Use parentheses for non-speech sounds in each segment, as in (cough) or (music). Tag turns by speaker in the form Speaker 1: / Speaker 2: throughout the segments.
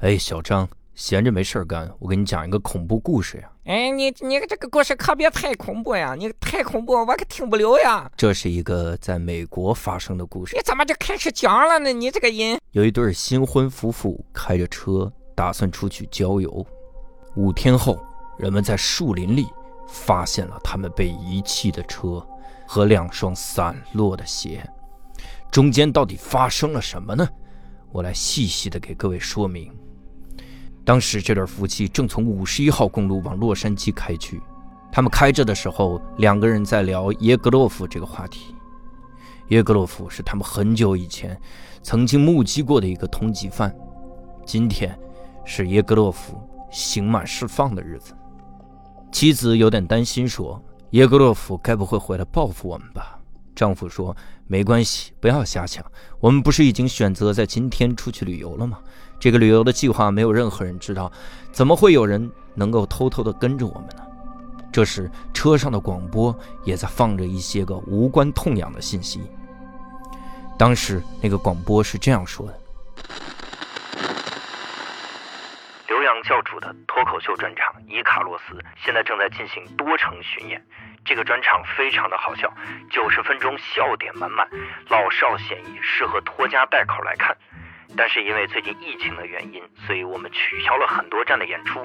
Speaker 1: 哎，小张，闲着没事儿干，我给你讲一个恐怖故事呀、
Speaker 2: 哎，你你这个故事可别太恐怖呀！你太恐怖，我可听不了呀！
Speaker 1: 这是一个在美国发生的故事
Speaker 2: 你。怎么就开始讲了呢？你这个人，
Speaker 1: 有一对新婚夫妇开着车，打算出去郊游。五天后，人们在树林里发现了他们被遗弃的车和两双散落的鞋。中间到底发生了什么呢？我来细细的给各位说明。当时这对夫妻正从五十一号公路往洛杉矶开去，他们开着的时候，两个人在聊耶格洛夫这个话题。耶格洛夫是他们很久以前曾经目击过的一个通缉犯。今天是耶格洛夫刑满释放的日子。妻子有点担心，说：“耶格洛夫该不会回来报复我们吧？”丈夫说：“没关系，不要瞎想。我们不是已经选择在今天出去旅游了吗？这个旅游的计划没有任何人知道，怎么会有人能够偷偷的跟着我们呢？”这时，车上的广播也在放着一些个无关痛痒的信息。当时那个广播是这样说的：“
Speaker 3: 刘洋教主的脱口秀专场《伊卡洛斯》现在正在进行多城巡演，这个专场非常的好笑，九十分钟笑点满满，老少咸宜，适合拖家带口来看。但是因为最近疫情的原因，所以我们取消了很多站的演出。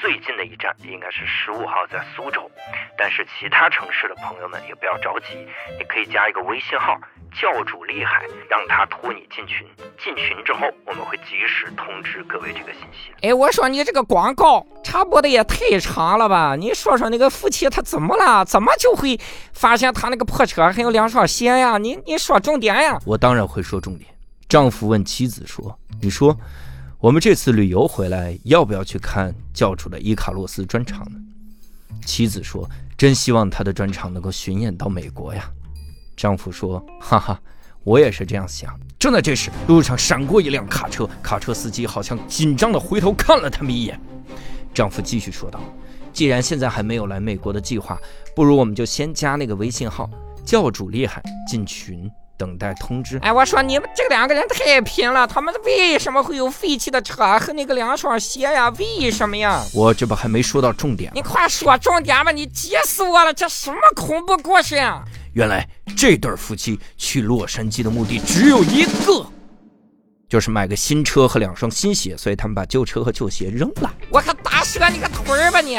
Speaker 3: 最近的一站应该是十五号在苏州，但是其他城市的朋友们也不要着急，你可以加一个微信号“教主厉害”，让他拖你进群。进群之后，我们会及时通知各位这个信息的。
Speaker 2: 哎，我说你这个广告插播的也太长了吧？你说说那个夫妻他怎么了？怎么就会发现他那个破车还有两双鞋呀？你你说重点呀！
Speaker 1: 我当然会说重点。丈夫问妻子说：“你说，我们这次旅游回来要不要去看教主的伊卡洛斯专场呢？”妻子说：“真希望他的专场能够巡演到美国呀。”丈夫说：“哈哈，我也是这样想。”正在这时，路上闪过一辆卡车，卡车司机好像紧张地回头看了他们一眼。丈夫继续说道：“既然现在还没有来美国的计划，不如我们就先加那个微信号‘教主厉害’进群，等待通知。”
Speaker 2: 哎，我说你们这两个人太贫了，他们为什么会有废弃的车和那个两双鞋呀？为什么呀？
Speaker 1: 我这不还没说到重点啊
Speaker 2: 你快说重点吧！你急死我了，这什么恐怖故事呀？
Speaker 1: 原来这对夫妻去洛杉矶的目的只有一个，就是买个新车和两双新鞋，所以他们把旧车和旧鞋扔了。
Speaker 2: 我可打折你个腿儿吧你！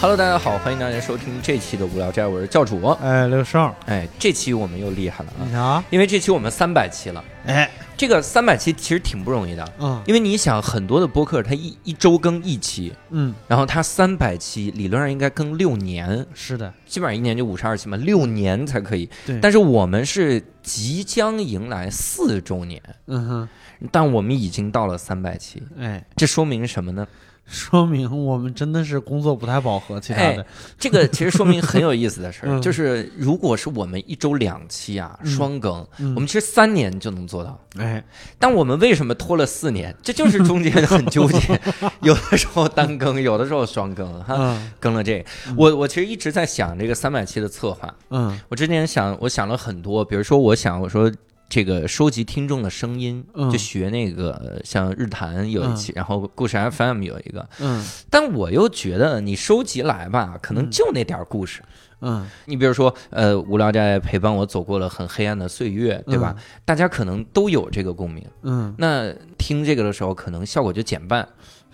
Speaker 1: Hello，大家好，欢迎大家收听这期的无聊斋，我是教主。
Speaker 4: 哎，刘胜，
Speaker 1: 哎，这期我们又厉害了啊
Speaker 4: 你！瞧，
Speaker 1: 因为这期我们三百期了，
Speaker 4: 哎，
Speaker 1: 这个三百期其实挺不容易的，
Speaker 4: 嗯
Speaker 1: 因为你想，很多的播客它一一周更一期，
Speaker 4: 嗯，
Speaker 1: 然后它三百期理论上应该更六年，
Speaker 4: 是的，
Speaker 1: 基本上一年就五十二期嘛，六年才可以。
Speaker 4: 对
Speaker 1: 但是我们是即将迎来四周年，
Speaker 4: 嗯哼，
Speaker 1: 但我们已经到了三百期，
Speaker 4: 哎，
Speaker 1: 这说明什么呢？
Speaker 4: 说明我们真的是工作不太饱和，其他的，
Speaker 1: 哎这个其实说明很有意思的事儿，
Speaker 4: (laughs) 嗯
Speaker 1: 就是如果是我们一周两期啊，双更，
Speaker 4: 嗯
Speaker 1: 我们其实三年就能做到。
Speaker 4: 哎，
Speaker 1: 但我们为什么拖了四年？这就是中间很纠结，
Speaker 4: (laughs)
Speaker 1: 有的时候单更，有的时候双更，哈，
Speaker 4: 嗯
Speaker 1: 更了这个。我我其实一直在想这个三百期的策划，
Speaker 4: 嗯
Speaker 1: 我之前想，我想了很多，比如说，我想我说这个收集听众的声音，
Speaker 4: 嗯
Speaker 1: 就学那个呃像日坛有一期，然后故事 FM 有一个，
Speaker 4: 嗯
Speaker 1: 但我又觉得你收集来吧，可能就那点儿故事。
Speaker 4: 嗯，
Speaker 1: 你比如说，呃，无聊斋陪伴我走过了很黑暗的岁月，对吧？大家可能都有这个共鸣。
Speaker 4: 嗯，
Speaker 1: 那听这个的时候，可能效果就减半。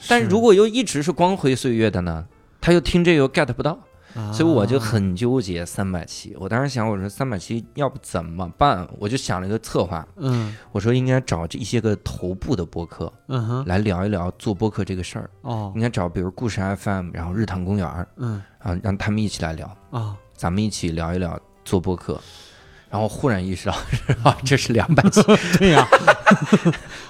Speaker 1: 但如果又一直是光辉岁月的呢，他又听这个又 get 不到。
Speaker 4: 啊
Speaker 1: 所以我就很纠结三百期。我当时想，我说三百期要不怎么办？我就想了一个策划，
Speaker 4: 嗯
Speaker 1: 我说应该找这一些个头部的播客
Speaker 4: 嗯哼，
Speaker 1: 来聊一聊做播客这个事儿。
Speaker 4: 哦，
Speaker 1: 应该找比如故事 FM，然后日坛公园儿
Speaker 4: 嗯
Speaker 1: 啊，让他们一起来聊，
Speaker 4: 啊，
Speaker 1: 咱们一起聊一聊做播客。然后忽然意识到， (laughs) 啊，这是两百期，
Speaker 4: (laughs) 对呀， (laughs)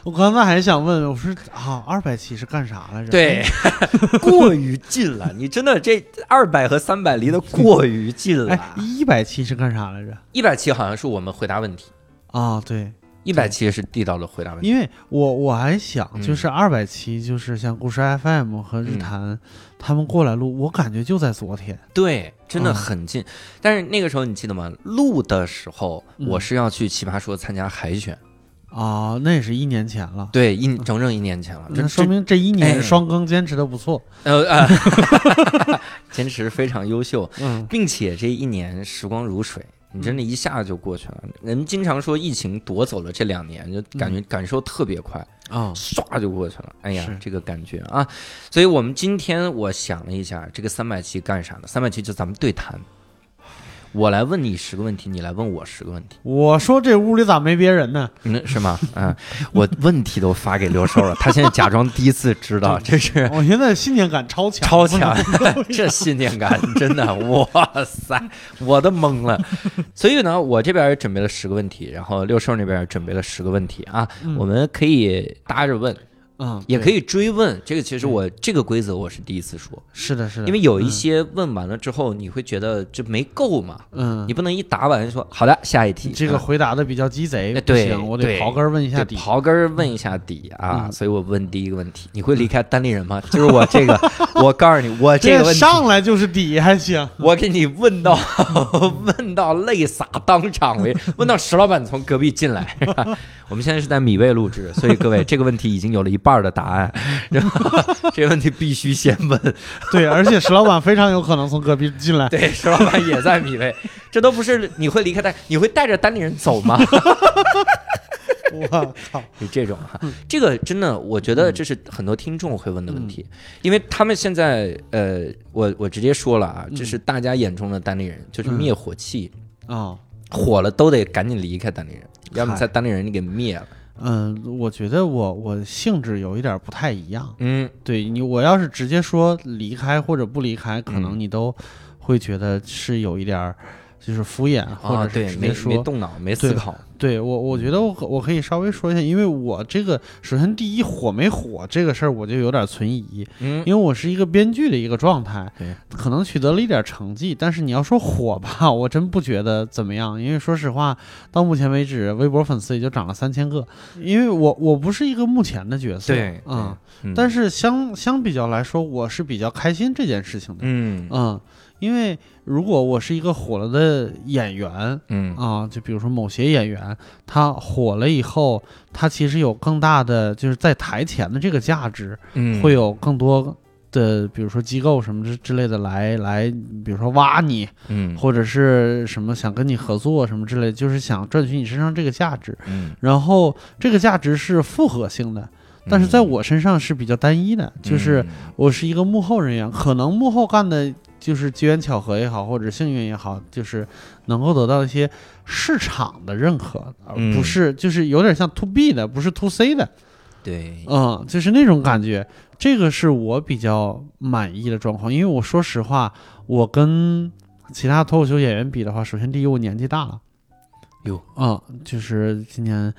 Speaker 4: 我刚才还想问，我说啊，二百期是干啥来着？
Speaker 1: 对， (laughs) 过于近了。你真的这二百和三百离得过于近了
Speaker 4: 哎，。一百期是干啥来着？
Speaker 1: 一百期好像是我们回答问题，
Speaker 4: 啊，对，
Speaker 1: 一百期是地道的回答问题。
Speaker 4: 因为我我还想，
Speaker 1: 嗯
Speaker 4: 就是二百期，就是像故事 FM 和日坛、他们过来录，我感觉就在昨天。
Speaker 1: 对，真的
Speaker 4: 嗯
Speaker 1: 很近。但是那个时候你记得吗？录的时候
Speaker 4: 嗯
Speaker 1: 我是要去奇葩说参加海选，
Speaker 4: 啊、那也是一年前了。
Speaker 1: 对，一整整一年前了。这
Speaker 4: 那说
Speaker 1: 这
Speaker 4: 明啊这一
Speaker 1: 哎
Speaker 4: 年双更坚持的不错。
Speaker 1: 呃啊， (laughs) 坚持非常优秀，
Speaker 4: 嗯，
Speaker 1: 并且这一年时光如水。你真的一下就过去了。人经常说疫情夺走了这两年，就感觉感受特别快，
Speaker 4: 啊、
Speaker 1: 唰就过去了。哎呀
Speaker 4: 是，
Speaker 1: 这个感觉啊！所以我们今天我想了一下，这个三百期干啥呢？三百期就咱们对谈，我来问你十个问题，你来问我十个问题。
Speaker 4: 我说这屋里咋没别人呢？
Speaker 1: 嗯，是吗？嗯，我问题都发给刘寿了，他现在假装第一次知道，这是
Speaker 4: 我现在信念感超强，
Speaker 1: 超强， (laughs) 这信念感真的，哇塞，我都懵了。所以呢，我这边准备了十个问题，然后六寿那边准备了十个问题啊，我们可以搭着问，
Speaker 4: 嗯，
Speaker 1: 也
Speaker 4: 对
Speaker 1: 可。以追问。这个其实我这个规则我是第一次说，
Speaker 4: 是的，是的，
Speaker 1: 因为有一些问完了之后，你会觉得这没够嘛，
Speaker 4: 嗯，
Speaker 1: 你不能一答完就说好的下一题
Speaker 4: 你，这个
Speaker 1: 啊
Speaker 4: 回答的比较鸡贼，
Speaker 1: 哎
Speaker 4: 不
Speaker 1: 对
Speaker 4: 行，我
Speaker 1: 对
Speaker 4: 得刨根问一下
Speaker 1: 得
Speaker 4: 底。
Speaker 1: 刨根儿问一下底啊，
Speaker 4: 嗯
Speaker 1: 所以我问第一个问题，你会离开单立人吗？就是我
Speaker 4: (laughs)
Speaker 1: 这个，我告诉你，我这个问题，
Speaker 4: 上来就是底还行。
Speaker 1: 我给你问到 (laughs) 问到泪洒当场为，问到石老板从隔壁进来。是吧我们现在是在米未录制，所以各位这个问题已经有了一半儿的答案，然后 (laughs) 这个问题必须先问。
Speaker 4: 对，而且石老板非常有可能从隔壁进
Speaker 1: (laughs)
Speaker 4: 来。
Speaker 1: 对，石老板也在米未，这都不是你会离开单，你会带着单立人走吗？ (laughs)
Speaker 4: 我操！
Speaker 1: 是这种
Speaker 4: 嗯
Speaker 1: 哈，这个真的，我觉得这是很多听众会问的问题，
Speaker 4: 嗯
Speaker 1: 因为他们现在呃，我我直接说了啊，这
Speaker 4: 嗯
Speaker 1: 是大家眼中的单立人，就是灭火器，
Speaker 4: 啊，
Speaker 1: 火了都得赶紧离开单立人，要么
Speaker 4: 嗨
Speaker 1: 在单立人你给灭了。
Speaker 4: 嗯，我觉得我我性质有一点不太一样。
Speaker 1: 嗯，
Speaker 4: 对你，我要是直接说离开或者不离开，
Speaker 1: 嗯
Speaker 4: 可能你都会觉得是有一点儿就是敷衍，或
Speaker 1: 啊，
Speaker 4: 者是
Speaker 1: 对，
Speaker 4: 直
Speaker 1: 没
Speaker 4: 接
Speaker 1: 没
Speaker 4: 说。
Speaker 1: 动嗯脑，没思考，
Speaker 4: 对我，我觉得我可我可以稍微说一下，因为我这个首先第一火没火这个事儿，我就有点存疑，
Speaker 1: 嗯
Speaker 4: 因为我是一个编剧的一个状态
Speaker 1: 对，
Speaker 4: 可能取得了一点成绩，但是你要说火吧，我真不觉得怎么样，因为说实话，到目前为止，微博粉丝也就涨了三千个，因为我我不是一个目前的角色，
Speaker 1: 对
Speaker 4: 嗯。
Speaker 1: 嗯
Speaker 4: 但
Speaker 1: 是
Speaker 4: 是相相比较来说，我是比较开心这件事情的，
Speaker 1: 嗯
Speaker 4: 嗯，因为如果我是一个火了的演员
Speaker 1: 嗯
Speaker 4: 啊，就比如说某些演员，他火了以后，他其实有更大的就是在台前的这个价值，
Speaker 1: 嗯，
Speaker 4: 会有更多的，比如说机构什么之之类的来来，比如说挖你，
Speaker 1: 嗯
Speaker 4: 或者是什么想跟你合作什么之类，就是想赚取你身上这个价值，
Speaker 1: 嗯，
Speaker 4: 然后这个价值是复合性的。但是在我身上是比较单一
Speaker 1: 嗯
Speaker 4: 的，就是我是一个幕后人员，可能幕后干的就是机缘巧合也好，或者幸运也好，就是能够得到一些市场的认可，而
Speaker 1: 嗯
Speaker 4: 不是就是有点像 to B 的，不是 to C 的，
Speaker 1: 对，
Speaker 4: 嗯，就是那种感觉。这个是我比较满意的状况，因为我说实话，我跟其他脱口秀演员比的话，首先第一我年纪大了，
Speaker 1: 哟，
Speaker 4: 啊、就是今年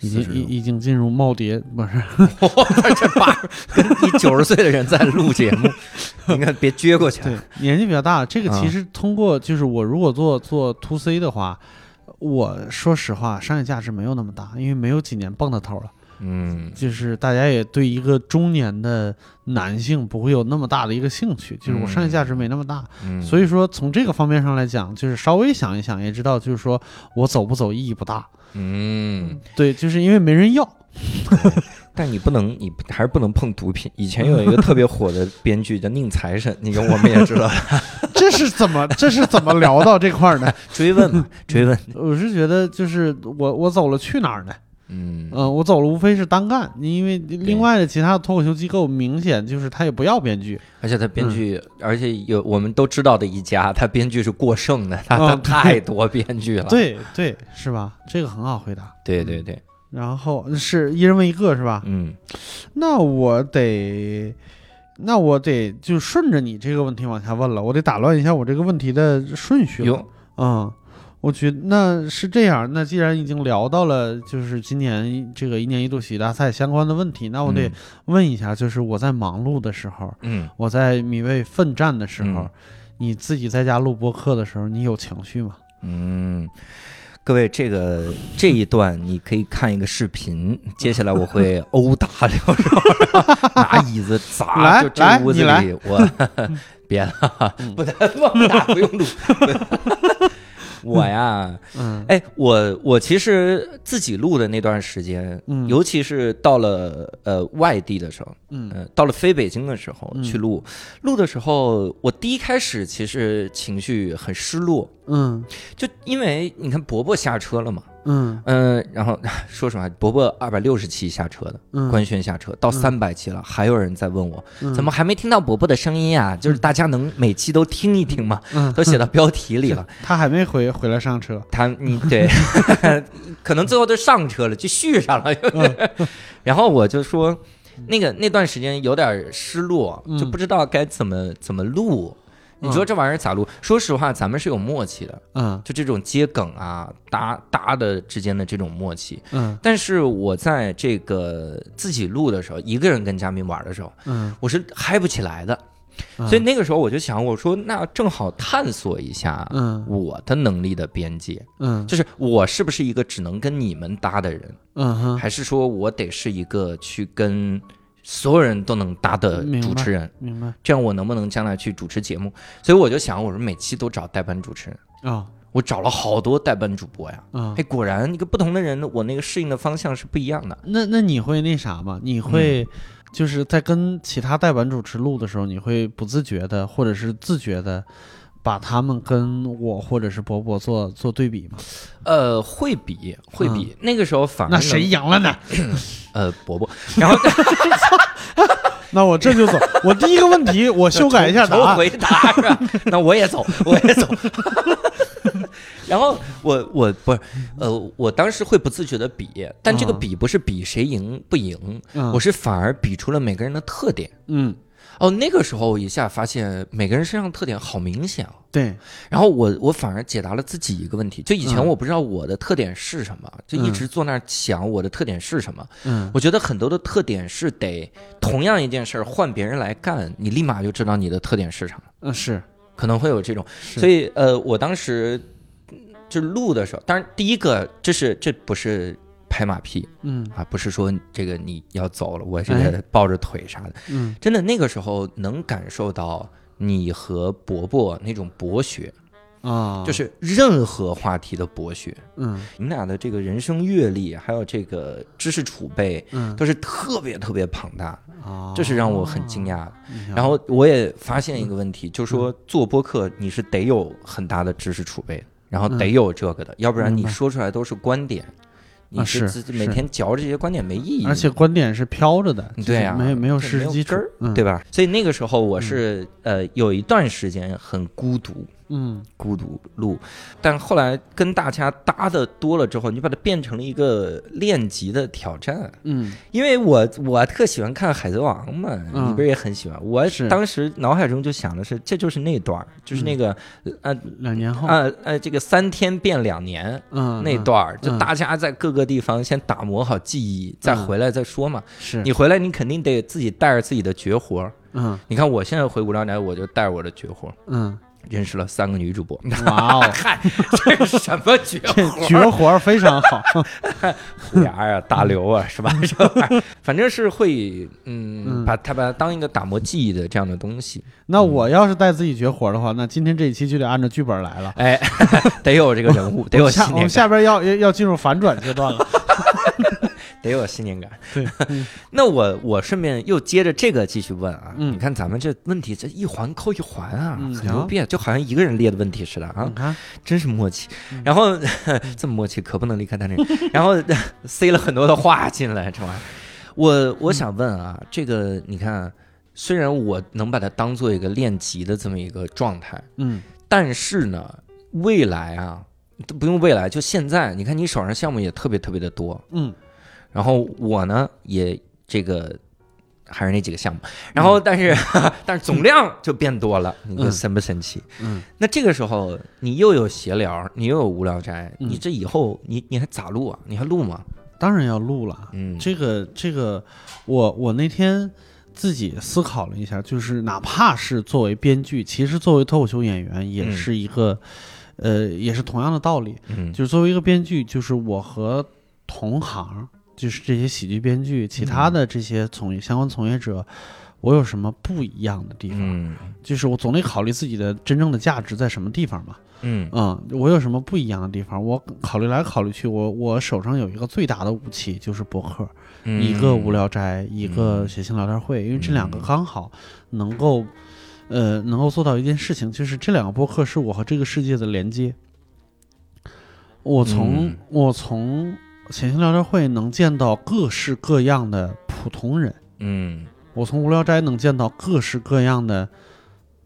Speaker 4: 已经
Speaker 1: 46
Speaker 4: 已已经进入耄耋，不是 (laughs)
Speaker 1: 我这八跟你九十岁的人在录节
Speaker 4: (laughs)
Speaker 1: 目，你看别撅过去，啊
Speaker 4: 对， (laughs) 年纪比较大，这个其实通过就是我如果做做 to C 的话，我说实话，商业价值没有那么大，因为没有几年蹦到头了。
Speaker 1: 嗯
Speaker 4: 就是大家也对一个中年的男性不会有那么大的一个兴趣，就是我商业价值没那么大，
Speaker 1: 嗯，
Speaker 4: 所以说从这个方面上来讲，就是稍微想一想也知道，就是说我走不走意义不大。
Speaker 1: 嗯。
Speaker 4: 对，就是因为没人 (laughs) 要。
Speaker 1: 但你不能，你还是不能碰毒品。以前有一个特别火的编剧叫宁财神，你跟我们也知道，
Speaker 4: 这是怎么这是怎么聊到这块儿呢？
Speaker 1: 追问
Speaker 4: (laughs)
Speaker 1: 嘛，追问。
Speaker 4: 我是觉得就是我我走了去哪儿呢？
Speaker 1: 嗯
Speaker 4: 嗯，我走了无非是单干，因为另外的其他的脱口秀机构明显就是他也不要编剧，
Speaker 1: 而且他编剧，
Speaker 4: 嗯
Speaker 1: 而且有我们都知道的一家，他编剧是过剩的，他他
Speaker 4: 嗯对
Speaker 1: 太多编剧了。
Speaker 4: 对对，是吧？这个很好回答。
Speaker 1: 对对对，
Speaker 4: 然后是一人问一个是吧？
Speaker 1: 嗯
Speaker 4: 那我得，那我得就顺着你这个问题往下问了，我得打乱一下我这个问题的顺序了。
Speaker 1: 哟，
Speaker 4: 嗯，我觉得那是这样。那既然已经聊到了就是今年这个一年一度喜剧大赛相关的问题，那我得问一下，就是我在忙碌的时候，
Speaker 1: 嗯，
Speaker 4: 我在米未奋战的时候，
Speaker 1: 嗯
Speaker 4: 你自己在家录播客的时候，你有情绪吗？
Speaker 1: 嗯嗯，各位，这个这一段你可以看一个视频，接下来我
Speaker 4: (laughs)
Speaker 1: 会殴打刘少，拿椅子砸，
Speaker 4: 来
Speaker 1: 就这屋子
Speaker 4: 来嗯
Speaker 1: 里我 (laughs) 别了， (laughs) 不能不打，不用录。 (laughs) 我呀，
Speaker 4: 嗯
Speaker 1: 哎，我我其实自己录的那段时间，
Speaker 4: 嗯
Speaker 1: 尤其是到了呃外地的时候，
Speaker 4: 嗯
Speaker 1: 呃，到了非北京的时候
Speaker 4: 嗯
Speaker 1: 去录，录的时候，我第一开始其实情绪很失落，
Speaker 4: 嗯
Speaker 1: 就因为你看伯伯下车了嘛，
Speaker 4: 嗯
Speaker 1: 嗯、然后说实话，伯伯二百六十期下车的，
Speaker 4: 嗯，
Speaker 1: 官宣下车到
Speaker 4: 嗯
Speaker 1: 三百期了，还有人在问我，
Speaker 4: 嗯
Speaker 1: 怎么还没听到伯伯的声音啊？就是大家能每期都听一听吗？
Speaker 4: 嗯
Speaker 1: 都写到标题里
Speaker 4: (laughs)
Speaker 1: 了，
Speaker 4: 他还没回回来上车？
Speaker 1: 他你对， (laughs) 可能最后都上车了，就续上了。
Speaker 4: 嗯
Speaker 1: (laughs) 然后我就说，那个那段时间有点失落，
Speaker 4: 嗯
Speaker 1: 就不知道该怎么怎么录。你
Speaker 4: 嗯
Speaker 1: 说这玩意儿咋录？说实话，咱们是有默契的，
Speaker 4: 嗯
Speaker 1: 就这种接梗啊、搭搭的之间的这种默契。
Speaker 4: 嗯
Speaker 1: 但是我在这个自己录的时候，一个人跟嘉宾玩的时候，
Speaker 4: 嗯，
Speaker 1: 我是嗨不起来的。
Speaker 4: 嗯
Speaker 1: 所以那个时候我就想，我说那正好探索一下
Speaker 4: 嗯
Speaker 1: 我的能力的边界。
Speaker 4: 嗯
Speaker 1: 就是我是不是一个只能跟你们搭的人，
Speaker 4: 嗯哼，
Speaker 1: 还是说我得是一个去跟所有人都能搭的
Speaker 4: 明白
Speaker 1: 主持人？
Speaker 4: 明白
Speaker 1: 这样我能不能将来去主持节目？所以我就想，我说每期都找代班主持人，
Speaker 4: 啊
Speaker 1: 我找了好多代班主播呀。
Speaker 4: 啊
Speaker 1: 哎，。果然一个不同的人，我那个适应的方向是不一样的。
Speaker 4: 那那你会那啥吗？你会
Speaker 1: 嗯
Speaker 4: 就是在跟其他代班主持录的时候，你会不自觉的，或者是自觉的，把他们跟我或者是伯伯做做对比吗？
Speaker 1: 呃，会比会比、那个时候反而
Speaker 4: 那谁
Speaker 1: 能
Speaker 4: 赢了呢？
Speaker 1: 呃伯伯，然后
Speaker 4: 那我这就走。我第一个问题，我修改一下
Speaker 1: (laughs)
Speaker 4: 答
Speaker 1: 重
Speaker 4: 案。
Speaker 1: 回答是吧？那我也走，我也走。 (laughs) 然后我我不是呃，我当时会不自觉的比，但这个
Speaker 4: 嗯
Speaker 1: 比不是比谁赢不赢，
Speaker 4: 嗯
Speaker 1: 我是反而比出了每个人的特点。
Speaker 4: 嗯，
Speaker 1: 哦，那个时候我一下发现每个人身上的特点好明显哦。
Speaker 4: 对，
Speaker 1: 然后我我反而解答了自己一个问题，就以前
Speaker 4: 嗯
Speaker 1: 我不知道我的特点是什么，就一
Speaker 4: 嗯
Speaker 1: 直坐那儿想我的特点是什么。
Speaker 4: 嗯
Speaker 1: 我觉得很多的特点是得同样一件事儿换别人来干，你立马就知道你的特点是啥。
Speaker 4: 嗯是，
Speaker 1: 可能会有这种，
Speaker 4: 是
Speaker 1: 所以呃，我当时嗯就录的时候，当然第一个这是这不是拍马屁
Speaker 4: 嗯
Speaker 1: 啊，不是说这个你要走了，我这
Speaker 4: 哎
Speaker 1: 个抱着腿啥的，
Speaker 4: 嗯
Speaker 1: 真的那个时候能感受到你和伯伯那种博学，
Speaker 4: 啊，
Speaker 1: 就是任何话题的博学，
Speaker 4: 嗯
Speaker 1: 你们俩的这个人生阅历还有这个知识储备
Speaker 4: 嗯，
Speaker 1: 都是特别特别庞大，
Speaker 4: 啊
Speaker 1: 这是让我很惊。讶的。
Speaker 4: 你嗯看
Speaker 1: 然后我也发现一个问题，就是说做播客你是得有很大的知识储备，然后得有这个的，要不然你
Speaker 4: 嗯明白
Speaker 1: 说出来都是观点，你
Speaker 4: 啊是
Speaker 1: 自己
Speaker 4: 是
Speaker 1: 每天嚼着这些观点没意义，
Speaker 4: 而且观点是飘着的，
Speaker 1: 对啊呀、
Speaker 4: 就是没有没有
Speaker 1: 这
Speaker 4: 事实基础
Speaker 1: 根儿，
Speaker 4: 嗯
Speaker 1: 对吧？所以那个时候我是呃有一段时间很孤独。
Speaker 4: 嗯
Speaker 1: 孤独路，但后来跟大家搭的多了之后，你就把它变成了一个练级的挑战。
Speaker 4: 嗯
Speaker 1: 因为我我特喜欢看《海贼王》嘛，
Speaker 4: 嗯
Speaker 1: 你不是也很喜欢？我
Speaker 4: 是嗯
Speaker 1: 当时脑海中就想的是，这就是那段儿，就是那个呃
Speaker 4: 两年后
Speaker 1: 呃呃，这个三天变两年
Speaker 4: 哦嗯
Speaker 1: 那
Speaker 4: 嗯
Speaker 1: 段儿，就
Speaker 4: 嗯
Speaker 1: 大家在各个地方先打磨好记忆，再
Speaker 4: 嗯
Speaker 1: 回来再说嘛。
Speaker 4: 是
Speaker 1: 你回来，你肯定得自己带着自己的绝活儿。
Speaker 4: 嗯
Speaker 1: 你看我现在回无聊斋，我就带着我的绝活儿， (laughs)
Speaker 4: 嗯，
Speaker 1: 认识了三个女主播。，
Speaker 4: 哇哦
Speaker 1: 嗨，这是什么绝活
Speaker 4: 这
Speaker 1: 儿？
Speaker 4: 绝活儿非常
Speaker 1: (laughs)
Speaker 4: 好，
Speaker 1: 虎牙啊、大刘啊，是吧？ (laughs) 这玩意儿反正是会，嗯，
Speaker 4: 嗯
Speaker 1: 把它把它当一个打磨记忆的这样的东西，
Speaker 4: 那我要是带自己绝活的话，那今天这一期就得按照剧本来了。
Speaker 1: 哎，得有这个人
Speaker 4: (laughs)
Speaker 1: 物， (laughs) 得有
Speaker 4: 我们
Speaker 1: 信
Speaker 4: 下我
Speaker 1: 念
Speaker 4: 们
Speaker 1: 感，
Speaker 4: 下边要要要进入反转阶
Speaker 1: (laughs)
Speaker 4: 段了。
Speaker 1: 得有信念感。
Speaker 4: 对，
Speaker 1: (laughs)
Speaker 4: 嗯
Speaker 1: 那我我顺便又接着这个继续问啊，
Speaker 4: 嗯
Speaker 1: 你看咱们这问题这一环扣一环啊，
Speaker 4: 嗯
Speaker 1: 很牛逼，啊，就好像一个人列的问题似的啊
Speaker 4: 你，看，
Speaker 1: 真是默契。然后 (laughs) 这么默契，可不能离开他这个。然后 (laughs) 塞了很多的话进来，这玩意儿。我我想问啊，这个你看，虽然我能把它当做一个练级的这么一个状态，
Speaker 4: 嗯
Speaker 1: 但是呢，未来啊，都不用未来，就现在，你看你手上项目也特别特别的多，
Speaker 4: 嗯
Speaker 1: 然后我呢也这个。还是那几个项目，然后但是、 (laughs) 但是总量就变多了，你说
Speaker 4: 嗯
Speaker 1: 神不神奇？
Speaker 4: 嗯，
Speaker 1: 那这个时候，你又有闲聊，你又有无聊斋，
Speaker 4: 嗯
Speaker 1: 你这以后你你还咋录啊？你还录吗？
Speaker 4: 当然要录了。啊
Speaker 1: 嗯，
Speaker 4: 这个这个，我我那天自己思考了一下，就是哪怕是作为编剧，其实作为脱口秀演员也
Speaker 1: 嗯
Speaker 4: 是一个。呃，也是同样的道理，
Speaker 1: 嗯
Speaker 4: 就是作为一个编剧，就是我和同行，就是这些喜剧编剧，其他的这些从业相关从业者，我有什么不一样的地方？
Speaker 1: 嗯
Speaker 4: 就是我总得考虑自己的真正的价值在什么地方嘛。
Speaker 1: 嗯
Speaker 4: 嗯，我有什么不一样的地方？我考虑来考虑去，我我手上有一个最大的武器就是博客，
Speaker 1: 嗯，
Speaker 4: 一个无聊斋，一个
Speaker 1: 嗯
Speaker 4: 写信聊天会，因为这两个刚好能够，呃，能够做到一件事情，就是这两个播客是我和这个世界的连接。我从、
Speaker 1: 嗯
Speaker 4: 我从写信聊天会能见到各式各样的普通人，
Speaker 1: 嗯，
Speaker 4: 我从无聊斋能见到各式各样的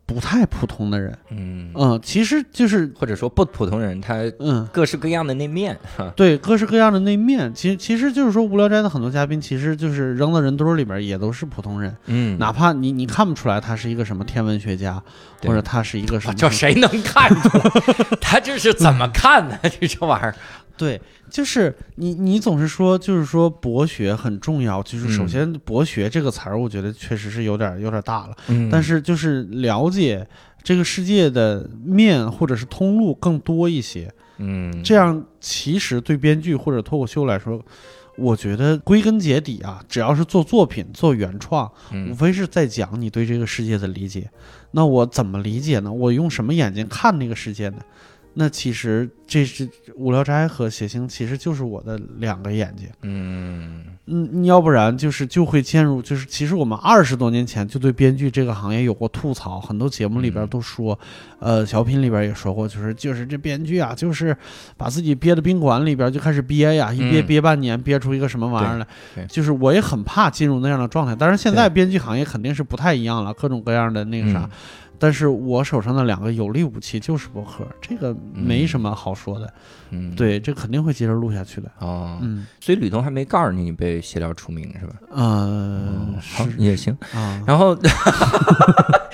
Speaker 4: 不太普通的人。
Speaker 1: 嗯嗯，
Speaker 4: 嗯，其实就是
Speaker 1: 或者说不普通人他
Speaker 4: 嗯。
Speaker 1: 各式各样的那面，哈
Speaker 4: 对各式各样的那面，其实其实就是说，无聊斋的很多嘉宾其实就是扔到人堆儿里边儿也都是普通人，
Speaker 1: 嗯
Speaker 4: 哪怕你你看不出来他是一个什么天文学家，
Speaker 1: 对啊
Speaker 4: 或者他是一个什么，
Speaker 1: 叫谁能看
Speaker 4: (laughs)
Speaker 1: 出来？他这是怎么看的？这这玩意儿，
Speaker 4: 对，就是你你总是说就是说博学很重要，就是首
Speaker 1: 嗯
Speaker 4: 先博学这个词儿，我觉得确实是有点儿有点儿大了，
Speaker 1: 嗯
Speaker 4: 但是就是了解这个世界的面或者是通路更多一些，
Speaker 1: 嗯，
Speaker 4: 这样其实对编剧或者脱口秀来说，我觉得归根结底啊，只要是做作品、做原创，无
Speaker 1: 嗯
Speaker 4: 非是在讲你对这个世界的理解。那我怎么理解呢？我用什么眼睛看这个世界呢？那其实这是《无聊斋》和《血腥》，其实就是我的两个眼睛。
Speaker 1: 嗯
Speaker 4: 嗯，要不然就是就会陷入，就是其实我们二十多年前就对编剧这个行业有过吐槽，很多节目里边
Speaker 1: 嗯
Speaker 4: 都说，呃，小品里边也说过，就是就是这编剧啊，就是把自己憋到宾馆里边就开始憋呀，一憋
Speaker 1: 嗯
Speaker 4: 憋半年，憋出一个什么玩意儿来
Speaker 1: 对对。
Speaker 4: 就是我也很怕进入那样的状态，当然现在
Speaker 1: 对
Speaker 4: 编剧行业肯定是不太一样了，各种各样的那个啥
Speaker 1: 嗯，
Speaker 4: 但是我手上的两个有力武器就是博客，这个没什么好说的，
Speaker 1: 嗯，
Speaker 4: 对，这肯定会接着录下去的。
Speaker 1: 哦，
Speaker 4: 嗯，
Speaker 1: 所以吕东还没告诉你你被闲聊出名是吧？
Speaker 4: 呃，
Speaker 1: 哦好
Speaker 4: 是
Speaker 1: 也行。
Speaker 4: 啊。
Speaker 1: 然
Speaker 4: (laughs)
Speaker 1: 后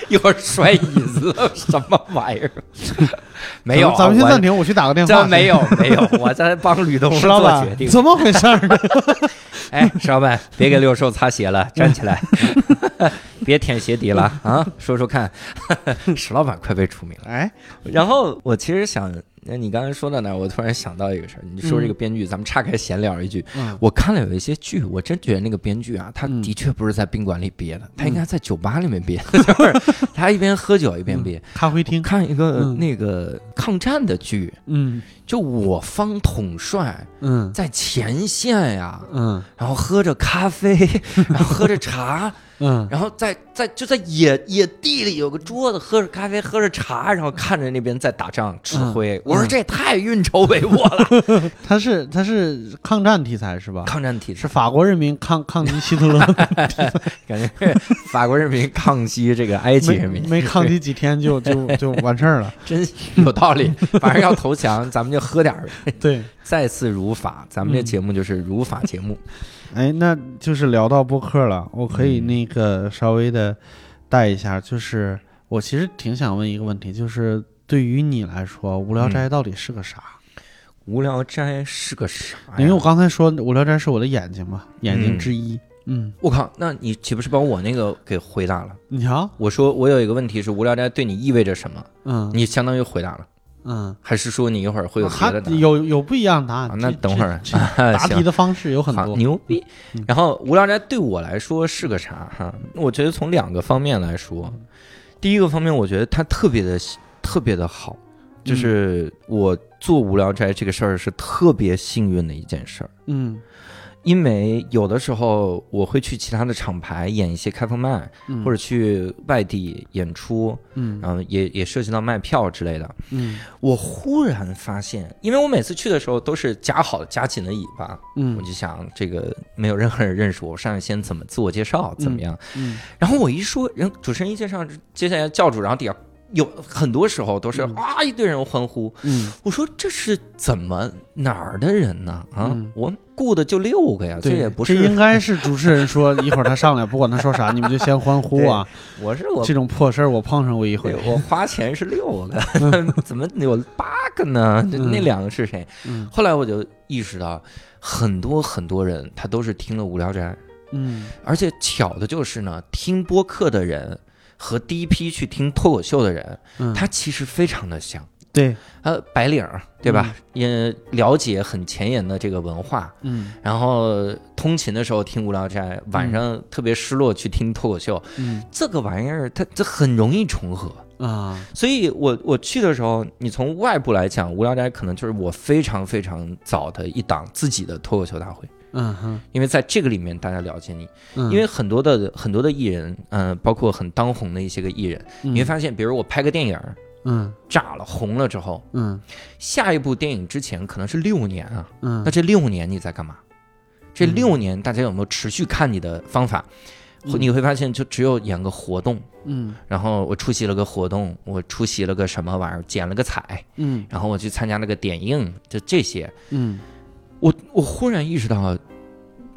Speaker 1: 一会儿摔椅子了，什么玩意儿？没有啊，
Speaker 4: 咱们咱
Speaker 1: 我
Speaker 4: 们先暂停，我去打个电话。
Speaker 1: 这没
Speaker 4: (laughs)
Speaker 1: 有没有，我在帮吕东
Speaker 4: 石老
Speaker 1: 做决
Speaker 4: 板，
Speaker 1: 定。
Speaker 4: 怎么回事儿
Speaker 1: (laughs)
Speaker 4: 呢？
Speaker 1: 哎，石老板，别给六兽擦鞋了，站起来， (laughs) 别舔鞋底了啊！说说看， (laughs) 石老板快被除名了。
Speaker 4: 哎，
Speaker 1: 然后我其实想，那你刚才说到那儿，我突然想到一个事儿，你说这个编剧，咱们岔开闲聊一句，
Speaker 4: 嗯
Speaker 1: 我看了有一些剧，我真觉得那个编剧啊，他
Speaker 4: 嗯
Speaker 1: 的确不是在宾馆里憋的，他应该在酒吧里面憋，
Speaker 4: (laughs)
Speaker 1: 就是他一边喝酒一边憋。
Speaker 4: 咖啡厅，
Speaker 1: 看一个
Speaker 4: 嗯
Speaker 1: 那个抗战的剧，
Speaker 4: 嗯
Speaker 1: 就我方统帅
Speaker 4: 嗯
Speaker 1: 在前线呀，
Speaker 4: 嗯
Speaker 1: 然后喝着咖
Speaker 4: (laughs)
Speaker 1: 啡，然后喝着茶，
Speaker 4: 嗯
Speaker 1: 然后在在就在野野地里有个桌子，喝着咖啡，喝着茶，然后看着那边在打仗指挥。我说这也太运筹帷幄了，
Speaker 4: 嗯，他是他是抗战题材是吧？
Speaker 1: 抗战体制
Speaker 4: 是法国人民抗抗击希特
Speaker 1: (laughs)
Speaker 4: 勒，
Speaker 1: 感觉 (laughs) 是法国人民抗击这个埃及
Speaker 4: 没
Speaker 1: 人民，
Speaker 4: 没抗击几天就就就完事儿了。
Speaker 1: (laughs) 真有道理。反正要投降，咱们就喝点儿，
Speaker 4: (laughs) 对，
Speaker 1: (laughs) 再次如法。咱
Speaker 4: 嗯
Speaker 1: 们这节目就是如法节目。
Speaker 4: 哎，那就是聊到播客了，我可以
Speaker 1: 嗯
Speaker 4: 那个稍微的带一下，就是我其实挺想问一个问题，就是对于你来说，《
Speaker 1: 嗯
Speaker 4: 无聊斋》到底是个啥？
Speaker 1: 无聊斋是个啥哎呀？
Speaker 4: 因为我刚才说《无聊斋》是我的眼睛嘛，眼睛
Speaker 1: 嗯
Speaker 4: 之一。嗯，
Speaker 1: 我靠，那你岂不是把我那个给回答了？
Speaker 4: 你瞧，
Speaker 1: 我说我有一个问题是无聊斋对你意味着什么？
Speaker 4: 嗯，
Speaker 1: 你相当于回答了，
Speaker 4: 嗯，啊
Speaker 1: 还是说你一会儿会有别
Speaker 4: 还
Speaker 1: 的答案？
Speaker 4: 有有不一样的答
Speaker 1: 啊
Speaker 4: 案。
Speaker 1: 那
Speaker 4: 这
Speaker 1: 等会儿啊哎
Speaker 4: 这这答题
Speaker 1: 行
Speaker 4: 的方式有很
Speaker 1: 好
Speaker 4: 多。
Speaker 1: 牛逼
Speaker 4: 嗯。
Speaker 1: 然后无聊斋对我来说是个啥哈？我觉得从两个方面来说，第一个方面，我觉得它特别的特别的好，
Speaker 4: 嗯
Speaker 1: 就是我做无聊斋这个事儿是特别幸运的一件事儿。
Speaker 4: 嗯
Speaker 1: 因为有的时候我会去其他的厂牌演一些开放麦，
Speaker 4: 嗯，
Speaker 1: 或者去外地演出，
Speaker 4: 嗯
Speaker 1: 然后也也涉及到卖票之类的。
Speaker 4: 嗯
Speaker 1: 我忽然发现，因为我每次去的时候都是夹好夹紧了尾巴，我
Speaker 4: 嗯
Speaker 1: 就想，这个没有任何人认识我，我上来先怎么自我介绍，怎么样？
Speaker 4: 嗯
Speaker 1: 然后我一说，人主持人一介绍，接下来教主，然后底下有很多时候都是、
Speaker 4: 嗯
Speaker 1: 啊一堆人欢呼。
Speaker 4: 嗯
Speaker 1: 我说这是怎么哪儿的人呢？啊，
Speaker 4: 嗯
Speaker 1: 我雇的就六个呀，这
Speaker 4: 对，
Speaker 1: 也不
Speaker 4: 这应
Speaker 1: 是，
Speaker 4: 该是主持人说，一会儿他上来，不管他说啥，你们就先欢呼啊！
Speaker 1: (laughs) 我是我
Speaker 4: 这种破事儿我碰上过一
Speaker 1: 对
Speaker 4: 回。
Speaker 1: 我花钱是六 (laughs) 个，怎么有八个呢？这
Speaker 4: 嗯
Speaker 1: 那两个是谁？
Speaker 4: 嗯
Speaker 1: 后来我就意识到，很多很多人他都是听了《无聊斋》。
Speaker 4: 嗯
Speaker 1: 而且巧的就是呢，听播客的人和第一批去听脱口秀的人，
Speaker 4: 嗯，
Speaker 1: 他其实非常的像。
Speaker 4: 对，
Speaker 1: 呃，白领儿对吧
Speaker 4: 嗯？
Speaker 1: 也了解很前沿的这个文化，
Speaker 4: 嗯
Speaker 1: 然后通勤的时候听无聊斋，晚上特别失落去听脱口秀，
Speaker 4: 嗯
Speaker 1: 这个玩意儿它它很容易重合。
Speaker 4: 啊，
Speaker 1: 所以我我去的时候，你从外部来讲，无聊斋可能就是我非常非常早的一档自己的脱口秀大会，
Speaker 4: 嗯哼，
Speaker 1: 因为在这个里面大家了解你，
Speaker 4: 嗯
Speaker 1: 因为很多的很多的艺人，嗯、包括很当红的一些个艺人，
Speaker 4: 你
Speaker 1: 你会发现，比如我拍个电影儿
Speaker 4: 嗯
Speaker 1: 炸了红了之后，
Speaker 4: 嗯
Speaker 1: 下一部电影之前可能是六年啊，
Speaker 4: 嗯，
Speaker 1: 那这六年你在干嘛？这
Speaker 4: 嗯
Speaker 1: 六年大家有没有持续看你的方法？会
Speaker 4: 嗯
Speaker 1: 你会发现，就只有演个活动，
Speaker 4: 嗯
Speaker 1: 然后我出席了个活动，我出席了个什么玩意儿，剪了个彩，
Speaker 4: 嗯
Speaker 1: 然后我去参加了个点映，就这些。
Speaker 4: 嗯
Speaker 1: 我我忽然意识到，啊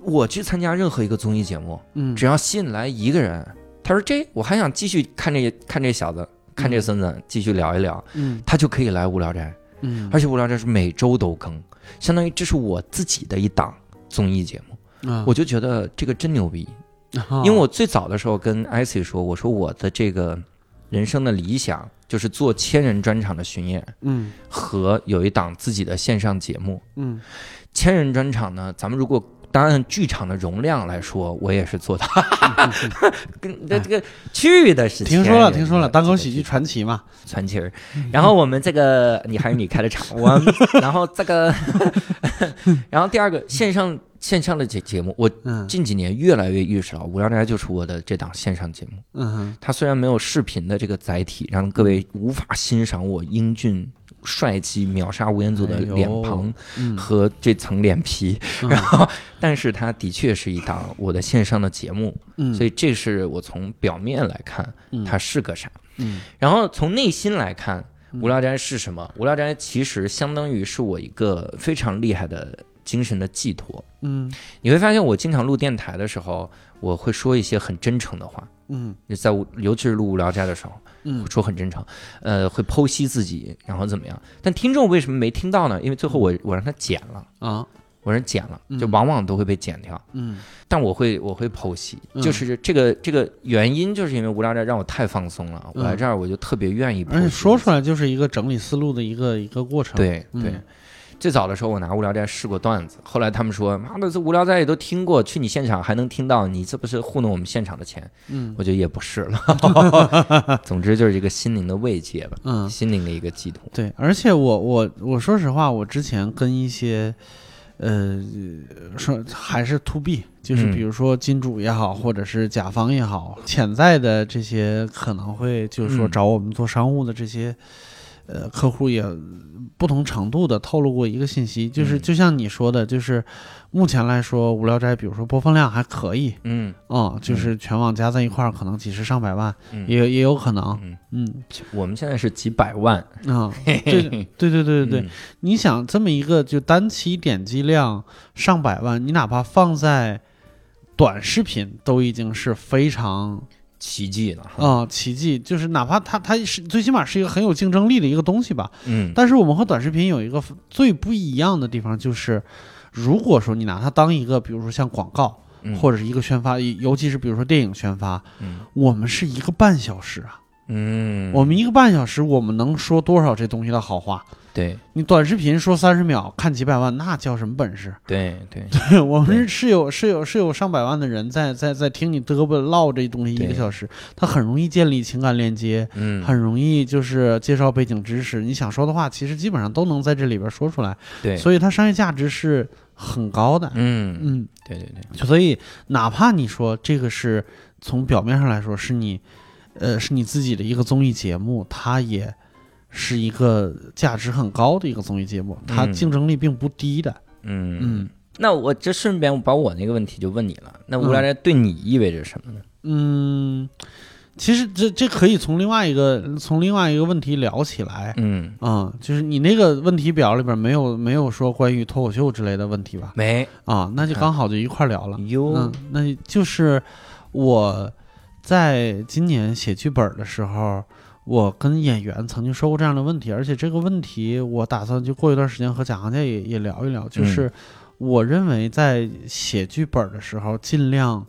Speaker 1: 我去参加任何一个综艺节目，
Speaker 4: 嗯，
Speaker 1: 只要吸引来一个人，他说这我还想继续看这看这小子，看这孙子，继续聊一聊，
Speaker 4: 嗯
Speaker 1: 他就可以来无聊斋，
Speaker 4: 嗯，
Speaker 1: 而且无聊斋是每周都更，相当于这是我自己的一档综艺节目。
Speaker 4: 啊
Speaker 1: 我就觉得这个真牛逼，
Speaker 4: 啊
Speaker 1: 因为我最早的时候跟 IC 说，我说我的这个人生的理想就是做千人专场的巡演
Speaker 4: 嗯
Speaker 1: 和有一档自己的线上节目。
Speaker 4: 嗯
Speaker 1: 千人专场呢，咱们如果当然剧场的容量来说，我也是做
Speaker 4: (laughs)
Speaker 1: 到，跟这个去的是
Speaker 4: 听
Speaker 1: 千
Speaker 4: 说了
Speaker 1: 人
Speaker 4: 听说了，
Speaker 1: 的
Speaker 4: 单口
Speaker 1: 这个
Speaker 4: 喜剧嗯传奇嘛，
Speaker 1: 传奇儿。然后我们这个你还是你开的场，我
Speaker 4: (laughs)
Speaker 1: 们然后这个，然后第二个线上线上的节节目，我
Speaker 4: 嗯
Speaker 1: 近几年越来越意识到，无聊斋就是我的这档线上节目。
Speaker 4: 嗯哼
Speaker 1: 它虽然没有视频的这个载体，让各位
Speaker 4: 嗯
Speaker 1: 无法欣赏我英俊、帅气、秒杀吴彦祖的
Speaker 4: 哎呦
Speaker 1: 脸庞
Speaker 4: 嗯
Speaker 1: 和这层脸皮，
Speaker 4: 嗯
Speaker 1: 然后，但是它的确是一档我的线上的节目，
Speaker 4: 嗯，
Speaker 1: 所
Speaker 4: 以
Speaker 1: 以这是我从表面来看它是个啥，
Speaker 4: 嗯
Speaker 1: 然后从内心来看，
Speaker 4: 嗯
Speaker 1: 无聊斋是什么？无聊斋其实相当于是我一个非常厉害的精神的寄托。
Speaker 4: 嗯
Speaker 1: 你会发现，我经常录电台的时候，我会说一些很真诚的话。
Speaker 4: 嗯
Speaker 1: 就在我尤其是录《无聊斋》的时候，
Speaker 4: 嗯
Speaker 1: 会说很真诚，呃，会剖析自己，然后怎么样？但听众为什么没听到呢？因为最后我我让他剪了，
Speaker 4: 啊
Speaker 1: 我让剪了，
Speaker 4: 嗯
Speaker 1: 就往往都会被剪掉。
Speaker 4: 嗯
Speaker 1: 但我会我会剖析，
Speaker 4: 嗯
Speaker 1: 就是这个这个原因，就是因为《无聊斋》让我太放松了，
Speaker 4: 嗯
Speaker 1: 我来这儿我就特别愿意剖析
Speaker 4: 而
Speaker 1: 自
Speaker 4: 且
Speaker 1: 己。
Speaker 4: 说出来就是一个整理思路的一个一个过程。，
Speaker 1: 对
Speaker 4: 嗯
Speaker 1: 对。最早的时候，我拿《无聊斋》试过段子，后来他们说：“妈的，这《无聊斋》也都听过，去你现场还能听到，你这不是糊弄我们现场的钱？”
Speaker 4: 嗯
Speaker 1: 我觉得也不是了。
Speaker 4: (laughs)
Speaker 1: 总之就是一个心灵的慰藉吧，
Speaker 4: 嗯，
Speaker 1: 心灵的一个寄托。
Speaker 4: 对。而且我我我说实话，我之前跟一些呃说还是 to B，就是
Speaker 1: 嗯
Speaker 4: 比如说金主也好，或者是甲方也好，潜在的这些可能会就是说
Speaker 1: 嗯
Speaker 4: 找我们做商务的这些。呃，客户也不同程度的透露过一个信息，就是
Speaker 1: 嗯
Speaker 4: 就像你说的，就是目前来说，《无聊斋》比如说播放量还可以，
Speaker 1: 嗯
Speaker 4: 啊、就是全网加在一块儿，可能几十上百万，
Speaker 1: 嗯
Speaker 4: 也也有可能，
Speaker 1: 嗯，
Speaker 4: 嗯
Speaker 1: 我们现在是几百万， (laughs)
Speaker 4: 啊，对对
Speaker 1: 嗯
Speaker 4: 对对对对，你想这么一个就单期点击量上百万，你哪怕放在短视频都已经是非常
Speaker 1: 奇迹呢。哈
Speaker 4: 啊、奇迹，就是哪怕它它是最起码是一个很有竞争力的一个东西吧。
Speaker 1: 嗯
Speaker 4: 但是我们和短视频有一个最不一样的地方就是，如果说你拿它当一个，比如说像广告
Speaker 1: 嗯
Speaker 4: 或者是一个宣发，尤其是比如说电影宣发，
Speaker 1: 嗯
Speaker 4: 我们是一个半小时啊。
Speaker 1: 嗯，
Speaker 4: 我们一个半小时，我们能说多少这东西的好话？
Speaker 1: 对
Speaker 4: 你短视频说三十秒看几百万，那叫什么本事？ (laughs)
Speaker 1: 对对
Speaker 4: 我们是有是有是有上百万的人在在在听你嘚啵唠这东西一个
Speaker 1: 对
Speaker 4: 小时，他很容易建立情感链接，
Speaker 1: 嗯
Speaker 4: 很容易就是介绍背景知识，你想说的话，其实基本上都能在这里边说出来，
Speaker 1: 对，以
Speaker 4: 所以它商业价值是很高的。
Speaker 1: 嗯
Speaker 4: 嗯，
Speaker 1: 对对对，
Speaker 4: 所以哪怕你说这个是从表面上来说是你，呃，是你自己的一个综艺节目，它也是一个价值很高的一个综艺节目，它
Speaker 1: 嗯
Speaker 4: 竞争力并不低的。
Speaker 1: 嗯
Speaker 4: 嗯
Speaker 1: 嗯。那我这顺便把我那个问题就问你了，那
Speaker 4: 嗯
Speaker 1: 无聊斋对你意味着什么呢？
Speaker 4: 嗯，其实这这可以从另外一个从另外一个问题聊起来。
Speaker 1: 嗯，
Speaker 4: 啊、就是你那个问题表里边没有没有说关于脱口秀之类的问题吧？
Speaker 1: 没
Speaker 4: 啊，那
Speaker 1: 嗯
Speaker 4: 就刚好就一块儿聊了。
Speaker 1: 哟
Speaker 4: 嗯，，那就是我在今年写剧本的时候，我跟演员曾经说过这样的问题，而且这个问题我打算就过一段时间和贾行家也也聊一聊，就是我认为在写剧本的时候，尽量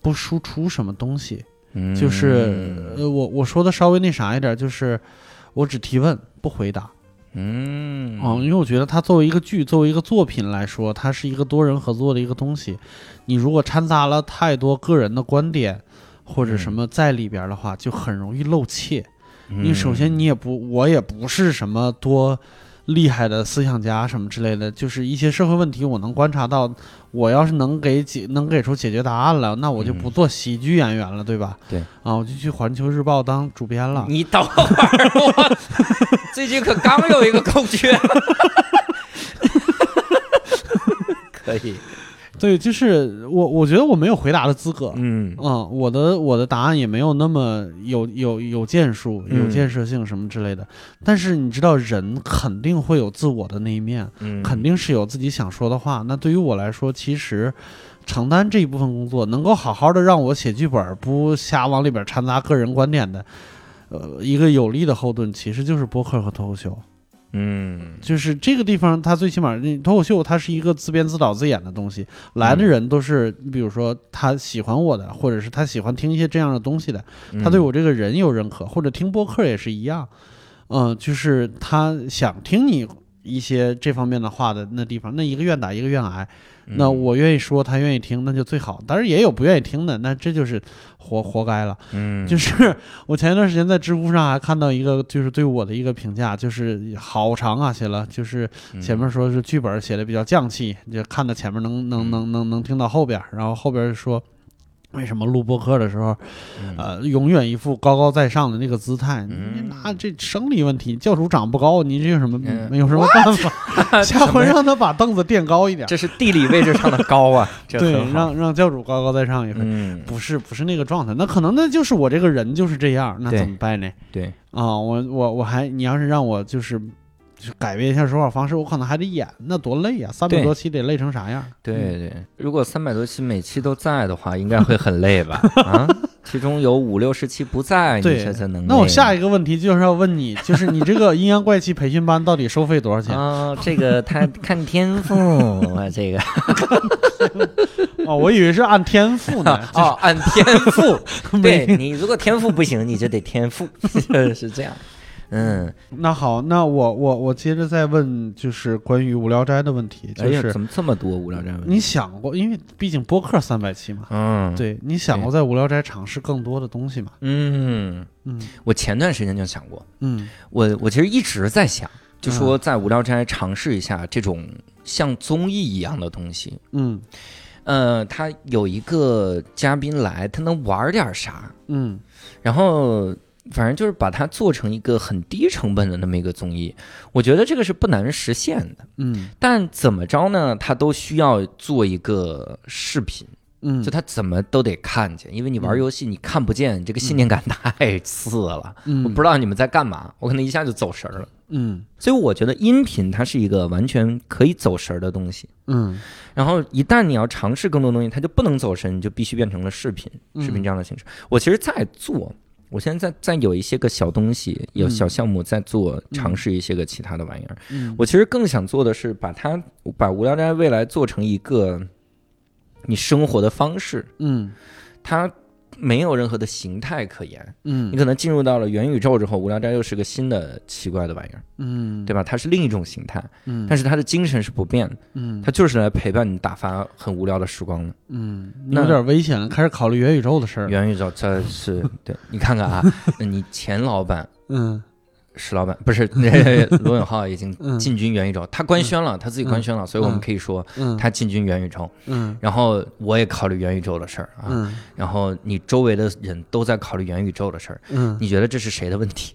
Speaker 4: 不输出什么东西，
Speaker 1: 嗯
Speaker 4: 就是呃，我我说的稍微那啥一点，就是我只提问不回答。
Speaker 1: 嗯
Speaker 4: 嗯，因为我觉得它作为一个剧，作为一个作品来说，它是一个多人合作的一个东西。你如果掺杂了太多个人的观点或者什
Speaker 1: 嗯
Speaker 4: 么在里边儿的话，就很容易露怯。因为
Speaker 1: 嗯 (laughs)
Speaker 4: 首先你也不，我也不是什么多厉害的思想家什么之类的，就是一些社会问题我能观察到，我要是能给解能给出解决答案了，那我就不做喜剧演员了，对吧？
Speaker 1: 嗯对嗯
Speaker 4: 啊，我就去环球日报当主编了。
Speaker 2: 你等会儿，我最近可刚有一个空
Speaker 4: (laughs)
Speaker 2: 缺。
Speaker 1: 可以，
Speaker 4: 对，就是我，我觉得我没有回答的资格。
Speaker 1: 嗯
Speaker 4: 嗯，我的我的答案也没有那么有有有建树、有
Speaker 1: 嗯
Speaker 4: 建设性什么之类的。但是你知道，人肯定会有自我的那一面，
Speaker 1: 嗯，
Speaker 4: 肯定是有自己想说的话。那对于我来说，其实承担这一部分工作，能够好好的让我写剧本，不瞎往里边掺杂个人观点的，呃，一个有力的后盾，其实就是播客和脱口秀。
Speaker 1: 嗯
Speaker 4: 就是这个地方，它最起码你脱口秀，它是一个自编自导自演的东西。来的人都是，你比如说他喜欢我的，或者是他喜欢听一些这样的东西的，
Speaker 2: 嗯
Speaker 1: 嗯
Speaker 4: 他对我这个人有认可，或者听播客也是一样。嗯、就是他想听你一些这方面的话的那地方，那一个愿打一个愿挨。
Speaker 1: 嗯
Speaker 4: 那我愿意说，他愿意听，那就最好。当然也有不愿意听的，那这就是活活该了。
Speaker 1: 嗯
Speaker 4: 就是我前一段时间在知乎上还看到一个，就是对我的一个评价，就是好长啊，写了，就是
Speaker 2: 嗯
Speaker 4: 前面说是剧本写的比较降气，就看到前
Speaker 2: 嗯
Speaker 4: 面能能能能能听到后边儿，然后后边儿说。为什么录播客的时候，
Speaker 2: 嗯
Speaker 4: 呃，永远一副高高在上的那个姿态？你
Speaker 1: 嗯
Speaker 4: 拿这生理问题，教主长不高，你这有什么
Speaker 1: 嗯
Speaker 4: 没有什么办法？下回让他把凳子垫高一点。
Speaker 2: 这是地理位置上的高
Speaker 4: (laughs)
Speaker 2: 啊，这
Speaker 4: 对
Speaker 2: 很，好。
Speaker 4: 让让教主高高在上一回。
Speaker 1: 嗯
Speaker 4: 不是不是那个状态，那可能那就是我这个人就是这样，那
Speaker 1: 对
Speaker 4: 怎么办呢？
Speaker 1: 对
Speaker 4: 啊、我我我还你要是让我就是就是改变一下说话方式，我可能还得演，那多累呀、三百
Speaker 1: 对
Speaker 4: 多期得累成啥样？
Speaker 2: 嗯
Speaker 1: 对对，如果三百多期每期都在的话，应该会很累
Speaker 4: (laughs)
Speaker 1: 吧？啊，其中有五六十期不哎在，你
Speaker 4: 对
Speaker 1: 这才能累。
Speaker 4: 那我下一
Speaker 1: 个
Speaker 4: 个问题就是要问你，就是你这个阴阳怪气培训班到底收费多少钱？
Speaker 1: 啊，这个他看天
Speaker 4: (laughs)
Speaker 1: 赋，我这个。
Speaker 4: 哦，我以为是按天赋呢
Speaker 1: (laughs) 哦，按天赋，
Speaker 4: (laughs) 没
Speaker 1: 对你如果天赋不行，你就得天赋， (laughs) 是这样。嗯，
Speaker 4: 那好，那我我我接着再问，就是关于无聊斋的问题，
Speaker 1: 哎
Speaker 4: 就
Speaker 1: 呀，
Speaker 4: 是
Speaker 1: 怎么这么多无聊站问
Speaker 4: 你
Speaker 1: 题？
Speaker 4: 想过，因为毕竟播客三百期嘛，
Speaker 1: 嗯，，
Speaker 4: 对你想过在无聊斋尝试更多的东西吗？
Speaker 1: 嗯，
Speaker 4: 嗯
Speaker 1: 我前段时间就想过，
Speaker 4: 嗯
Speaker 1: 我我其实一直在想，就说在无聊斋尝试一下这种像综艺一样的东西。
Speaker 4: 嗯
Speaker 1: 呃，他有一个嘉宾来，他能玩点啥？
Speaker 4: 嗯
Speaker 1: 然后反正就是把它做成一个很低成本的那么一个综艺，我觉得这个是不难实现的。
Speaker 4: 嗯
Speaker 1: 但怎么着呢？他都需要做一个视频，
Speaker 4: 嗯，
Speaker 1: 就他怎么都得看见，因为你玩
Speaker 4: 嗯
Speaker 1: 游戏你看不见，这个信念感太次了。
Speaker 4: 嗯
Speaker 1: 我不知道你们在干嘛，我可能一下就走神儿了。
Speaker 4: 嗯
Speaker 1: 所以我觉得音频它是一个完全可以走神儿的东西。
Speaker 4: 嗯
Speaker 1: 然后一旦你要尝试更多东西，它就不能走神，你就必须变成了视频，
Speaker 4: 嗯
Speaker 1: 视频这样的形式。我其实在做，我现在在在有一些个小东西，有
Speaker 4: 嗯
Speaker 1: 小项目在做，尝试一些个其他的玩意儿。
Speaker 4: 嗯
Speaker 1: 我其实更想做的是把它把无聊斋未来做成一个你生活的方式，
Speaker 4: 嗯
Speaker 1: 它没有任何的形态可言。你
Speaker 4: 嗯
Speaker 1: 可能进入到了元宇宙之后，无聊斋又是个新的奇怪的玩意儿，
Speaker 4: 嗯，
Speaker 1: 对吧？它是另一种形态。
Speaker 4: 嗯，
Speaker 1: 但是他的精神是不变的，
Speaker 4: 嗯
Speaker 1: 他就是来陪伴你打发很无聊的时光的。
Speaker 4: 嗯，你
Speaker 1: 那
Speaker 4: 有点危险了，开始考虑元宇宙的事儿了。
Speaker 1: 元宇宙这是对你看看啊，
Speaker 4: (laughs)
Speaker 1: 你前老板
Speaker 4: 嗯
Speaker 1: 石
Speaker 4: (laughs)
Speaker 1: 老板不是那 (laughs) 罗永浩已经
Speaker 4: 嗯
Speaker 1: 进军元宇宙，他官宣了，他自己官宣了，所以我们可以说
Speaker 4: 嗯，
Speaker 1: 他进军元宇宙。
Speaker 4: 嗯
Speaker 1: 然后我也考虑元宇宙的事儿啊，
Speaker 4: 嗯
Speaker 1: 然后你周围的人都在考虑元宇宙的事儿，
Speaker 4: 嗯
Speaker 1: 你觉得这是谁的问题？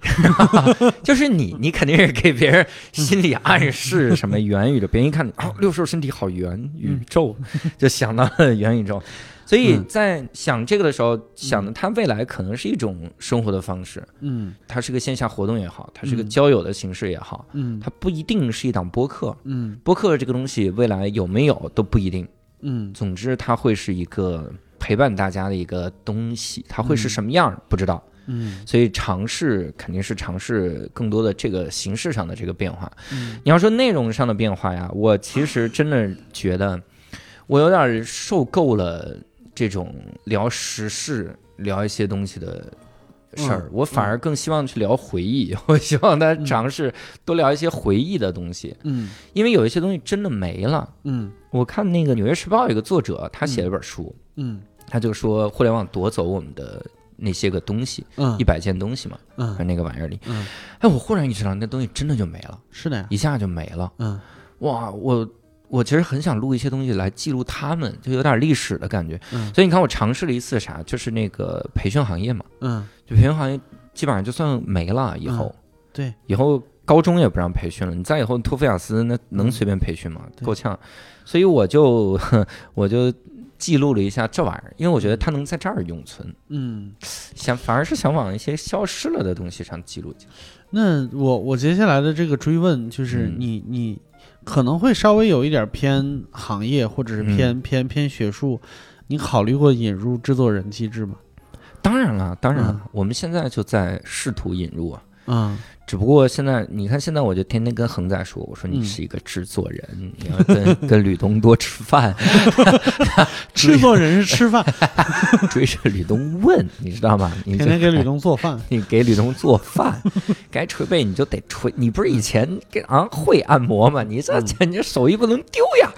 Speaker 1: (laughs) 就是你，你肯定是给别
Speaker 4: 嗯
Speaker 1: 人心理暗
Speaker 4: (laughs)
Speaker 1: 示什么元宇宙，别人一看，哦，六兽身体好圆，宇宙就想到了元宇宙。所以
Speaker 4: 嗯
Speaker 1: 在想这个的时候，想的它未来可能是一种生活的方式，
Speaker 4: 嗯
Speaker 1: 它是个线下活动也好，它是个
Speaker 4: 嗯
Speaker 1: 交友的形式也好，
Speaker 4: 嗯
Speaker 1: 它不一定是一档播客。
Speaker 4: 嗯
Speaker 1: 播客这个东西未来有没有都不一定，
Speaker 4: 嗯
Speaker 1: 总之它会是一个陪伴大家的一个东西，它会是
Speaker 4: 嗯
Speaker 1: 什么样儿不知道。
Speaker 4: 嗯
Speaker 1: 所以尝试肯定是尝试更多的这个形式上的这个变化。
Speaker 4: 嗯
Speaker 1: 你要说内容上的变化呀，我其实真的觉得 (sighs) 我有点受够了这种聊时事、聊一些东西的事儿
Speaker 4: 嗯，
Speaker 1: 我反而更希望去聊回忆。 (laughs) 我希望他尝试多聊一些回忆的东西，
Speaker 4: 嗯
Speaker 1: 因为有一些东西真的没了。
Speaker 4: 嗯
Speaker 1: 我看那个《纽约时报》有一个作者，他写了一本书，
Speaker 4: 嗯
Speaker 1: 他就说互联网夺走我们的那些个东西，
Speaker 4: 嗯
Speaker 1: 一百件东西嘛，
Speaker 4: 嗯，
Speaker 1: 那个玩意儿里
Speaker 4: 嗯。
Speaker 1: 哎，我忽然意识到那东西真的就没了，
Speaker 4: 是的呀，
Speaker 1: 一下就没了。
Speaker 4: 嗯
Speaker 1: 哇，我我其实很想录一些东西来记录他们，就有点历史的感觉。
Speaker 4: 嗯
Speaker 1: 所以你看，我尝试了一次啥，就是那个培训行业嘛，
Speaker 4: 嗯，
Speaker 1: 就培训行业基本上就算没了。以后、
Speaker 4: 对，
Speaker 1: 以后高中也不让培训了，你再以后托福雅思那能随便培训吗？
Speaker 4: 嗯对
Speaker 1: 够呛。所以我就 (laughs) 我就记录了一下这玩意儿，因为我觉得它能在这儿永存，
Speaker 4: 嗯，
Speaker 1: 想反而是想往一些消失了的东西上记录记录。
Speaker 4: 那我我接下来的这个追问就是
Speaker 1: 嗯
Speaker 4: 你、你可能会稍微有一点偏行业或者是
Speaker 1: 嗯
Speaker 4: 偏、偏偏学术，你考虑过引入制作人机制吗？
Speaker 1: 当然了，当然了，
Speaker 4: 嗯
Speaker 1: 我们现在就在试图引入啊。
Speaker 4: 嗯
Speaker 1: 只不过现在，你看现在我就天天跟恒仔说，我说你
Speaker 4: 嗯
Speaker 1: 是一个制作人，你要跟跟吕东多吃
Speaker 4: (laughs)
Speaker 1: 饭，
Speaker 4: (laughs) 制作人是吃饭，
Speaker 1: 追着吕东问，你知道吗？ (laughs) 你就。
Speaker 4: 天天给吕东做饭 (laughs)
Speaker 1: 你给吕东做饭，该捶背你就得捶。你不是以前给啊会按摩吗？你
Speaker 4: 嗯
Speaker 1: 这你这手艺不能丢呀。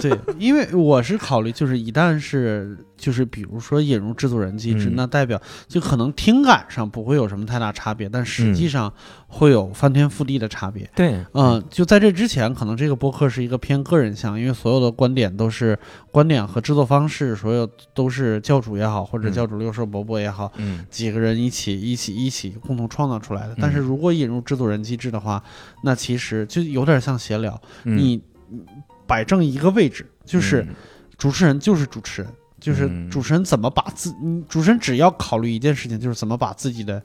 Speaker 4: 对，因为我是考虑，就是一旦是就是比如说引入制作人机制，
Speaker 1: 嗯
Speaker 4: 那代表就可能听感上不会有什么太大差别，但实际
Speaker 1: 嗯
Speaker 4: 上会有翻天覆地的差别。
Speaker 1: 对，
Speaker 4: 嗯，就在这之前，可能这个播客是一个偏个人向，因为所有的观点都是观点和制作方式，所有都是教主也好，或者
Speaker 1: 嗯
Speaker 4: 教主六兽伯伯也好，
Speaker 1: 嗯
Speaker 4: 几个人一起一起一起共同创造出来的。但是如果引入制作人机制的话，那其实就有点像闲聊，
Speaker 1: 嗯，
Speaker 4: 你摆正一个位置，就是
Speaker 1: 嗯
Speaker 4: 主持人就是主持人。就是
Speaker 1: 嗯
Speaker 4: 主持人怎么把自，嗯主持人只要考虑一件事情，就是怎么把自己的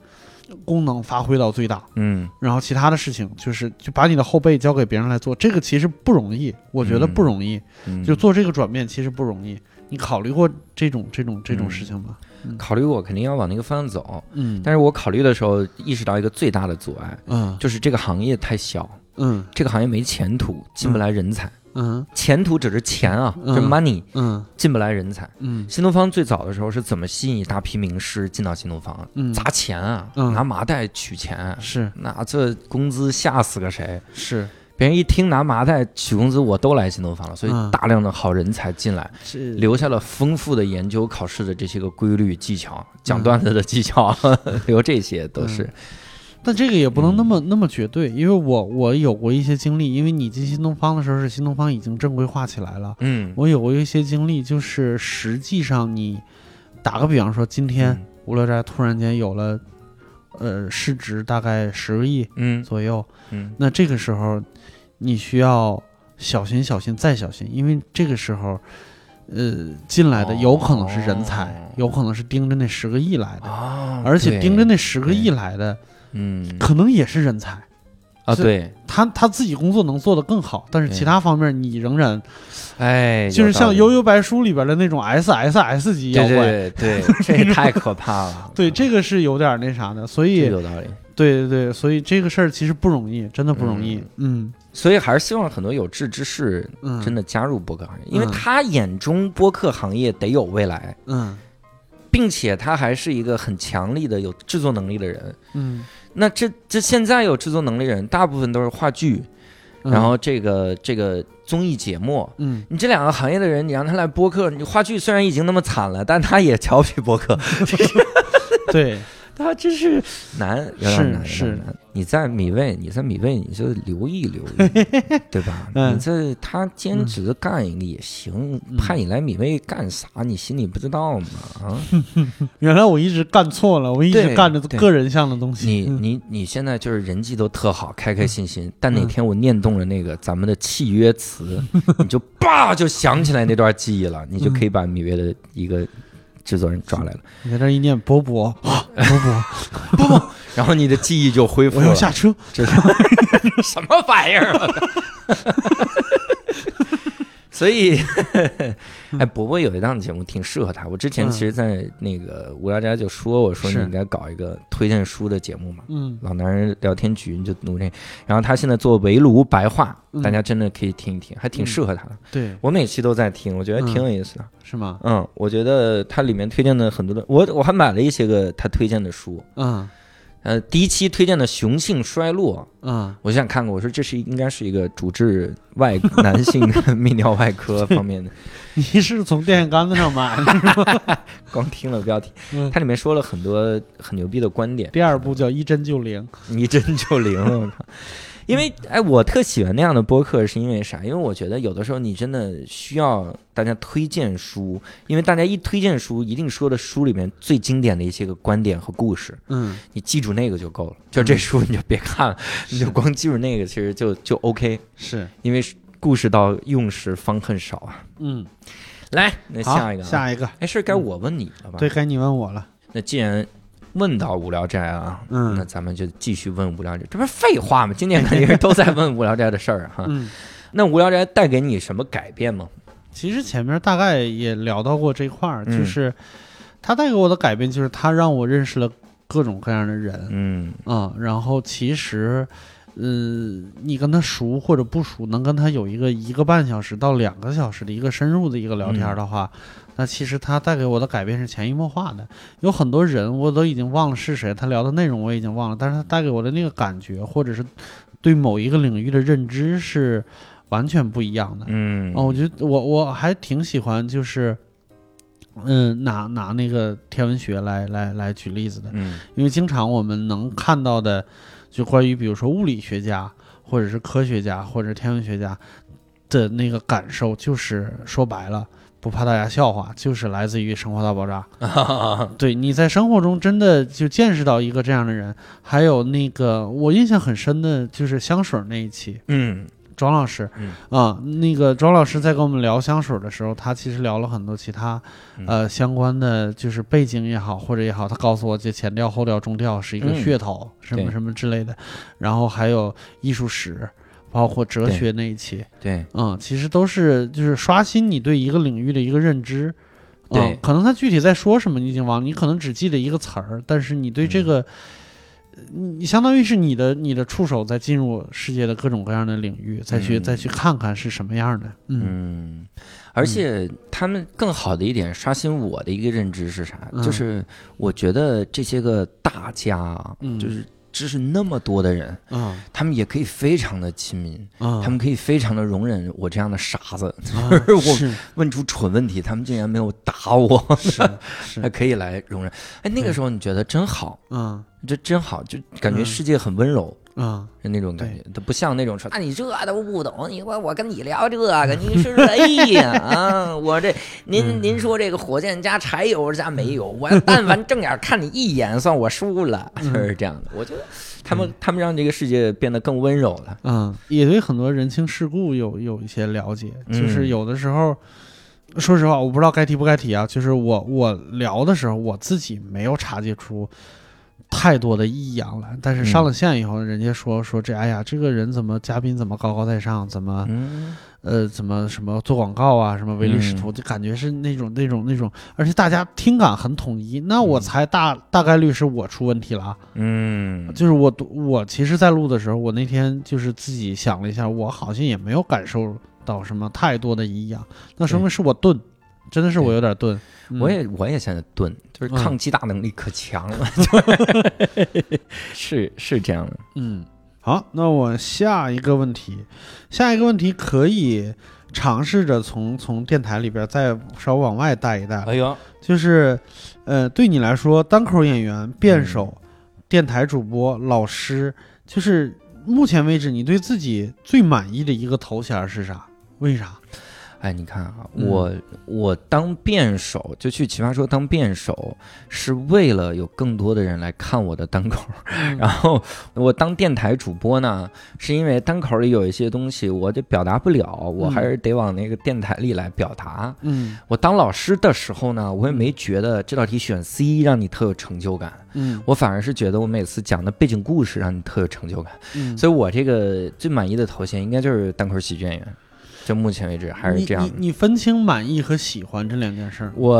Speaker 4: 功能发挥到最大。
Speaker 1: 嗯
Speaker 4: 然后其他的事情就是就把你的后背交给别人来做，这个其实不容易，我觉得
Speaker 1: 嗯
Speaker 4: 不容易，
Speaker 1: 嗯
Speaker 4: 就做这个转变其实不容易。你考虑过这种这种这种事情吗？
Speaker 1: 考虑我肯定要往那个方向走，
Speaker 4: 嗯，
Speaker 1: 但是我考虑的时候意识到一个最大的阻碍，
Speaker 4: 嗯
Speaker 1: 就是这个行业太小，
Speaker 4: 嗯
Speaker 1: 这个行业没前途，进不来人才。
Speaker 4: 嗯
Speaker 1: 前途指的是钱啊，
Speaker 4: 嗯
Speaker 1: 就是 money，
Speaker 4: 嗯
Speaker 1: 进不来人才。
Speaker 4: 嗯
Speaker 1: 新东方最早的时候是怎么吸引一大批名师进到新东方？
Speaker 4: 嗯，
Speaker 1: 砸钱啊，
Speaker 4: 嗯
Speaker 1: 拿麻袋取钱，
Speaker 4: 是
Speaker 1: 那这工资吓死个谁？
Speaker 4: 是
Speaker 1: 别人一听拿麻袋取工资，我都来新东方了，所以
Speaker 4: 嗯
Speaker 1: 大量的好人才进来，
Speaker 4: 是
Speaker 1: 留下了丰富的研究考试的这些个规律技巧，讲段子的技巧， (laughs) 留这些都是。
Speaker 4: 但这个也不能那么、
Speaker 1: 嗯
Speaker 4: 那么绝对，因为我我有过一些经历，因为你进新东方的时候是新东方已经正规化起来了，
Speaker 1: 嗯，
Speaker 4: 我有过一些经历，就是实际上你打个比方说，今天。无聊斋突然间有了，呃，市值大概十个亿
Speaker 1: 嗯
Speaker 4: 左右，
Speaker 1: 嗯
Speaker 4: 那这个时候你需要小心、小心再小心，因为这个时候，呃，进来的
Speaker 1: 哦
Speaker 4: 有可能是人才，有可能是盯着那十个亿来的，
Speaker 1: 啊，
Speaker 4: 而
Speaker 1: 哦
Speaker 4: 且
Speaker 1: 对
Speaker 4: 盯着那十个亿来的
Speaker 1: 嗯
Speaker 4: 可能也是人才。
Speaker 1: 啊
Speaker 4: 是
Speaker 1: 对，
Speaker 4: 他他自己工作能做得更好，但是
Speaker 1: 对
Speaker 4: 其他方面你仍然
Speaker 1: 哎，
Speaker 4: 就是像《
Speaker 1: 有
Speaker 4: 悠悠白书》里边的那种 S S S 级
Speaker 1: 道
Speaker 4: 妖
Speaker 1: 理
Speaker 4: 怪，
Speaker 1: 对对
Speaker 4: (laughs)。
Speaker 1: 对，这也太可怕了
Speaker 4: 对这个是有点那啥的，所以
Speaker 1: 这有道理。
Speaker 4: 对对对，所以这个事儿其实不容易，真的不容易。嗯
Speaker 1: 所以还是希望很多有志之士
Speaker 4: 嗯，
Speaker 1: 真
Speaker 4: 的，
Speaker 1: 的加入播客行业，因为
Speaker 4: 嗯
Speaker 1: 他眼中播客行业得有未来，
Speaker 4: 嗯
Speaker 1: 并且他还是一个很强力的有制作能力的人。
Speaker 4: 嗯，
Speaker 1: 那这这现在有制作能力的人，大部分都是话剧，
Speaker 4: 嗯
Speaker 1: 然后这个这个综艺节目。
Speaker 4: 嗯，
Speaker 1: 你这两个行业的人，你让他来播客，你话剧虽然已经那么惨了，但他也瞧不起播客，
Speaker 4: 对，
Speaker 1: 他真是难，有点
Speaker 4: 是
Speaker 1: 难有点
Speaker 4: 是
Speaker 1: 难。你在米未，你在米未，你就留意
Speaker 4: (laughs)
Speaker 1: 留意，对吧？
Speaker 4: 嗯
Speaker 1: 你这他兼职干一个也行，派你来米未干啥？你心里不知道吗？啊，
Speaker 4: (laughs) 原来我一直干错了，我一直
Speaker 1: 对
Speaker 4: 干着
Speaker 1: 对
Speaker 4: 个人向的东西。
Speaker 1: 你
Speaker 4: 嗯
Speaker 1: 你你现在就是人际都特好，开开心心。但哪天我念动了那个咱们的契约词，
Speaker 4: 嗯
Speaker 1: (laughs) 你就叭就想起来那段记忆了，你就可以把米未的一个制作人抓来了，
Speaker 4: 你在这儿一念波波，啊波波，
Speaker 1: 然后你的记忆就恢复
Speaker 4: 我
Speaker 1: 了。
Speaker 4: 要下车。
Speaker 1: (laughs)
Speaker 4: (laughs)
Speaker 1: 这是什么玩意儿？所以， (laughs) 哎，伯伯有一档节目挺适合他。我之前其实，在那个无聊斋就说，我说你
Speaker 4: 嗯是
Speaker 1: 应该搞一个推荐书的节目嘛，
Speaker 4: 嗯
Speaker 1: 老男人聊天局你就努力。然后他现在做围炉白话，
Speaker 4: 嗯
Speaker 1: 大家真的可以听一听，还挺
Speaker 4: 嗯
Speaker 1: 适合他的。
Speaker 4: 对，
Speaker 1: 我每期都在听，我觉得挺有意思的。
Speaker 4: 是吗？
Speaker 1: 嗯，我觉得它里面推荐的很多的，我我还买了一些个他推荐的书。
Speaker 4: 嗯
Speaker 1: 呃，第一期推荐的《雄性衰落》，
Speaker 4: 嗯
Speaker 1: 我想看过，我说这是应该是一个主治外男性的泌尿外科方面的。
Speaker 4: 你是从电线杆子上买
Speaker 1: (laughs)
Speaker 4: 的？
Speaker 1: 光听了标题
Speaker 4: 嗯，
Speaker 1: 它里面说了很多很牛逼的观点，
Speaker 4: 第二部叫一针就灵。
Speaker 1: 一针就灵了。我靠！因为哎，我特喜欢那样的播客，是因为啥？因为我觉得有的时候你真的需要大家推荐书，因为大家一推荐书，一定说的书里面最经典的一些个观点和故事，
Speaker 4: 嗯，
Speaker 1: 你记住那个就够了。就这书你就别看了，你就是光记住那个，其实就就 OK。
Speaker 4: 是，
Speaker 1: 因为故事到用时方恨少啊。
Speaker 4: 嗯，
Speaker 1: 来，那
Speaker 4: 好
Speaker 1: 下一个、啊，
Speaker 4: 下一个，嗯
Speaker 1: 哎，是该我问你了吧？
Speaker 4: 对，，该你问我了。
Speaker 1: 那既然问到无聊斋啊，
Speaker 4: 嗯
Speaker 1: 那咱们就继续问无聊斋，这不是废话吗？今天肯定
Speaker 4: (laughs)
Speaker 1: 是都在问无聊斋的事儿啊哈。
Speaker 4: 嗯，
Speaker 1: 那无聊斋带给你什么改变吗？
Speaker 4: 其实前面大概也聊到过这块儿，
Speaker 1: 嗯
Speaker 4: 就是他带给我的改变，就是他让我认识了各种各样的人。
Speaker 1: 嗯
Speaker 4: 啊、然后其实，嗯、你跟他熟或者不熟，能跟他有一个一个半小时到两个小时的一个深入的一个聊天
Speaker 1: 嗯
Speaker 4: 的话，那其实他带给我的改变是潜移默化的。有很多人我都已经忘了是谁，他聊的内容我已经忘了，但是他带给我的那个感觉，或者是对某一个领域的认知是完全不一样的。
Speaker 1: 嗯
Speaker 4: 哦，我觉得我我还挺喜欢，就是，嗯，拿拿那个天文学来来来举例子的。
Speaker 1: 嗯
Speaker 4: 因为经常我们能看到的，就关于比如说物理学家，或者是科学家，或者是天文学家的那个感受，就是说白了，不怕大家笑话，就是来自于《生活大爆炸》对，你在生活中真的就见识到一个这样的人。还有那个我印象很深的就是香水那一期，
Speaker 1: 嗯
Speaker 4: 庄老师，
Speaker 1: 嗯
Speaker 4: 啊、那个庄老师在跟我们聊香水的时候，他其实聊了很多其他
Speaker 1: 嗯
Speaker 4: 呃相关的，就是背景也好或者也好，他告诉我这前调、后调、中调是一个
Speaker 1: 嗯
Speaker 4: 噱头，什么
Speaker 1: 对
Speaker 4: 什么之类的，然后还有艺术史，包括哲
Speaker 1: 对
Speaker 4: 学那一期，
Speaker 1: 对
Speaker 4: 嗯，其实都是就是刷新你对一个领域的一个认知。嗯
Speaker 1: 对
Speaker 4: 可能他具体在说什么，你已经忘，你可能只记得一个词儿，但是你对
Speaker 1: 嗯
Speaker 4: 这个，呃你相当于是你的你的触手在进入世界的各种各样的领域，再去、
Speaker 1: 嗯
Speaker 4: 再去看看是什么样的。嗯
Speaker 1: 嗯，而且他们更好的一点刷新我的一个认知是啥？
Speaker 4: 嗯
Speaker 1: 就是我觉得这些个大家啊，
Speaker 4: 嗯
Speaker 1: 就是知识那么多的人，
Speaker 4: 啊
Speaker 1: 他们也可以非常的亲民，
Speaker 4: 啊，
Speaker 2: 嗯
Speaker 1: 他们可以非常的容忍我这样的傻
Speaker 2: (laughs)
Speaker 1: 子， (laughs)
Speaker 4: 啊
Speaker 1: 我
Speaker 4: 是
Speaker 1: 问出蠢问题，他们竟然没有打我， (laughs)
Speaker 4: 是
Speaker 1: 还
Speaker 4: 是
Speaker 1: 可以来容忍。哎，那个时候你觉得真好，
Speaker 4: 啊
Speaker 1: 这真好，就感觉
Speaker 4: 嗯
Speaker 1: 世界很温柔。
Speaker 4: 啊，
Speaker 1: 就那种感觉，它不像那种说，那、 (laughs) 你这都不懂，你我我跟你聊这 (laughs) 个，你
Speaker 2: 你是哎呀啊！我这您
Speaker 1: 嗯
Speaker 2: 您说这个火箭加柴油加煤油，我但凡正眼看你一眼，算我输了。
Speaker 1: (laughs) 就是这样的。我觉得他们、他们让这个世界变得更温柔了。
Speaker 4: 嗯，也对很多人情世故有有一些了解，就是
Speaker 1: 嗯
Speaker 4: 有的时候，说实话，我不知道该提不该提啊。就是我我聊的时候，我自己没有察觉出太多的异样来，但是上了线以后，人家说说这，哎呀，这个人怎么嘉宾怎么高高在上，怎么
Speaker 1: 嗯，
Speaker 4: 呃怎么什么做广告啊，什么唯利是图，就感觉是那种那种那种，而且大家听感很统一，那我
Speaker 1: 嗯
Speaker 4: 猜大大概率是我出问题了啊。
Speaker 1: 嗯，
Speaker 4: 就是我我其实，在录的时候，我那天就是自己想了一下，我好像也没有感受到什么太多的异样，那说明是我钝，真的是我有点钝。嗯
Speaker 1: 我也我也现在钝，就是
Speaker 4: 嗯
Speaker 1: 抗击打能力可强
Speaker 4: (laughs)
Speaker 1: 了，是是这样的。
Speaker 4: 嗯，好，那我下一个问题，下一个问题可以尝试着从从电台里边再稍微往外带一带，
Speaker 1: 呦，
Speaker 4: 就是呃，对你来说，单口演员、
Speaker 1: 嗯
Speaker 4: 辩手、电台主播、老师，就是目前为止你对自己最满意的一个头衔是啥？为啥？
Speaker 1: 哎，你看啊，
Speaker 4: 嗯
Speaker 1: 我我当辩手，就去奇葩说当辩手，是为了有更多的人来看我的单口。
Speaker 4: 嗯
Speaker 1: (laughs) 然后我当电台主播呢，是因为单口里有一些东西我就表达不了，我还是得往那个电台里来表达。
Speaker 4: 嗯
Speaker 1: 我当老师的时候呢，我也没觉得这道题选 C 让你特有成就感，
Speaker 4: 嗯
Speaker 1: 我反而是觉得我每次讲的背景故事让你特有成就感。
Speaker 4: 嗯，
Speaker 1: 所以我这个最满意的头衔应该就是单口喜剧演员。就目前为止还是这样
Speaker 4: 你
Speaker 1: 的。
Speaker 4: 你你分清满意和喜欢这两件事儿，
Speaker 1: 我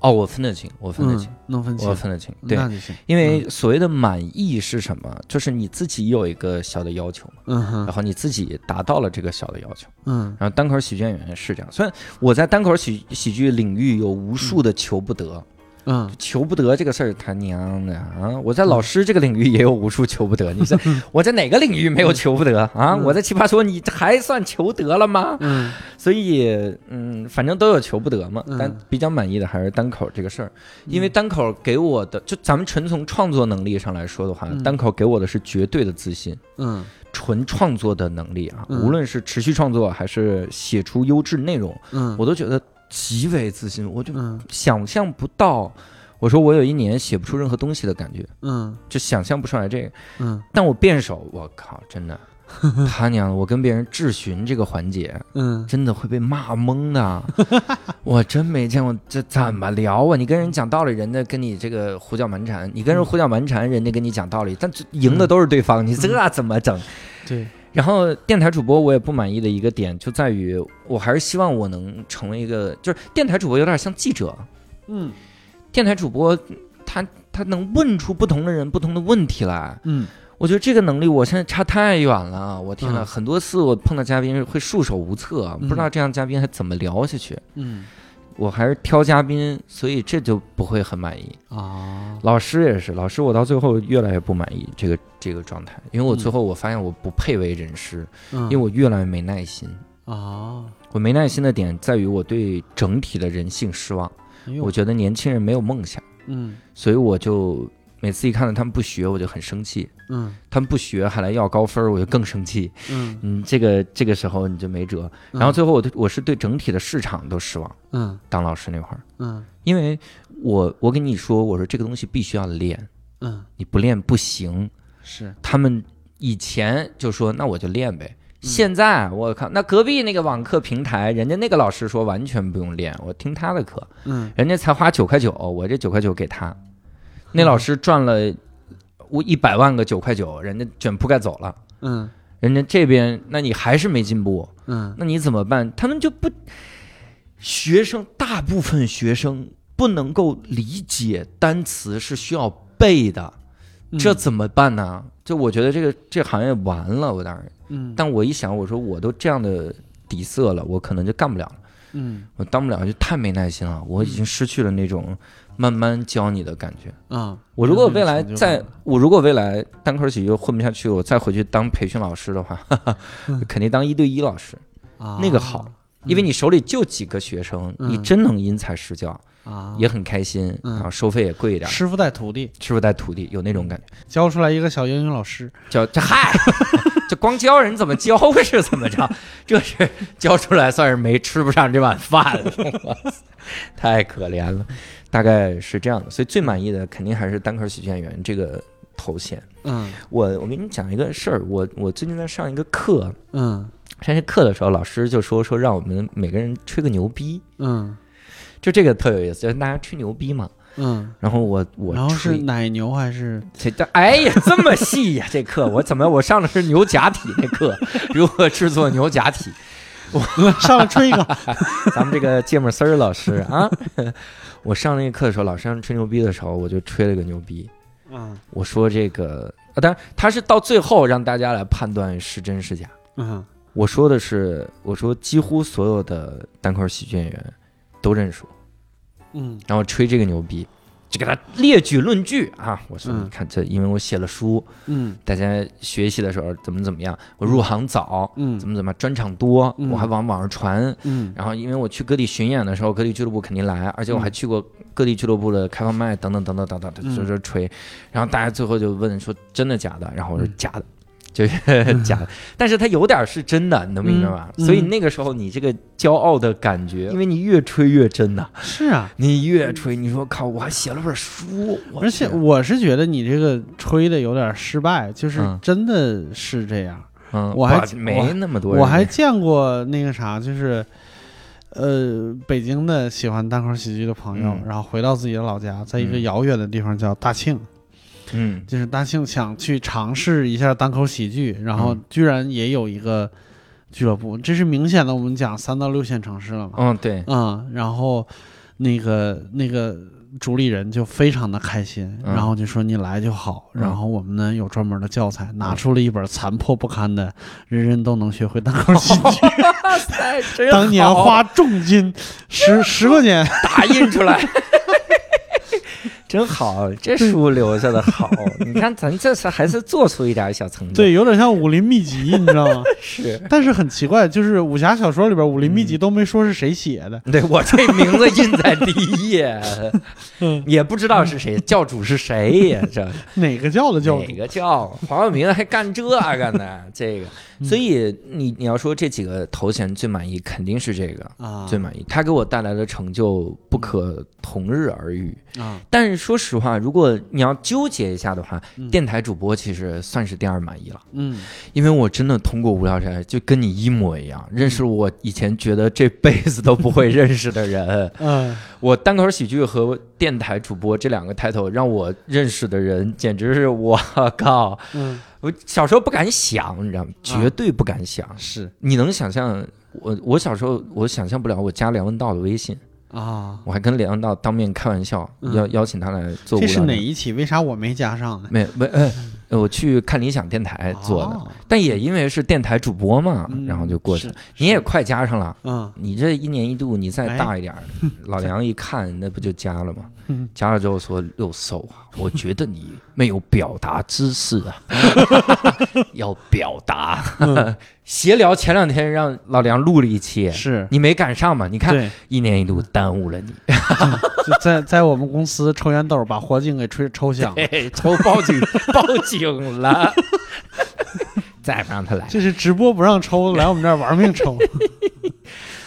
Speaker 1: 哦，我分得清，我分得
Speaker 4: 嗯
Speaker 1: 清，，
Speaker 4: 能分
Speaker 1: 我
Speaker 4: 清，
Speaker 1: 分得清。对，
Speaker 4: 那就嗯行。
Speaker 1: 因为所谓的满意是什么？就是你自己有一个小的要求嘛，
Speaker 4: 嗯
Speaker 1: 然
Speaker 4: 哼，
Speaker 1: 后你自己达到了这个小的要求。
Speaker 4: 嗯
Speaker 1: 然后单口喜剧演员是这样，虽然我在单口喜喜剧领域有无数的求不得，
Speaker 4: 嗯
Speaker 1: 求不得这个事儿他娘的啊！我在老师这个领域也有无数求不得，你
Speaker 4: (laughs)
Speaker 1: 在我在哪个领域没有求不得啊？
Speaker 4: 嗯
Speaker 1: 我在奇葩说你还算求得了吗？
Speaker 4: 嗯
Speaker 1: 所以嗯，反正都有求不得嘛
Speaker 4: 嗯，
Speaker 1: 但比较满意的还是单口这个事儿，因为单口给我的就咱们纯从创作能力上来说的话
Speaker 4: 嗯，
Speaker 1: 单口给我的是绝对的自信。
Speaker 4: 嗯
Speaker 1: 纯创作的能力啊，
Speaker 4: 嗯
Speaker 1: 无论是持续创作还是写出优质内容，
Speaker 4: 嗯，
Speaker 1: 我都觉得极为自信，我就
Speaker 4: 嗯
Speaker 1: 想象不到。我说我有一年写不出任何东西的感觉，
Speaker 4: 嗯
Speaker 1: 就想象不出来这个。
Speaker 4: 嗯
Speaker 1: 但我辩手，我靠，真的，他娘的，我跟别人质询这个环节，
Speaker 4: 嗯
Speaker 1: 真的会被骂懵的。我真没见过，这怎么聊啊？你跟人讲道理，人家跟你这个胡搅蛮缠；你跟人胡搅蛮缠，人家跟你讲道理，但这赢的都是对方，你这怎么整？ (laughs)
Speaker 4: 对，
Speaker 1: 然后电台主播我也不满意的一个点就在于，我还是希望我能成为一个，就是电台主播有点像记者，
Speaker 4: 嗯
Speaker 1: 电台主播他他能问出不同的人不同的问题来，
Speaker 4: 嗯
Speaker 1: 我觉得这个能力我现在差太远了，啊我天呐，
Speaker 4: 嗯
Speaker 1: 很多次我碰到嘉宾会束手无策，
Speaker 4: 嗯
Speaker 1: 不知道这样嘉宾还怎么聊下去，
Speaker 4: 嗯
Speaker 1: 我还是挑嘉宾，所以这就不会很满意。
Speaker 4: 啊，
Speaker 1: 老师也是，老师我到最后越来越不满意这个这个状态，因为我最后我发现我不配为人师，
Speaker 4: 因
Speaker 1: 因为我越来越没耐心。
Speaker 4: 啊，
Speaker 1: 我没耐心的点在于我对整体的人性失望，
Speaker 4: 哎呦
Speaker 1: 我觉得年轻人没有梦想，
Speaker 4: 嗯
Speaker 1: 所以我就每次一看到他们不学，我就很生气。
Speaker 4: 嗯
Speaker 1: 他们不学还来要高分儿，我就更生气。
Speaker 4: 嗯，
Speaker 1: 嗯，这个这个时候你就没辙。然后最后我对我是对整体的市场都失望。
Speaker 4: 嗯
Speaker 1: 当老师那会儿，
Speaker 4: 嗯
Speaker 1: 因为我我跟你说，我说这个东西必须要练，
Speaker 4: 嗯
Speaker 1: 你不练不行。
Speaker 4: 是，
Speaker 1: 他们以前就说那我就练呗。现在我靠，那隔壁那个网课平台，人家那个老师说完全不用练，我听他的课，
Speaker 4: 嗯
Speaker 1: 人家才花九块九，我这九块九给他，那老师赚了我一百万个九块九，人家卷铺盖走了，
Speaker 4: 嗯
Speaker 1: 人家这边那你还是没进步，
Speaker 4: 嗯
Speaker 1: 那你怎么办？他们就不，学生大部分学生不能够理解单词是需要背的，
Speaker 4: 嗯
Speaker 1: 这怎么办呢？就我觉得这个这行业完了，我当时，
Speaker 4: 嗯
Speaker 1: 但我一想，我说我都这样的底色了，我可能就干不了了，
Speaker 4: 嗯
Speaker 1: 我当不了就太没耐心了，我已经失去了那种慢慢教你的感觉。
Speaker 4: 啊，
Speaker 1: 我如果
Speaker 4: 有点
Speaker 1: 未来
Speaker 4: 成就
Speaker 1: 在
Speaker 4: 感，
Speaker 1: 我如果未来单口喜剧混不下去，我再回去当培训老师的话，哈哈
Speaker 4: 嗯
Speaker 1: (laughs) 肯定当一对一老师，
Speaker 4: 啊
Speaker 1: 那个好，因为你手里就几个学生，
Speaker 4: 嗯
Speaker 1: 你真能因材施教，
Speaker 4: 啊，
Speaker 1: 也很开心，
Speaker 4: 嗯
Speaker 1: 然后收费也贵一点，
Speaker 4: 师傅带徒弟，
Speaker 1: 师傅带徒弟有那种感觉，
Speaker 4: 教出来一个小英语老师，
Speaker 1: 叫这嗨，这光教人怎么教是怎么着，这是教出来算是没吃不上这碗饭了，哇塞太可怜了，大概是这样的，所以最满意的肯定还是单口喜剧演员这个头衔。
Speaker 4: 嗯
Speaker 1: 我我跟你讲一个事儿，我我最近在上一个课，
Speaker 4: 嗯
Speaker 1: 上这课的时候，老师就说说让我们每个人吹个牛逼，
Speaker 4: 嗯
Speaker 1: 就这个特有意思，就是大家吹牛逼嘛。
Speaker 4: 嗯，
Speaker 1: 然后我我
Speaker 4: 然后是
Speaker 1: 吹，
Speaker 4: 奶牛还是
Speaker 1: 这这哎呀这么细呀、这课我怎么我上的是牛假体那课，如何制作牛假体？
Speaker 4: (laughs) 上来吹一个，
Speaker 1: 咱们这个芥末丝儿老师啊， (laughs) 我上那个课的时候，老师让吹牛逼的时候，我就吹了个牛逼，
Speaker 4: 嗯
Speaker 1: 我说这个啊，当然他是到最后让大家来判断是真是假。
Speaker 4: 嗯
Speaker 1: 我说的是，我说几乎所有的单口喜剧演员都认输，
Speaker 4: 嗯
Speaker 1: 然后吹这个牛逼，就给他列举论据啊。我说，
Speaker 4: 嗯
Speaker 1: 你看这，因为我写了书，
Speaker 4: 嗯
Speaker 1: 大家学习的时候怎么怎么样，我入行早，
Speaker 4: 嗯
Speaker 1: 怎么怎么样，专场多，
Speaker 4: 嗯
Speaker 1: 我还往网上传。
Speaker 4: 嗯
Speaker 1: 然后，因为我去各地巡演的时候，各地俱乐部肯定来，而且我还去过各地俱乐部的开放麦，等等等等等等，
Speaker 4: 嗯
Speaker 1: 就就吹。然后大家最后就问说真的假的？然后我说
Speaker 4: 嗯
Speaker 1: 假的，就是 (laughs) 假
Speaker 4: (laughs)
Speaker 1: 的。但是它有点是真的，你能明白吧？
Speaker 4: 嗯嗯嗯
Speaker 1: 所以那个时候你这个骄傲的感觉，因为你越吹越真呐、
Speaker 4: 是啊，
Speaker 1: 你越吹，你说靠，我还写了本书，我
Speaker 4: 而且
Speaker 1: 去
Speaker 4: 我是觉得你这个吹的有点失败，就是
Speaker 1: 嗯
Speaker 4: 真的是这样。
Speaker 1: 嗯，
Speaker 4: 我还
Speaker 1: 不没那么多人，
Speaker 4: 我还见过那个啥，就是，呃，北京的喜欢单口喜剧的朋友，
Speaker 1: 嗯
Speaker 4: 然后回到自己的老家，在一个
Speaker 1: 嗯
Speaker 4: 遥远的地方叫大庆，
Speaker 1: 嗯
Speaker 4: 就是大庆想去尝试一下单口喜剧，然后
Speaker 1: 嗯
Speaker 4: 居然也有一个。俱乐部，这是明显的。我们讲三到六线城市了嘛，
Speaker 1: 嗯，对，
Speaker 4: 嗯，然后那个那个主理人就非常的开心，
Speaker 1: 嗯
Speaker 4: 然后就说你来就好。
Speaker 1: 嗯
Speaker 4: 然后我们呢有专门的教材，拿出了一本残破不堪的《人人都能学会单口喜剧》，
Speaker 2: 哇塞，真
Speaker 4: 当年
Speaker 2: 好
Speaker 4: 花重金十十块钱，
Speaker 2: 打印出来，
Speaker 1: 真好，这书留下的好，
Speaker 2: 你看咱这次还是做出一点小成就，
Speaker 4: 对，有点像武林秘籍，你知道吗？ (laughs)
Speaker 1: 是。
Speaker 4: 但是很奇怪，就是武侠小说里边武林
Speaker 1: 嗯
Speaker 4: 秘籍都没说是谁写的，
Speaker 1: 对我这名字印在第一页，
Speaker 4: 嗯，
Speaker 1: 也不知道是谁，教主是谁呀？这
Speaker 4: 哪个教的教主
Speaker 1: 哪？个教？黄晓明还干这个呢？这个，所以你你要说这几个头衔最满意，肯定是这个
Speaker 4: 啊，
Speaker 1: 最满意。他给我带来的成就不可同日而语。
Speaker 4: 啊，
Speaker 1: 但是说实话，如果你要纠结一下的话，
Speaker 4: 嗯
Speaker 1: 电台主播其实算是第二满意了，
Speaker 4: 嗯
Speaker 1: 因为我真的通过无聊斋就跟你一模一
Speaker 4: 嗯
Speaker 1: 样，认识了我以前觉得这辈子都不会认识的人。 (laughs)
Speaker 4: 嗯
Speaker 1: 我单口喜剧和电台主播这两个 title 让我认识的人简直是我靠！
Speaker 4: 嗯，
Speaker 1: 我小时候不敢想，你知道吗？绝对不敢想。
Speaker 4: 啊是
Speaker 1: 你能想象我我小时候我想象不了我加梁文道的微信，
Speaker 4: 啊，
Speaker 1: 我还跟梁文道当面开玩笑，
Speaker 4: 嗯
Speaker 1: 邀邀请他来做无
Speaker 4: 这
Speaker 1: 聊
Speaker 4: 是
Speaker 1: 斋
Speaker 4: 哪一期？为啥我没加上呢？
Speaker 1: (laughs) 没没呃，我去看理想电台做的，啊
Speaker 4: 哦，
Speaker 1: 但也因为是电台主播嘛，
Speaker 4: 嗯
Speaker 1: 然后就过去了
Speaker 4: 是。
Speaker 1: 你也快加上了，
Speaker 4: 嗯
Speaker 1: 你这一年一度，你再
Speaker 4: 哎
Speaker 1: 大一
Speaker 4: (laughs)
Speaker 1: 点儿，老梁一看，那不就加了吗
Speaker 4: 嗯？
Speaker 1: 加了之后说六兽啊，我觉得你没有表达知识
Speaker 4: (laughs)
Speaker 1: 啊，要表达。闲聊前两天让老梁录了一期，
Speaker 4: 嗯是，
Speaker 1: 你没赶上嘛？你看
Speaker 4: 对，
Speaker 1: 一年一度耽误了你，
Speaker 4: 就在在我们公司抽烟斗把火警给吹抽响了，
Speaker 1: 哎，抽报警报警了， (laughs) 再不让他来。
Speaker 4: 这是直播不让抽，来我们这儿玩命
Speaker 1: (laughs)
Speaker 4: 抽。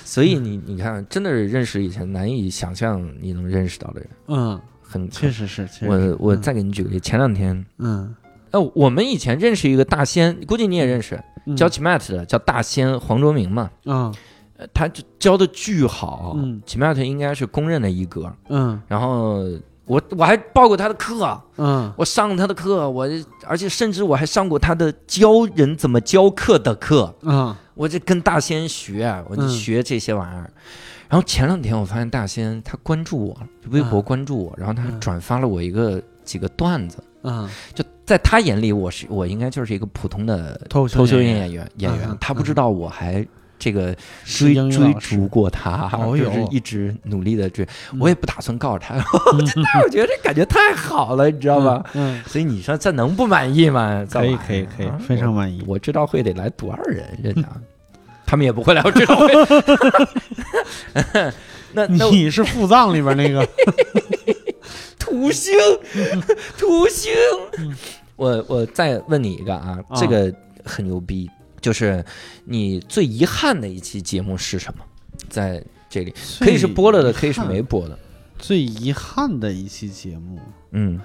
Speaker 1: 所
Speaker 4: 嗯
Speaker 1: 以你你看，真的是认识以前难以想象你能认识到的人，
Speaker 4: 嗯，
Speaker 1: 很
Speaker 4: 确实是，确实，
Speaker 1: 我我再给你举个例，前两天，
Speaker 4: 嗯，
Speaker 1: 呃，我们以前认识一个大仙，估计你也认识，
Speaker 4: 嗯
Speaker 1: 教 Chimat 的，叫大仙黄卓明嘛，
Speaker 4: 嗯
Speaker 1: 呃他就教的巨好、
Speaker 4: 嗯
Speaker 1: c h i m a t 应该是公认的一哥。
Speaker 4: 嗯
Speaker 1: 然后我我还报过他的课，
Speaker 4: 嗯
Speaker 1: 我上他的课，我而且甚至我还上过他的教人怎么教课的课，
Speaker 4: 嗯
Speaker 1: 我这跟大仙学，啊我就
Speaker 4: 嗯
Speaker 1: 学这些玩意儿。然后前两天我发现大仙他关注我了，就微博
Speaker 4: 啊
Speaker 1: 关注我，然后他还
Speaker 4: 嗯
Speaker 1: 转发了我一个几个段子。
Speaker 4: 嗯，
Speaker 1: 就在他眼里，我是我应该就是一个普通的
Speaker 4: 脱
Speaker 1: 脱
Speaker 4: 口
Speaker 1: 秀
Speaker 4: 秀
Speaker 1: 演
Speaker 4: 演员
Speaker 1: 演员演员
Speaker 4: 嗯嗯，
Speaker 1: 他不知道我还这个
Speaker 4: 是
Speaker 1: 追
Speaker 4: 英语
Speaker 1: 追
Speaker 4: 老师
Speaker 1: 逐过他，(laughs)
Speaker 4: 哦
Speaker 1: 就
Speaker 4: 哟
Speaker 1: 是一直努力的追，
Speaker 4: 嗯
Speaker 1: 我也不打算告诉
Speaker 4: (laughs)
Speaker 1: 他， (laughs) 但是我觉得这感觉太好了，你知道吧？？
Speaker 4: 嗯，
Speaker 1: 所以你说这能不满意吗？这
Speaker 4: 可以
Speaker 1: 玩意儿
Speaker 4: 可以可以
Speaker 1: 啊，
Speaker 4: 非常满意。
Speaker 1: 我知道会得来多少人，人
Speaker 4: 嗯
Speaker 1: 家他们也不会来我知道会。 (laughs) 那那我
Speaker 4: 你是腹脏里边那 (laughs) 个，
Speaker 1: 土
Speaker 4: (laughs)
Speaker 1: 星，土星。我我再问你一个啊，
Speaker 4: 嗯啊
Speaker 1: 这个很牛逼，就是你最遗憾的一期节目是什么？在这里可以是播了的，可以是没播的。
Speaker 4: 最遗憾的一期节目。
Speaker 1: 嗯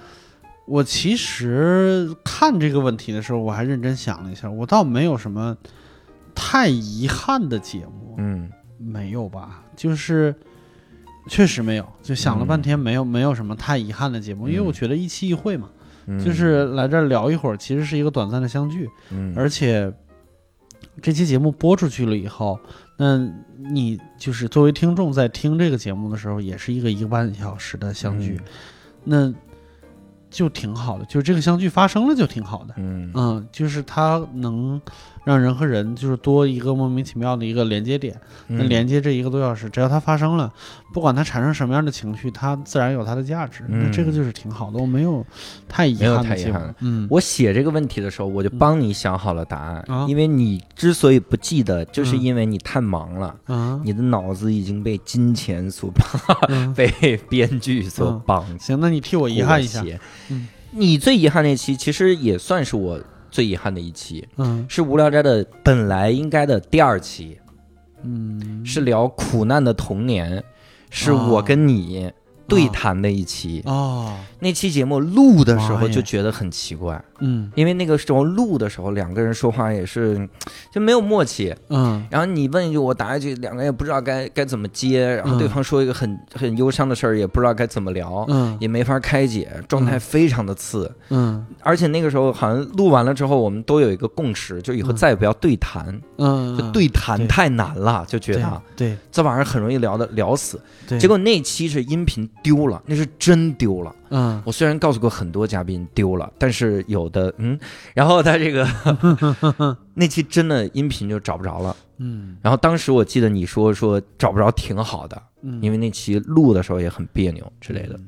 Speaker 4: 我其实看这个问题的时候，我还认真想了一下，我倒没有什么太遗憾的节目，
Speaker 1: 嗯
Speaker 4: 没有吧？就是确实没有，就想了半天，没有、没有什么太遗憾的节目，因为
Speaker 1: 嗯
Speaker 4: 我觉得一期一会嘛，
Speaker 1: 嗯，
Speaker 4: 就是来这儿聊一会儿，其实是一个短暂的相聚，
Speaker 1: 嗯
Speaker 4: 而且这期节目播出去了以后，那你就是作为听众在听这个节目的时候，也是一个一个半小时的相聚，
Speaker 1: 嗯
Speaker 4: 那就挺好的，就是这个相聚发生了就挺好的。
Speaker 1: 嗯嗯
Speaker 4: 嗯，就是它能让人和人就是多一个莫名其妙的一个连接点，那
Speaker 1: 嗯
Speaker 4: 连接这一个多小时，只要它发生了，不管它产生什么样的情绪，它自然有它的价值。那这个
Speaker 1: 嗯
Speaker 4: 就是挺好的，我没有太遗
Speaker 1: 没有
Speaker 4: 憾
Speaker 1: 太
Speaker 4: 的
Speaker 1: 遗
Speaker 4: 结
Speaker 1: 憾
Speaker 4: 果
Speaker 1: 了。
Speaker 4: 嗯，
Speaker 1: 我写这个问题的时候，我就帮你想好了答案，
Speaker 4: 啊
Speaker 1: 因为你之所以不记得，就是
Speaker 4: 嗯
Speaker 1: 因为你太忙了，
Speaker 4: 啊，
Speaker 1: 你的脑子已经被金钱所绑，(laughs)
Speaker 4: 嗯
Speaker 1: 被编剧所
Speaker 4: 嗯
Speaker 1: 绑
Speaker 4: 行，那你替我遗憾一下
Speaker 1: 妥。协
Speaker 4: 嗯
Speaker 1: 你最遗憾那期其实也算是我最遗憾的一期，
Speaker 4: 嗯
Speaker 1: 是《无聊斋》的本来应该的第二期，
Speaker 4: 嗯，啊
Speaker 1: 是聊苦难的童年，是我跟你。对谈那一期，
Speaker 4: 哦，
Speaker 1: 那期节目录的时
Speaker 4: 妈
Speaker 1: 候
Speaker 4: 呀
Speaker 1: 就觉得很奇怪，
Speaker 4: 嗯
Speaker 1: 因为那个时候录的时候两个人说话也是就没有默契，
Speaker 4: 嗯
Speaker 1: 然后你问一句我答一句，两个人也不知道该该怎么接，然后
Speaker 4: 嗯
Speaker 1: 对方说一个很很忧伤的事儿，也不知道该怎么聊，
Speaker 4: 嗯
Speaker 1: 也没法开解，状态非常的次。
Speaker 4: 嗯
Speaker 1: 而且那个时候好像录完了之后，我们都有一个共识，就以后
Speaker 4: 嗯
Speaker 1: 再也不要对谈，
Speaker 4: 嗯，
Speaker 1: 就对谈
Speaker 4: 对
Speaker 1: 太难了，就觉得啊
Speaker 4: 对
Speaker 1: 这玩意儿很容易聊的聊死。
Speaker 4: 对，
Speaker 1: 结果那期是音频丢了，那是真丢了。
Speaker 4: 嗯
Speaker 1: 我虽然告诉过很多嘉宾丢了，但是有的嗯， (laughs) 然后他这个 (laughs) 那期真的音频就找不着了。
Speaker 4: 嗯
Speaker 1: 然后当时我记得你说说找不着挺好的，
Speaker 4: 嗯，
Speaker 1: 因为那期录的时候也很别扭之类的。
Speaker 4: 嗯。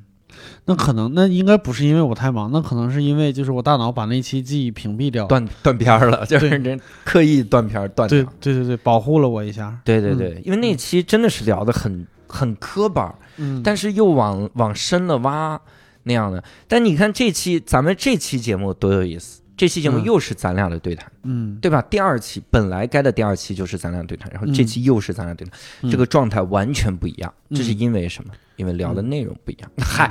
Speaker 4: 那可能那应该不是因为我太忙，那可能是因为就是我大脑把那期记忆屏蔽掉，
Speaker 1: 断断片儿了，就是
Speaker 4: 对
Speaker 1: 人刻意断片儿断
Speaker 4: 对
Speaker 1: 掉。
Speaker 4: 对对对，保护了我一下。
Speaker 1: 对对对，因为那期真的是聊的很很磕巴，
Speaker 4: 嗯，
Speaker 1: 但
Speaker 4: 是
Speaker 1: 是又往往深了挖那样的。但你看这期咱们这期节目多有意思，这期节目
Speaker 4: 嗯
Speaker 1: 又是咱俩的对谈， (laughs)
Speaker 4: 嗯，
Speaker 1: 对吧？第二期本来该的第二期就是咱俩对谈，然后这
Speaker 4: 嗯
Speaker 1: 期又是咱俩对谈，
Speaker 4: 嗯
Speaker 1: 这个状态完全不一样。这是
Speaker 4: 嗯
Speaker 1: 因为什么？因为聊的内容不一样。嗯嗨、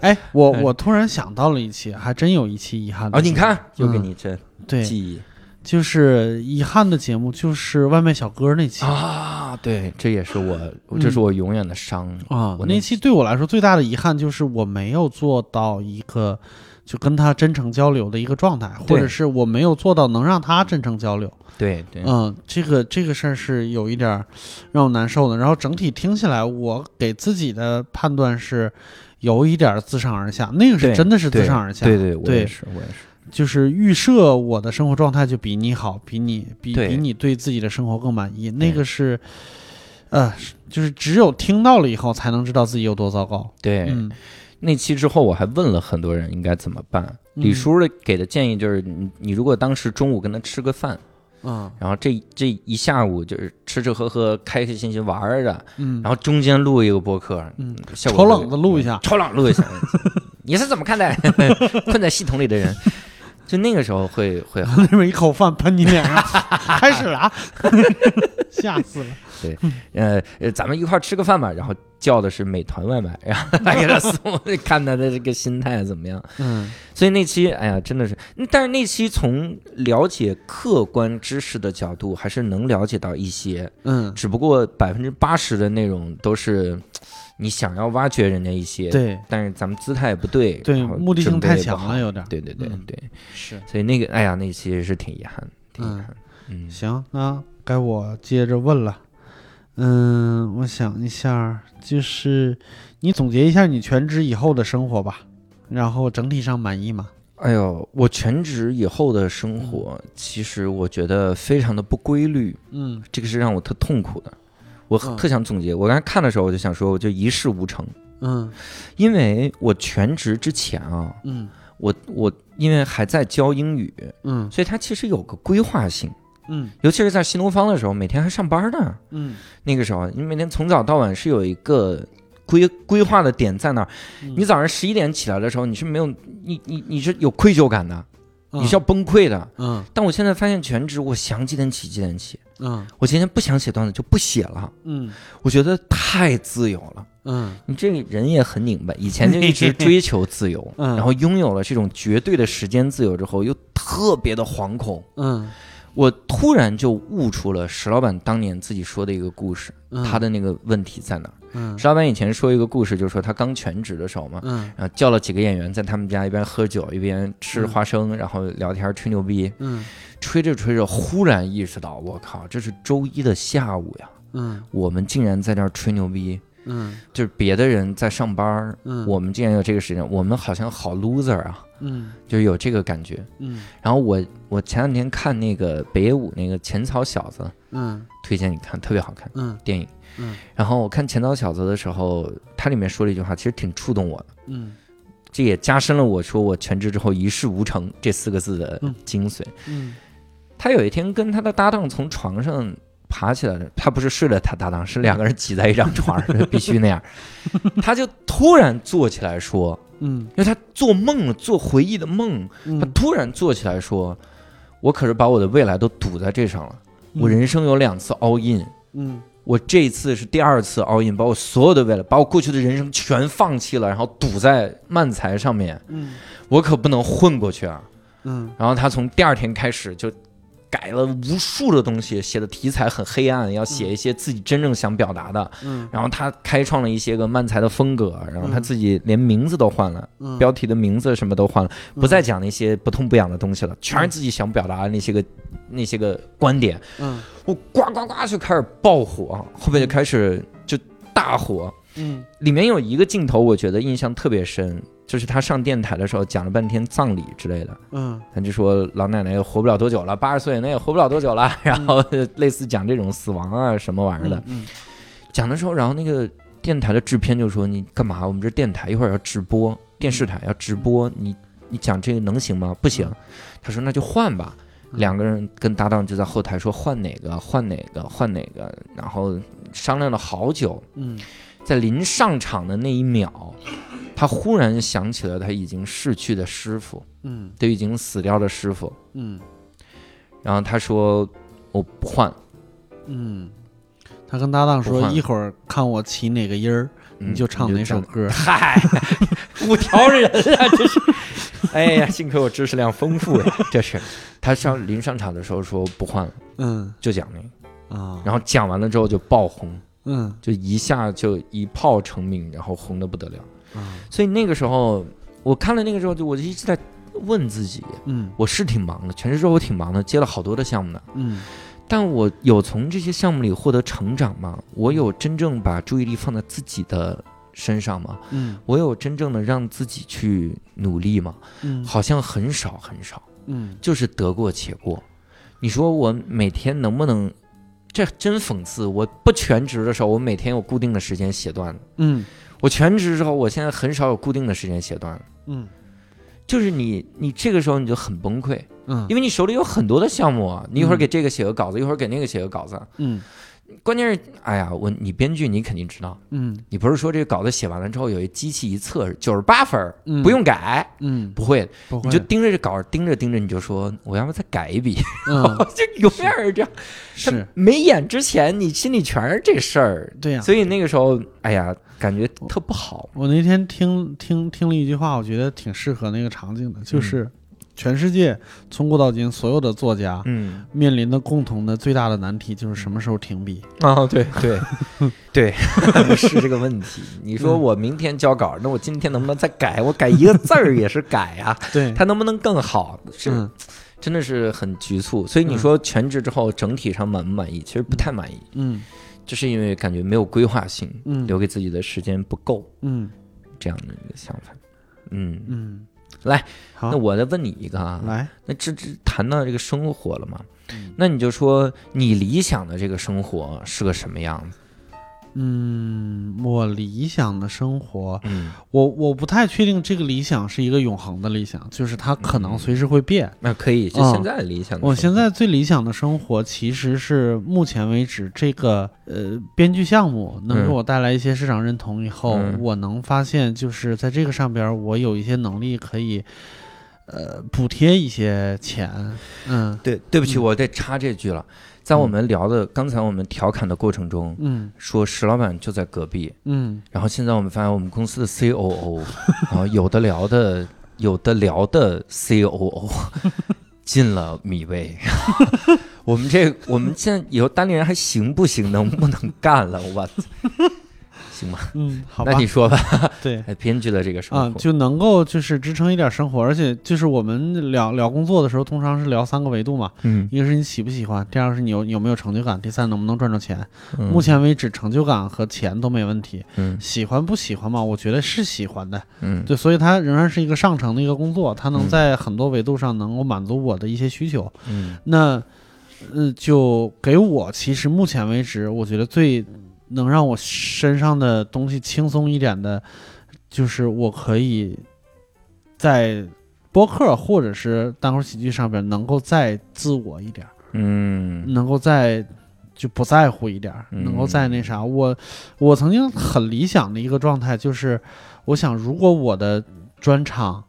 Speaker 4: 哎，我我突然想到了一期，还真有一期遗憾的
Speaker 1: 哦，你
Speaker 4: 节目
Speaker 1: 看又给
Speaker 4: 嗯
Speaker 1: 你这
Speaker 4: 对，
Speaker 1: 记忆、
Speaker 4: 就是遗憾的节目就是外卖小哥那期
Speaker 1: 啊，对，这也是我，这是我永远的伤。
Speaker 4: 啊，
Speaker 1: 我那
Speaker 4: 那期对我来说最大的遗憾就是我没有做到一个就跟他真诚交流的一个状态，或
Speaker 1: 对
Speaker 4: 者是我没有做到能让他真诚交流。
Speaker 1: 对对，
Speaker 4: 嗯，这个这个事儿是有一点儿让我难受的。然后整体听起来，我给自己的判断是有一点儿自上而下，那个是
Speaker 1: 对
Speaker 4: 真的是自
Speaker 1: 对
Speaker 4: 上而下，
Speaker 1: 对对，我
Speaker 4: 对
Speaker 1: 也是，我也是。
Speaker 4: 就是预设我的生活状态就比你好，比你比
Speaker 1: 对
Speaker 4: 比你对自己的生活更满意，那
Speaker 1: 对
Speaker 4: 个是，呃，是就是只有听到了以后才能知道自己有多糟糕。
Speaker 1: 对，
Speaker 4: 嗯
Speaker 1: 那期之后，我还问了很多人应该怎么办。李
Speaker 4: 嗯
Speaker 1: 叔的给的建议就是，你你如果当时中午跟他吃个饭，
Speaker 4: 啊
Speaker 1: 然后这这一下午就是吃吃喝喝、开开心心玩儿着，
Speaker 4: 嗯
Speaker 1: 然后中间录一个播客，
Speaker 4: 嗯，
Speaker 1: 效
Speaker 4: 炒
Speaker 1: 果
Speaker 4: 冷子录一下
Speaker 1: 超冷录一
Speaker 4: (laughs)
Speaker 1: 下。你是怎么看待 (laughs) 困在系统里的人？就那个时候会
Speaker 4: (laughs)
Speaker 1: 会好。
Speaker 4: 那边一口饭喷你脸上， (laughs) 开始了啊， (laughs) 吓死了。
Speaker 1: 呃，呃咱们一块儿吃个饭吧，然后叫的是美团外卖，然后来给他 (laughs) 送，看他的这个心态怎么样。
Speaker 4: 嗯
Speaker 1: 所以那期，哎呀，真的是，但是那期从了解客观知识的角度，还是能了解到一些，
Speaker 4: 嗯，
Speaker 1: 只不过百分之八十的内容都是你想要挖掘人家一些，，
Speaker 4: 对
Speaker 1: 但是咱们姿态也不对，
Speaker 4: 对，
Speaker 1: 然后
Speaker 4: 目的性
Speaker 1: 准备
Speaker 4: 太
Speaker 1: 也不
Speaker 4: 强
Speaker 1: 好
Speaker 4: 了，，有点儿
Speaker 1: 对对对
Speaker 4: 嗯
Speaker 1: 对，
Speaker 4: 是。
Speaker 1: 所以那个，哎呀，那期是挺遗憾，挺遗憾，嗯，
Speaker 4: 行，那该我接着问了。嗯，我想一下儿，就是你总结一下你全职以后的生活吧，然后整体上满意吗？
Speaker 1: 哎呦，我全职以后的生活，其实我觉得非常的不规律，
Speaker 4: 嗯
Speaker 1: 这个是让我特痛苦的。我很
Speaker 4: 嗯
Speaker 1: 特想总结，我刚才看的时候我就想说，我就一事无成，
Speaker 4: 嗯
Speaker 1: 因为我全职之前啊，
Speaker 4: 嗯
Speaker 1: 我我因为还在教英语，
Speaker 4: 嗯
Speaker 1: 所以它其实有个规划性，
Speaker 4: 嗯
Speaker 1: 尤其是在新东方的时候，每天还上班呢。
Speaker 4: 嗯，
Speaker 1: 那个时候，你每天从早到晚是有一个规规划的点在那儿。
Speaker 4: 嗯
Speaker 1: 你早上十一点起来的时候，你是没有你你你是有愧疚感的，你是要
Speaker 4: 嗯
Speaker 1: 崩溃的。
Speaker 4: 嗯
Speaker 1: 但我现在发现全职，我想几点起几点起，
Speaker 4: 嗯
Speaker 1: 我今天不想写段子就不写了。
Speaker 4: 嗯
Speaker 1: 我觉得太自由了，
Speaker 4: 嗯
Speaker 1: 你这个人也很拧巴。以前就一直追求自由，
Speaker 4: (laughs) 嗯
Speaker 1: 然后拥有了这种绝对的时间自由之后，又特别的惶恐。
Speaker 4: 嗯
Speaker 1: 我突然就悟出了石老板当年自己说的一个故事，
Speaker 4: 嗯，
Speaker 1: 他的那个问题在哪儿？
Speaker 4: 嗯
Speaker 1: 石老板以前说一个故事，就是说他刚全职的时候嘛， (laughs)
Speaker 4: 嗯
Speaker 1: 然后叫了几个演员在他们家一边喝酒一边吃
Speaker 4: 嗯
Speaker 1: 花生，然后聊天吹牛逼，
Speaker 4: 嗯
Speaker 1: 吹着吹着忽然意识到，我靠，这是周一的下午呀，
Speaker 4: 嗯
Speaker 1: 我们竟然在这儿吹牛逼。
Speaker 4: 嗯
Speaker 1: 就是别的人在上班儿，
Speaker 4: 嗯，
Speaker 1: 我们竟然有这个时间，我们好像好 loser 啊，
Speaker 4: 嗯
Speaker 1: 就有这个感觉。
Speaker 4: 嗯
Speaker 1: 然后我我前两天看那个北野武那个《浅草小子》，
Speaker 4: 嗯
Speaker 1: 推荐你看，特别好看
Speaker 4: 嗯
Speaker 1: 电影。
Speaker 4: 嗯，
Speaker 1: 然后我看《浅草小子》的时候，它里面说了一句话，其实挺触动我的，
Speaker 4: 嗯
Speaker 1: 这也加深了我说我全职之后一事无成这四个字的
Speaker 4: 嗯
Speaker 1: 精髓。
Speaker 4: 嗯
Speaker 1: 他有一天跟他的搭档从床上爬起来的，他不是睡了他搭档，是两个人挤在一张床上，必须那
Speaker 4: (laughs)
Speaker 1: 样。他就突然坐起来说，
Speaker 4: 嗯
Speaker 1: 因为他做梦做回忆的梦，他
Speaker 4: 嗯，
Speaker 1: 突然坐起来说：“我可是把我的未来都赌在这上了，我人生有两次 all in，
Speaker 4: 嗯
Speaker 1: 我这次是第二次 all in，把我所有的未来，把我过去的人生全放弃了，然后赌在漫才上面，
Speaker 4: 嗯
Speaker 1: 我可不能混过去啊！
Speaker 4: 嗯
Speaker 1: 然后他从第二天开始就改了无数的东西，写的题材很黑暗，要写一些自己真正想表达的。
Speaker 4: 嗯
Speaker 1: 然后他开创了一些个漫才的风格，然后他自己连名字都换了，
Speaker 4: 嗯，
Speaker 1: 标题的名字什么都换了，
Speaker 4: 嗯
Speaker 1: 不再讲那些不痛不痒的东西了，全是自己想表达的那些个那些个观点。
Speaker 4: 嗯
Speaker 1: 我呱呱呱就开始爆火，后面就开始就大火。
Speaker 4: 嗯
Speaker 1: 里面有一个镜头，我觉得印象特别深，就是他上电台的时候讲了半天葬礼之类的，
Speaker 4: 嗯
Speaker 1: 他就说老奶奶也活不了多久了，八十岁那也活不了多久
Speaker 4: (laughs)
Speaker 1: 了，然后类似讲这种死亡啊什么玩意儿的。
Speaker 4: 嗯
Speaker 1: 讲的时候，然后那个电台的制片就说：“你干嘛？我们这电台一会儿要直播，电视台要直播，你你讲这个能行吗？不行。”他说：“那就换吧。”
Speaker 4: 嗯
Speaker 1: 两个人跟搭档就在后台说换哪个换哪个换哪个，然后商量了好久，
Speaker 4: 嗯
Speaker 1: 在临上场的那一
Speaker 4: (laughs)
Speaker 1: 秒，他忽然想起了他已经逝去的师傅，
Speaker 4: 嗯
Speaker 1: 都已经死掉的师傅，
Speaker 4: 嗯
Speaker 1: 然后他说：“我不换。
Speaker 4: 嗯，他跟搭档
Speaker 1: 不
Speaker 4: 说
Speaker 1: 换
Speaker 4: 一会儿看我起哪个音儿，
Speaker 1: 嗯”
Speaker 4: 你就唱哪首歌。
Speaker 1: 嗨， (laughs) 五条人啊，这是。哎呀，幸亏我知识量丰富呀， (laughs) 这是。他上临上场的时候说不换了，
Speaker 4: 嗯
Speaker 1: 就讲那个，
Speaker 4: 啊，
Speaker 1: 然后讲完了之后就爆红，
Speaker 4: 嗯
Speaker 1: 就一下就一炮成名，然后红的不得了。
Speaker 4: 啊
Speaker 1: 所以那个时候，我看了那个时候，就我就一直在问自己，
Speaker 4: 嗯
Speaker 1: 我是挺忙的，全职之后我挺忙的，接了好多的项目呢，
Speaker 4: 嗯
Speaker 1: 但我有从这些项目里获得成长吗？我有真正把注意力放在自己的身上吗？
Speaker 4: 嗯
Speaker 1: 我有真正的让自己去努力吗？
Speaker 4: 嗯
Speaker 1: 好像很少很少，
Speaker 4: 嗯
Speaker 1: 就是得过且过。你说我每天能不能？这真讽刺！我不全职的时候，我每天有固定的时间写段子；
Speaker 4: 嗯
Speaker 1: 我全职之后，我现在很少有固定的时间写段子。
Speaker 4: 嗯
Speaker 1: 就是你，你这个时候你就很崩溃，
Speaker 4: 嗯
Speaker 1: 因为你手里有很多的项目啊，你一会儿
Speaker 4: 嗯
Speaker 1: 给这个写个稿子，一会儿给那个写个稿子。啊
Speaker 4: 嗯
Speaker 1: 关键是，哎呀，我你编剧你肯定知道，
Speaker 4: 嗯
Speaker 1: 你不是说这个稿子写完了之后有一机器一测九十八分儿，
Speaker 4: 嗯
Speaker 1: 不用改，
Speaker 4: 嗯，
Speaker 1: 不会，
Speaker 4: 不会
Speaker 1: 你就盯着这稿，盯着盯着，你就说我要不再改一笔， (laughs)
Speaker 4: 嗯
Speaker 1: 就永远是这样。
Speaker 4: 是
Speaker 1: 没演之前，你心里全是这事儿，
Speaker 4: 对呀。
Speaker 1: 所以那个时候，哎呀，感觉特不好。
Speaker 4: 我那天听听听了一句话，我觉得挺适合那个场景的，
Speaker 1: 嗯
Speaker 4: 就是全世界从古到今所有的作家
Speaker 1: 嗯
Speaker 4: 面临的共同的最大的难题就是什么时候停笔。
Speaker 1: 啊，对对
Speaker 4: (laughs)
Speaker 1: 对，是这个问题。你
Speaker 4: 嗯
Speaker 1: 说我明天交稿，那我今天能不能再改？我改一个字儿也是改啊，
Speaker 4: (laughs) 对，
Speaker 1: 它能不能更好？是
Speaker 4: 嗯
Speaker 1: 真的是很局促。所以你说全职之后整体上满不满意？其实不太满意，
Speaker 4: 嗯
Speaker 1: 就是因为感觉没有规划性，
Speaker 4: 嗯
Speaker 1: 留给自己的时间不够，
Speaker 4: 嗯
Speaker 1: 这样的一个想法。嗯，
Speaker 4: 嗯，
Speaker 1: 来，
Speaker 4: 好
Speaker 1: 那，我再问你一个啊，
Speaker 4: 来，
Speaker 1: 那这这谈到这个生活了嘛
Speaker 4: 嗯？
Speaker 1: 那你就说你理想的这个生活是个什么样子？
Speaker 4: 嗯，我理想的生活，
Speaker 1: 嗯，
Speaker 4: 我我不太确定这个理想是一个永恒的理想，就是它可
Speaker 1: 嗯
Speaker 4: 能随时会变。
Speaker 1: 那可以，就
Speaker 4: 哦
Speaker 1: 现在理想的生活。
Speaker 4: 我现在最理想的生活其实是目前为止这个呃编剧项目能给我带来一些市场认同以后，
Speaker 1: 嗯
Speaker 4: 我能发现就是在这个上边儿我有一些能力可以呃补贴一些钱，嗯
Speaker 1: 对，对不起，我得插这句了。嗯在我们聊的刚才我们调侃的过程中，
Speaker 4: 嗯
Speaker 1: 说石老板就在隔壁，
Speaker 4: 嗯
Speaker 1: 然后现在我们发现我们公司的 COO，然 (laughs) 后有的聊的有的聊的 COO 进了米味， (laughs) 我们这我们现在以后单立人还行不行？能不能干了？
Speaker 4: (laughs)
Speaker 1: 我操，行吧，
Speaker 4: 嗯，好吧
Speaker 1: 那，你说吧，(laughs)
Speaker 4: 对。
Speaker 1: 哎编剧的这个生
Speaker 4: 啊，
Speaker 1: 活，
Speaker 4: 就能够就是支撑一点生活，而且就是我们聊聊工作的时候，通常是聊三个维度嘛，
Speaker 1: 嗯，
Speaker 4: 一个是你喜不喜欢，第二个是你有有没有成就感，第三能不能赚着钱。
Speaker 1: 嗯
Speaker 4: 目前为止，成就感和钱都没问题，
Speaker 1: 嗯
Speaker 4: 喜欢不喜欢嘛，我觉得是喜欢的，
Speaker 1: 嗯
Speaker 4: 对，所以它仍然是一个上乘的一个工作，它能
Speaker 1: 嗯
Speaker 4: 在很多维度上能够满足我的一些需求。
Speaker 1: 嗯
Speaker 4: 那，呃，就给我其实目前为止，我觉得最能让我身上的东西轻松一点的，就是我可以在播客或者是单口喜剧上边能够再自我一点儿，
Speaker 1: 嗯
Speaker 4: 能够再就不在乎一点儿，
Speaker 1: 嗯
Speaker 4: 能够再那啥。我我曾经很理想的一个状态就是，我想如果我的专场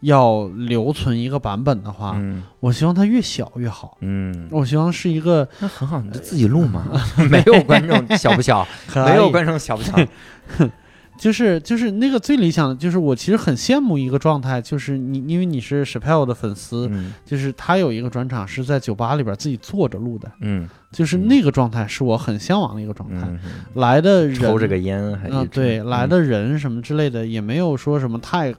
Speaker 4: 要留存一个版本的话，
Speaker 1: 嗯
Speaker 4: 我希望它越小越好。
Speaker 1: 嗯，
Speaker 4: 我希望是一个
Speaker 1: 那很好，你 (laughs) 就自己录嘛，
Speaker 4: (laughs)
Speaker 1: 没有观众小不小，
Speaker 4: 可
Speaker 1: 没有
Speaker 4: 以
Speaker 1: 观众小不小，
Speaker 4: 就是就是那个最理想的，就是我其实很羡慕一个状态，就是你因为你是 Chappelle 的粉丝，
Speaker 1: 嗯
Speaker 4: 就是他有一个专场是在酒吧里边自己坐着录的，
Speaker 1: 嗯
Speaker 4: 就是
Speaker 1: 嗯
Speaker 4: 那个状态是我很向往的一个状态。
Speaker 1: 嗯，
Speaker 4: 来的人
Speaker 1: 抽着个烟还一直嗯
Speaker 4: 啊，对，来的人什么之类的，也没有说什么太，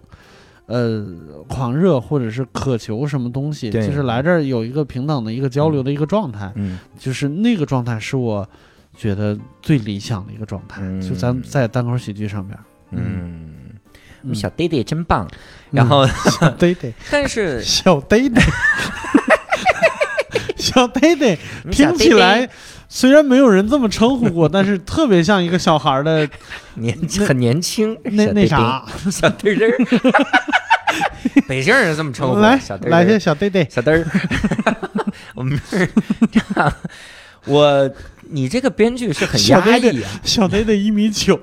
Speaker 4: 呃，狂热或者是渴求什么东西，就
Speaker 1: 对
Speaker 4: 是来这儿有一个平等的一个交流的一个状态，
Speaker 1: 嗯
Speaker 4: 就是那个状态是我觉得最理想的一个状态，
Speaker 1: 嗯
Speaker 4: 就咱们在单口喜剧上边儿，
Speaker 1: 嗯，我
Speaker 4: 嗯
Speaker 1: 们小弟弟真棒，然 (laughs) 后
Speaker 4: 小呆呆，
Speaker 2: 但是
Speaker 4: 小呆呆，小呆呆，
Speaker 2: 你小
Speaker 4: 听
Speaker 2: 弟
Speaker 4: 起
Speaker 2: 弟
Speaker 4: 来虽然没有人这么称呼过，但是特别像一个小孩儿的
Speaker 1: 年很年轻，
Speaker 4: 那那啥，
Speaker 1: (laughs) 小弟
Speaker 4: (laughs)
Speaker 1: 儿，小弟儿，北京人这么称呼，
Speaker 4: 来
Speaker 1: 小弟儿
Speaker 4: 来些小
Speaker 1: (laughs)
Speaker 4: 呆呆，
Speaker 1: 小嘚
Speaker 4: (laughs)
Speaker 1: 儿，我们这儿这样，我你这个编剧是很
Speaker 4: 小
Speaker 1: 压
Speaker 4: 嘚嘚
Speaker 1: 抑啊，
Speaker 4: 小呆呆一米九。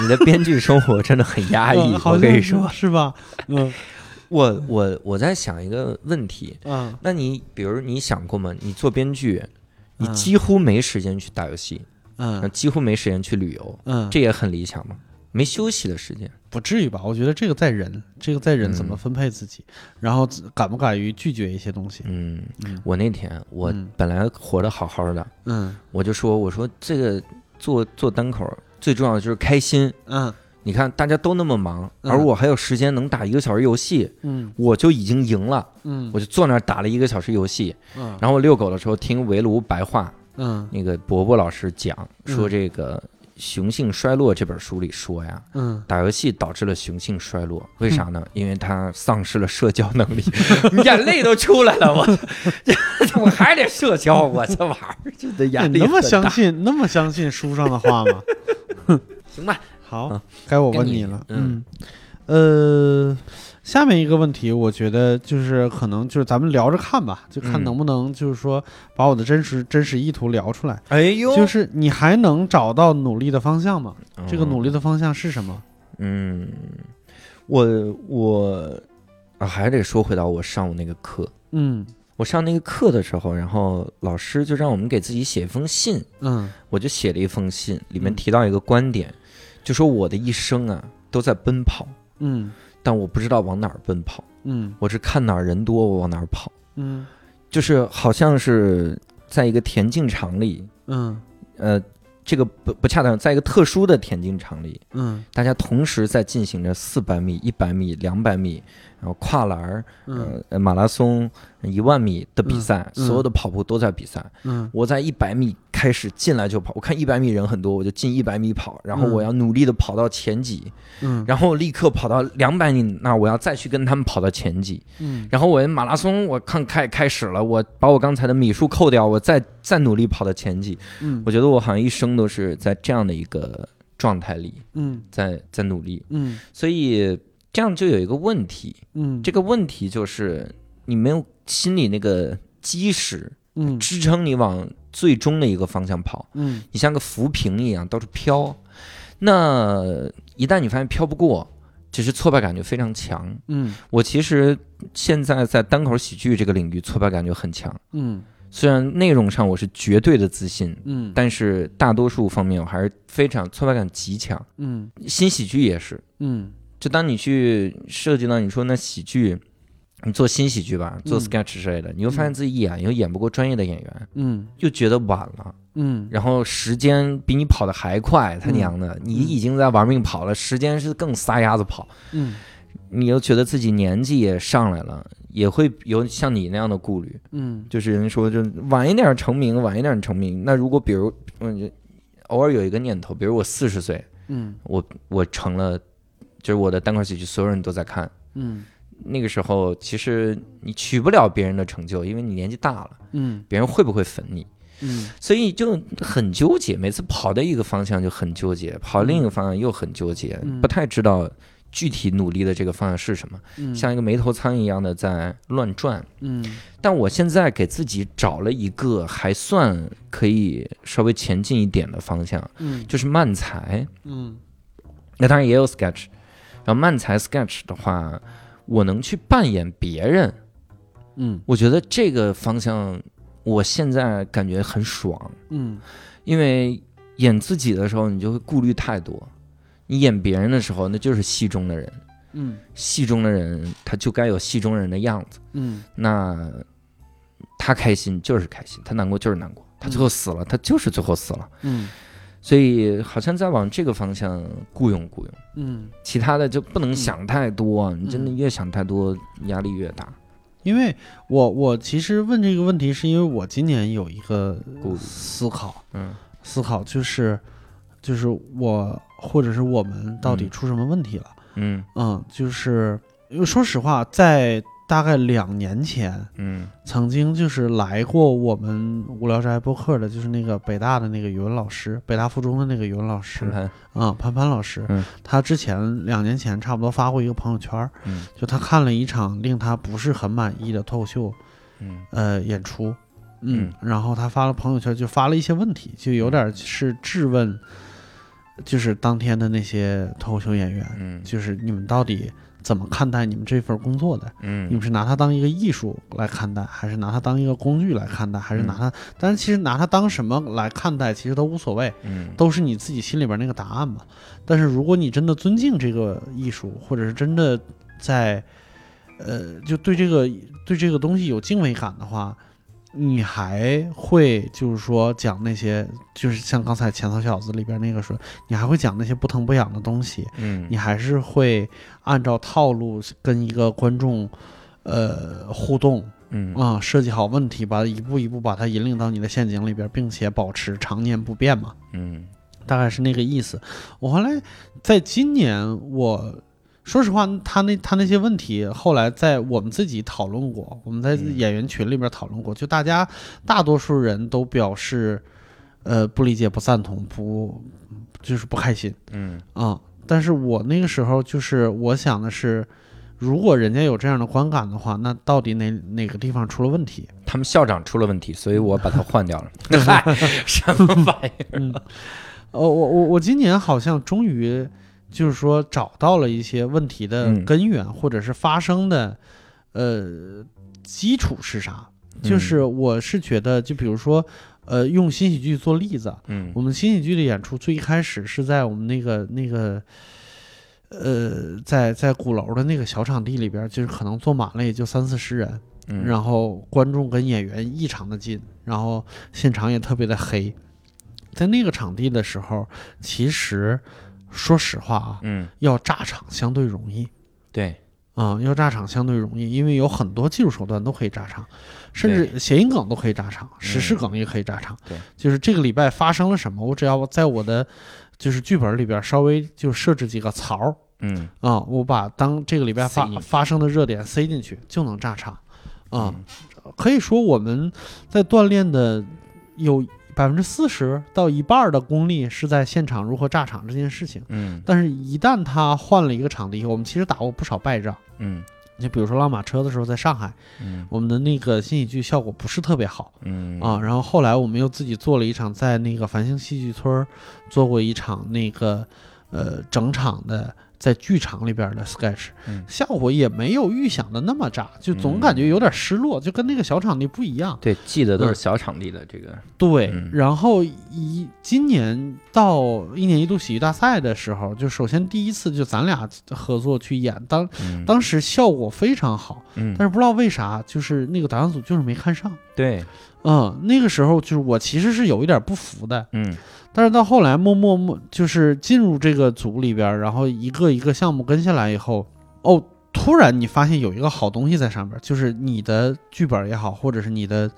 Speaker 1: 你的编剧生活真的很压抑
Speaker 4: (laughs) 嗯，好
Speaker 1: 我跟你
Speaker 4: 像是
Speaker 1: 说，
Speaker 4: 是 (laughs) 吧？嗯
Speaker 1: 我我我在想一个问题，
Speaker 4: 啊，
Speaker 1: 那你比如你想过吗？你做编剧，你
Speaker 4: 嗯
Speaker 1: 几乎没时间去打游戏，
Speaker 4: 嗯
Speaker 1: 几乎没时间去旅游，
Speaker 4: 嗯，
Speaker 1: 这也很理想嘛，没休息的时间，
Speaker 4: 不至于吧？我觉得这个在人，这个在人怎么
Speaker 1: 嗯
Speaker 4: 分配自己，然后敢不敢于拒绝一些东西？
Speaker 1: 嗯
Speaker 4: 嗯，
Speaker 1: 我那天我
Speaker 4: 嗯
Speaker 1: 本来活得好好的，
Speaker 4: 嗯
Speaker 1: 我就说我说这个做做单口最重要的就是开心，
Speaker 4: 嗯
Speaker 1: 你看大家都那么忙，
Speaker 4: 嗯
Speaker 1: 而我还有时间能打一个小时游戏，
Speaker 4: 嗯
Speaker 1: 我就已经赢了。
Speaker 4: 嗯
Speaker 1: 我就坐那儿打了一个小时游戏，
Speaker 4: 嗯
Speaker 1: 然后我遛狗的时候听围炉白话
Speaker 4: 嗯
Speaker 1: 那个伯伯老师讲
Speaker 4: 嗯
Speaker 1: 说，这个《雄性衰落》这本书里说呀，
Speaker 4: 嗯，
Speaker 1: 打游戏导致了雄性衰落，为啥呢？因为他丧失了社交能力， (laughs) 眼泪都出来了，我 (laughs) 我还得社交，我这玩意儿真的压
Speaker 4: 你
Speaker 1: 力
Speaker 4: 那么
Speaker 1: 很
Speaker 4: 相
Speaker 1: 大。
Speaker 4: 信那么相信书上的话吗？ (laughs)
Speaker 1: 行吧，
Speaker 4: 好
Speaker 1: 啊，
Speaker 4: 该我问
Speaker 1: 该你
Speaker 4: 了。嗯
Speaker 1: 嗯，
Speaker 4: 呃，下面一个问题，我觉得就是可能就是咱们聊着看吧，就看
Speaker 1: 嗯
Speaker 4: 能不能就是说把我的真实真实意图聊出来。
Speaker 1: 哎呦
Speaker 4: 就是你还能找到努力的方向吗？
Speaker 1: 哦
Speaker 4: 这个努力的方向是什么？
Speaker 1: 嗯，我我啊，还得说回到我上午那个课。
Speaker 4: 嗯
Speaker 1: 我上那个课的时候，然后老师就让我们给自己写一封信，
Speaker 4: 嗯
Speaker 1: 我就写了一封信，里面
Speaker 4: 嗯
Speaker 1: 提到一个观点，就说我的一生啊都在奔跑，
Speaker 4: 嗯
Speaker 1: 但我不知道往哪儿奔跑，
Speaker 4: 嗯
Speaker 1: 我是看哪儿人多我往哪儿跑，
Speaker 4: 嗯
Speaker 1: 就是好像是在一个田径场里，
Speaker 4: 嗯
Speaker 1: 呃，这个不不恰当，在一个特殊的田径场里，
Speaker 4: 嗯
Speaker 1: 大家同时在进行着四百米、一百米、两百米，然后跨栏儿、
Speaker 4: 嗯
Speaker 1: 呃马拉松、一万米的比赛，
Speaker 4: 嗯嗯
Speaker 1: 所有的跑步都在比赛。
Speaker 4: 嗯
Speaker 1: 我在一百米开始进来就跑，我看一百米人很多，我就进一百米跑，然后
Speaker 4: 嗯
Speaker 1: 我要努力的跑到前几，
Speaker 4: 嗯，
Speaker 1: 然后立刻跑到两百米那，我要再去跟他们跑到前几。
Speaker 4: 嗯
Speaker 1: 然后我马拉松我看开开始了，我把我刚才的米数扣掉，我再再努力跑到前几。
Speaker 4: 嗯
Speaker 1: 我觉得我好像一生都是在这样的一个状态里，
Speaker 4: 嗯
Speaker 1: 在在努力。
Speaker 4: 嗯
Speaker 1: 所以这样就有一个问题，
Speaker 4: 嗯
Speaker 1: 这个问题就是你没有心里那个基石
Speaker 4: 嗯
Speaker 1: 支撑你往最终的一个方向跑，
Speaker 4: 嗯
Speaker 1: 你像个浮萍一样到处飘。那一旦你发现飘不过，其实挫败感就非常强。
Speaker 4: 嗯
Speaker 1: 我其实现在在单口喜剧这个领域挫败感就很强，
Speaker 4: 嗯
Speaker 1: 虽然内容上我是绝对的自信，
Speaker 4: 嗯
Speaker 1: 但是大多数方面我还是非常挫败感极强。
Speaker 4: 嗯
Speaker 1: 新喜剧也是，
Speaker 4: 嗯
Speaker 1: 就当你去涉及到你说那喜剧，你做新喜剧吧，做
Speaker 4: 嗯
Speaker 1: sketch 之类的，你又发现
Speaker 4: 嗯
Speaker 1: 自己演又演不过专业的演员，
Speaker 4: 嗯
Speaker 1: 又觉得晚了，
Speaker 4: 嗯
Speaker 1: 然后时间比你跑得还快，他
Speaker 4: 嗯
Speaker 1: 娘的，你已经在玩命跑了，时间是更撒丫子跑，
Speaker 4: 嗯
Speaker 1: 你又觉得自己年纪也上来了，也会有像你那样的顾虑，
Speaker 4: 嗯
Speaker 1: 就是人说就晚一点成名，晚一点成名。那如果比如嗯，偶尔有一个念头，比如我四十岁，
Speaker 4: 嗯
Speaker 1: 我我成了，就是我的单口喜剧所有人都在看。
Speaker 4: 嗯
Speaker 1: 那个时候，其实你取不了别人的成就，因为你年纪大了，
Speaker 4: 嗯
Speaker 1: 别人会不会粉你？
Speaker 4: 嗯
Speaker 1: 所以就很纠结，每次跑的一个方向就很纠结，跑另一个方向又很纠结，
Speaker 4: 嗯
Speaker 1: 不太知道具体努力的这个方向是什么，
Speaker 4: 嗯
Speaker 1: 像一个没头苍蝇一样的在乱转。
Speaker 4: 嗯
Speaker 1: 但我现在给自己找了一个还算可以稍微前进一点的方向，
Speaker 4: 嗯
Speaker 1: 就是漫才。
Speaker 4: 嗯
Speaker 1: 那当然也有 sketch，然后漫才 sketch 的话，我能去扮演别人，
Speaker 4: 嗯
Speaker 1: 我觉得这个方向我现在感觉很爽，
Speaker 4: 嗯
Speaker 1: 因为演自己的时候你就会顾虑太多，你演别人的时候那就是戏中的人，
Speaker 4: 嗯
Speaker 1: 戏中的人他就该有戏中人的样子，
Speaker 4: 嗯
Speaker 1: 那他开心就是开心，他难过就是难过，他最后死了、他就是最后死了，
Speaker 4: 嗯
Speaker 1: 所以好像在往这个方向雇佣雇佣。
Speaker 4: 嗯，
Speaker 1: 其他的就不能想太多，啊你真的越想太多，压力越大。
Speaker 4: 因为我我其实问这个问题，是因为我今年有一个
Speaker 1: 顾虑
Speaker 4: 思考，
Speaker 1: 嗯
Speaker 4: 思考就是就是我或者是我们到底
Speaker 1: 嗯
Speaker 4: 出什么问题了？
Speaker 1: 嗯
Speaker 4: 嗯，就是因为说实话，在大概两年前，
Speaker 1: 嗯
Speaker 4: 曾经就是来过我们无聊斋播客的，就是那个北大的那个语文老师，北大附中的那个语文老师
Speaker 1: 陈盘，
Speaker 4: 啊、潘潘老师，
Speaker 1: 嗯
Speaker 4: 他之前两年前差不多发过一个朋友圈儿，
Speaker 1: 嗯
Speaker 4: 就他看了一场令他不是很满意的脱口秀
Speaker 1: 嗯
Speaker 4: 呃演出，
Speaker 1: 嗯
Speaker 4: 然后他发了朋友圈，就发了一些问题，就有点是质问，就是当天的那些脱口秀演员，
Speaker 1: 嗯
Speaker 4: 就是你们到底怎么看待你们这份工作的？你
Speaker 1: 嗯
Speaker 4: 们是拿它当一个艺术来看待，还是拿它当一个工具来看待，还
Speaker 1: 嗯
Speaker 4: 是拿它？但是其实拿它当什么来看待，其实都无所谓，
Speaker 1: 嗯
Speaker 4: 都是你自己心里边那个答案嘛。但是如果你真的尊敬这个艺术，或者是真的在，呃，就对这个对这个东西有敬畏感的话，你还会就是说讲那些，就是像刚才《前头小子》里边那个说，你还会讲那些不疼不痒的东西，
Speaker 1: 嗯
Speaker 4: 你还是会按照套路跟一个观众，呃，互动
Speaker 1: 嗯
Speaker 4: 啊、设计好问题，把一步一步把它引领到你的陷阱里边，并且保持常年不变嘛，
Speaker 1: 嗯
Speaker 4: 大概是那个意思。我后来在今年，我说实话，他那他那些问题，后来在我们自己讨论过，我们在
Speaker 1: 嗯
Speaker 4: 演员群里边讨论过，就大家大多数人都表示，呃，不理解、不赞同、不就是不开心。
Speaker 1: 嗯
Speaker 4: 啊、但是我那个时候就是我想的是，如果人家有这样的观感的话，那到底哪哪个地方出了问题？
Speaker 1: 他们校长出了问题，所以我把他换
Speaker 4: (laughs)
Speaker 1: 掉了。嗨，什么玩意儿？
Speaker 4: 嗯，呃，我我我今年好像终于就是说找到了一些问题的
Speaker 1: 嗯
Speaker 4: 根源，或者是发生的呃基础是啥？
Speaker 1: 嗯
Speaker 4: 就是我是觉得，就比如说，呃，用新喜剧做例子，
Speaker 1: 嗯
Speaker 4: 我们新喜剧的演出最一开始是在我们那个那个，呃，在在鼓楼的那个小场地里边儿，就是可能坐满了也就三四十人，
Speaker 1: 嗯，
Speaker 4: 然后观众跟演员异常的近，然后现场也特别的黑。在那个场地的时候，其实说实话啊，
Speaker 1: 嗯
Speaker 4: 要炸场相对容易。
Speaker 1: 对，
Speaker 4: 啊、要炸场相对容易，因为有很多技术手段都可以炸场，甚至谐音梗都可以炸场，时事梗也可以炸场。
Speaker 1: 嗯对，
Speaker 4: 就是这个礼拜发生了什么，我只要在我的就是剧本里边稍微就设置几个槽儿
Speaker 1: 嗯
Speaker 4: 啊、我把当这个礼拜发
Speaker 1: 塞进去
Speaker 4: 发生的热点塞进去，就能炸场。
Speaker 1: 嗯
Speaker 4: 啊、可以说我们在锻炼的有百分之四十到一半儿的功力是在现场如何炸场这件事情，
Speaker 1: 嗯
Speaker 4: 但是一旦他换了一个场地以后，我们其实打过不少败仗。
Speaker 1: 嗯
Speaker 4: 就比如说拉马车的时候，在上海，
Speaker 1: 嗯
Speaker 4: 我们的那个新喜剧效果不是特别好
Speaker 1: 嗯
Speaker 4: 啊。然后后来我们又自己做了一场，在那个繁星戏剧村儿做过一场那个呃整场的在剧场里边的 sketch，、
Speaker 1: 嗯
Speaker 4: 效果也没有预想的那么炸，就总感觉有点失落，就跟那个小场地不一样。
Speaker 1: 对，记得都是小场地的这个，
Speaker 4: 对，
Speaker 1: 嗯
Speaker 4: 然后一今年到一年一度喜剧大赛的时候，就首先第一次就咱俩合作去演，当
Speaker 1: 嗯
Speaker 4: 当时效果非常好。
Speaker 1: 嗯
Speaker 4: 但是不知道为啥，就是那个导演组就是没看上。
Speaker 1: 对，
Speaker 4: 嗯，那个时候就是我其实是有一点不服的，
Speaker 1: 嗯
Speaker 4: 但是到后来默默默就是进入这个组里边儿，然后一个一个项目跟下来以后，哦，突然你发现有一个好东西在上边儿，就是你的剧本也好，或者是你的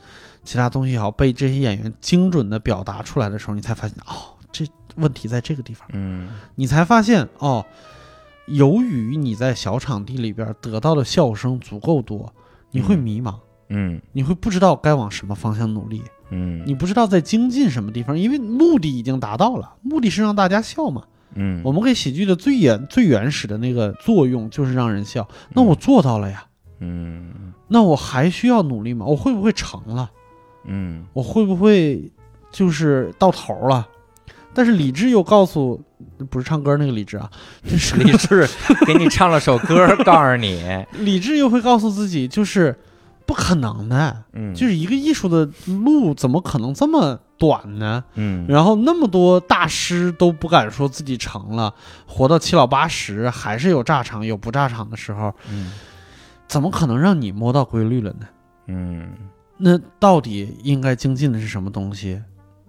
Speaker 4: 其他东西也好，被这些演员精准的表达出来的时候，你才发现哦，这问题在这个地方。
Speaker 1: 嗯
Speaker 4: 你才发现哦，由于你在小场地里边得到的笑声足够多，你会迷茫，
Speaker 1: 嗯
Speaker 4: 你会不知道该往什么方向努力，
Speaker 1: 嗯，
Speaker 4: 你不知道在精进什么地方，因为目的已经达到了，目的是让大家笑嘛。
Speaker 1: 嗯
Speaker 4: 我们给喜剧的最原最原始的那个作用就是让人笑，那我做到了呀，
Speaker 1: 嗯
Speaker 4: 那我还需要努力吗？我会不会成了？
Speaker 1: 嗯
Speaker 4: 我会不会就是到头了？但是理智又告诉，不是唱歌那个理智啊，就是 (laughs)
Speaker 1: 李志给你唱了首歌，告诉你，
Speaker 4: 理智又会告诉自己，就是不可能的，
Speaker 1: 嗯，
Speaker 4: (laughs) 就是一个艺术的路怎么可能这么短呢？
Speaker 1: 嗯，
Speaker 4: 然后那么多大师都不敢说自己成了，活到七老八十还是有炸场有不炸场的时候，
Speaker 1: 嗯
Speaker 4: 怎么可能让你摸到规律了呢？
Speaker 1: 嗯
Speaker 4: 那到底应该精进的是什么东西？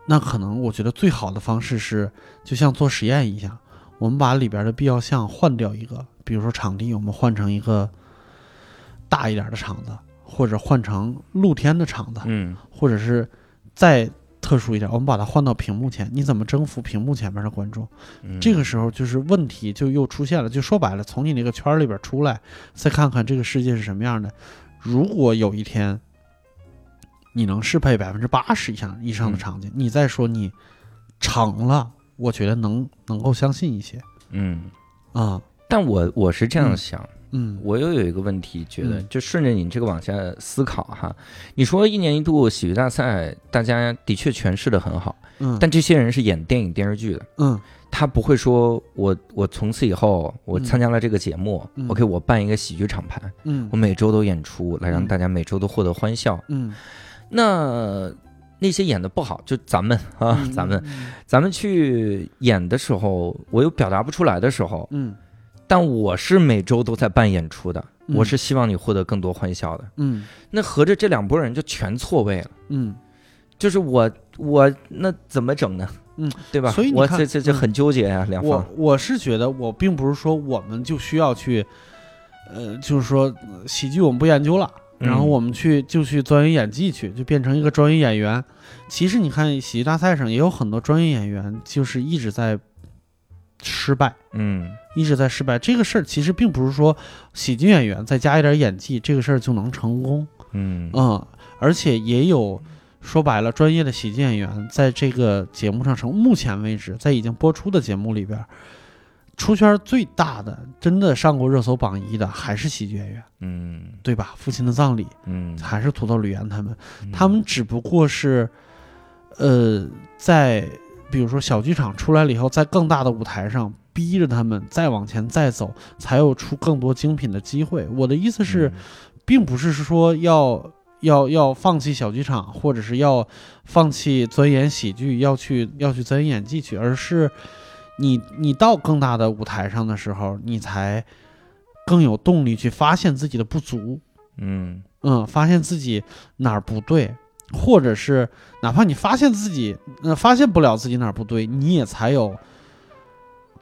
Speaker 4: 那可能我觉得最好的方式是，就像做实验一样，我们把里边的必要项换掉一个，比如说场地，我们换成一个大一点的场子，或者换成露天的场子，
Speaker 1: 嗯
Speaker 4: 或者是再特殊一点，我们把它换到屏幕前。你怎么征服屏幕前面的观众？
Speaker 1: 嗯，
Speaker 4: 这个时候就是问题就又出现了，就说白了，从你那个圈儿里边出来，再看看这个世界是什么样的。如果有一天你能适配百分之八十以上以上的
Speaker 1: 嗯
Speaker 4: 场景，你再说你成了，我觉得能能够相信一些
Speaker 1: 嗯，
Speaker 4: 啊，
Speaker 1: 但我我是这样
Speaker 4: 嗯
Speaker 1: 想，
Speaker 4: 嗯
Speaker 1: 我又有一个问题，觉得
Speaker 4: 嗯
Speaker 1: 就顺着你这个往下思考哈。你说一年一度喜剧大赛，大家的确诠释的很好，
Speaker 4: 嗯，
Speaker 1: 但这些人是演电影电视剧的，
Speaker 4: 嗯
Speaker 1: 他不会说我我从此以后我参加了这个节目、
Speaker 4: 嗯
Speaker 1: o k 我办一个喜剧厂牌，
Speaker 4: 嗯
Speaker 1: 我每周都演出，来让
Speaker 4: 嗯
Speaker 1: 大家每周都获得欢笑。
Speaker 4: 嗯
Speaker 1: 那那些演的不好，就咱们啊，
Speaker 4: 嗯
Speaker 1: 咱们咱们去演的时候，我有表达不出来的时候，
Speaker 4: 嗯
Speaker 1: 但我是每周都在办演出的，
Speaker 4: 嗯
Speaker 1: 我是希望你获得更多欢笑的。
Speaker 4: 嗯
Speaker 1: 那合着这两拨人就全错位了，
Speaker 4: 嗯
Speaker 1: 就是我我那怎么整呢？
Speaker 4: 嗯，
Speaker 1: 对吧？
Speaker 4: 所以你
Speaker 1: 我
Speaker 4: 看
Speaker 1: 这这这
Speaker 4: 嗯
Speaker 1: 很纠结啊，两
Speaker 4: 我
Speaker 1: 方。
Speaker 4: 我是觉得，我并不是说我们就需要去，呃，就是说呃喜剧我们不研究了，
Speaker 1: 嗯
Speaker 4: 然后我们去就去钻研演技去，就变成一个专业演员。其实你看喜剧大赛上也有很多专业演员，就是一直在失败，
Speaker 1: 嗯
Speaker 4: 一直在失败。这个事儿其实并不是说喜剧演员再加一点演技，这个事儿就能成功。
Speaker 1: 嗯
Speaker 4: 嗯，而且也有说白了，专业的喜剧演员在这个节目上成目前为止，在已经播出的节目里边儿，出圈最大的，真的上过热搜榜一的还是喜剧演员，
Speaker 1: 嗯
Speaker 4: 对吧？父亲的葬礼
Speaker 1: 嗯，
Speaker 4: 还是土豆吕岩他们，他们只不过是，呃，在比如说小剧场出来了以后，在更大的舞台上。逼着他们再往前再走，才有出更多精品的机会。我的意思是，并不是说要要要放弃小剧场，或者是要放弃钻研喜剧，要去要去钻研演技去，而是你你到更大的舞台上的时候，你才更有动力去发现自己的不足，
Speaker 1: 嗯
Speaker 4: 嗯，发现自己哪儿不对。或者是哪怕你发现自己，呃，发现不了自己哪儿不对，你也才有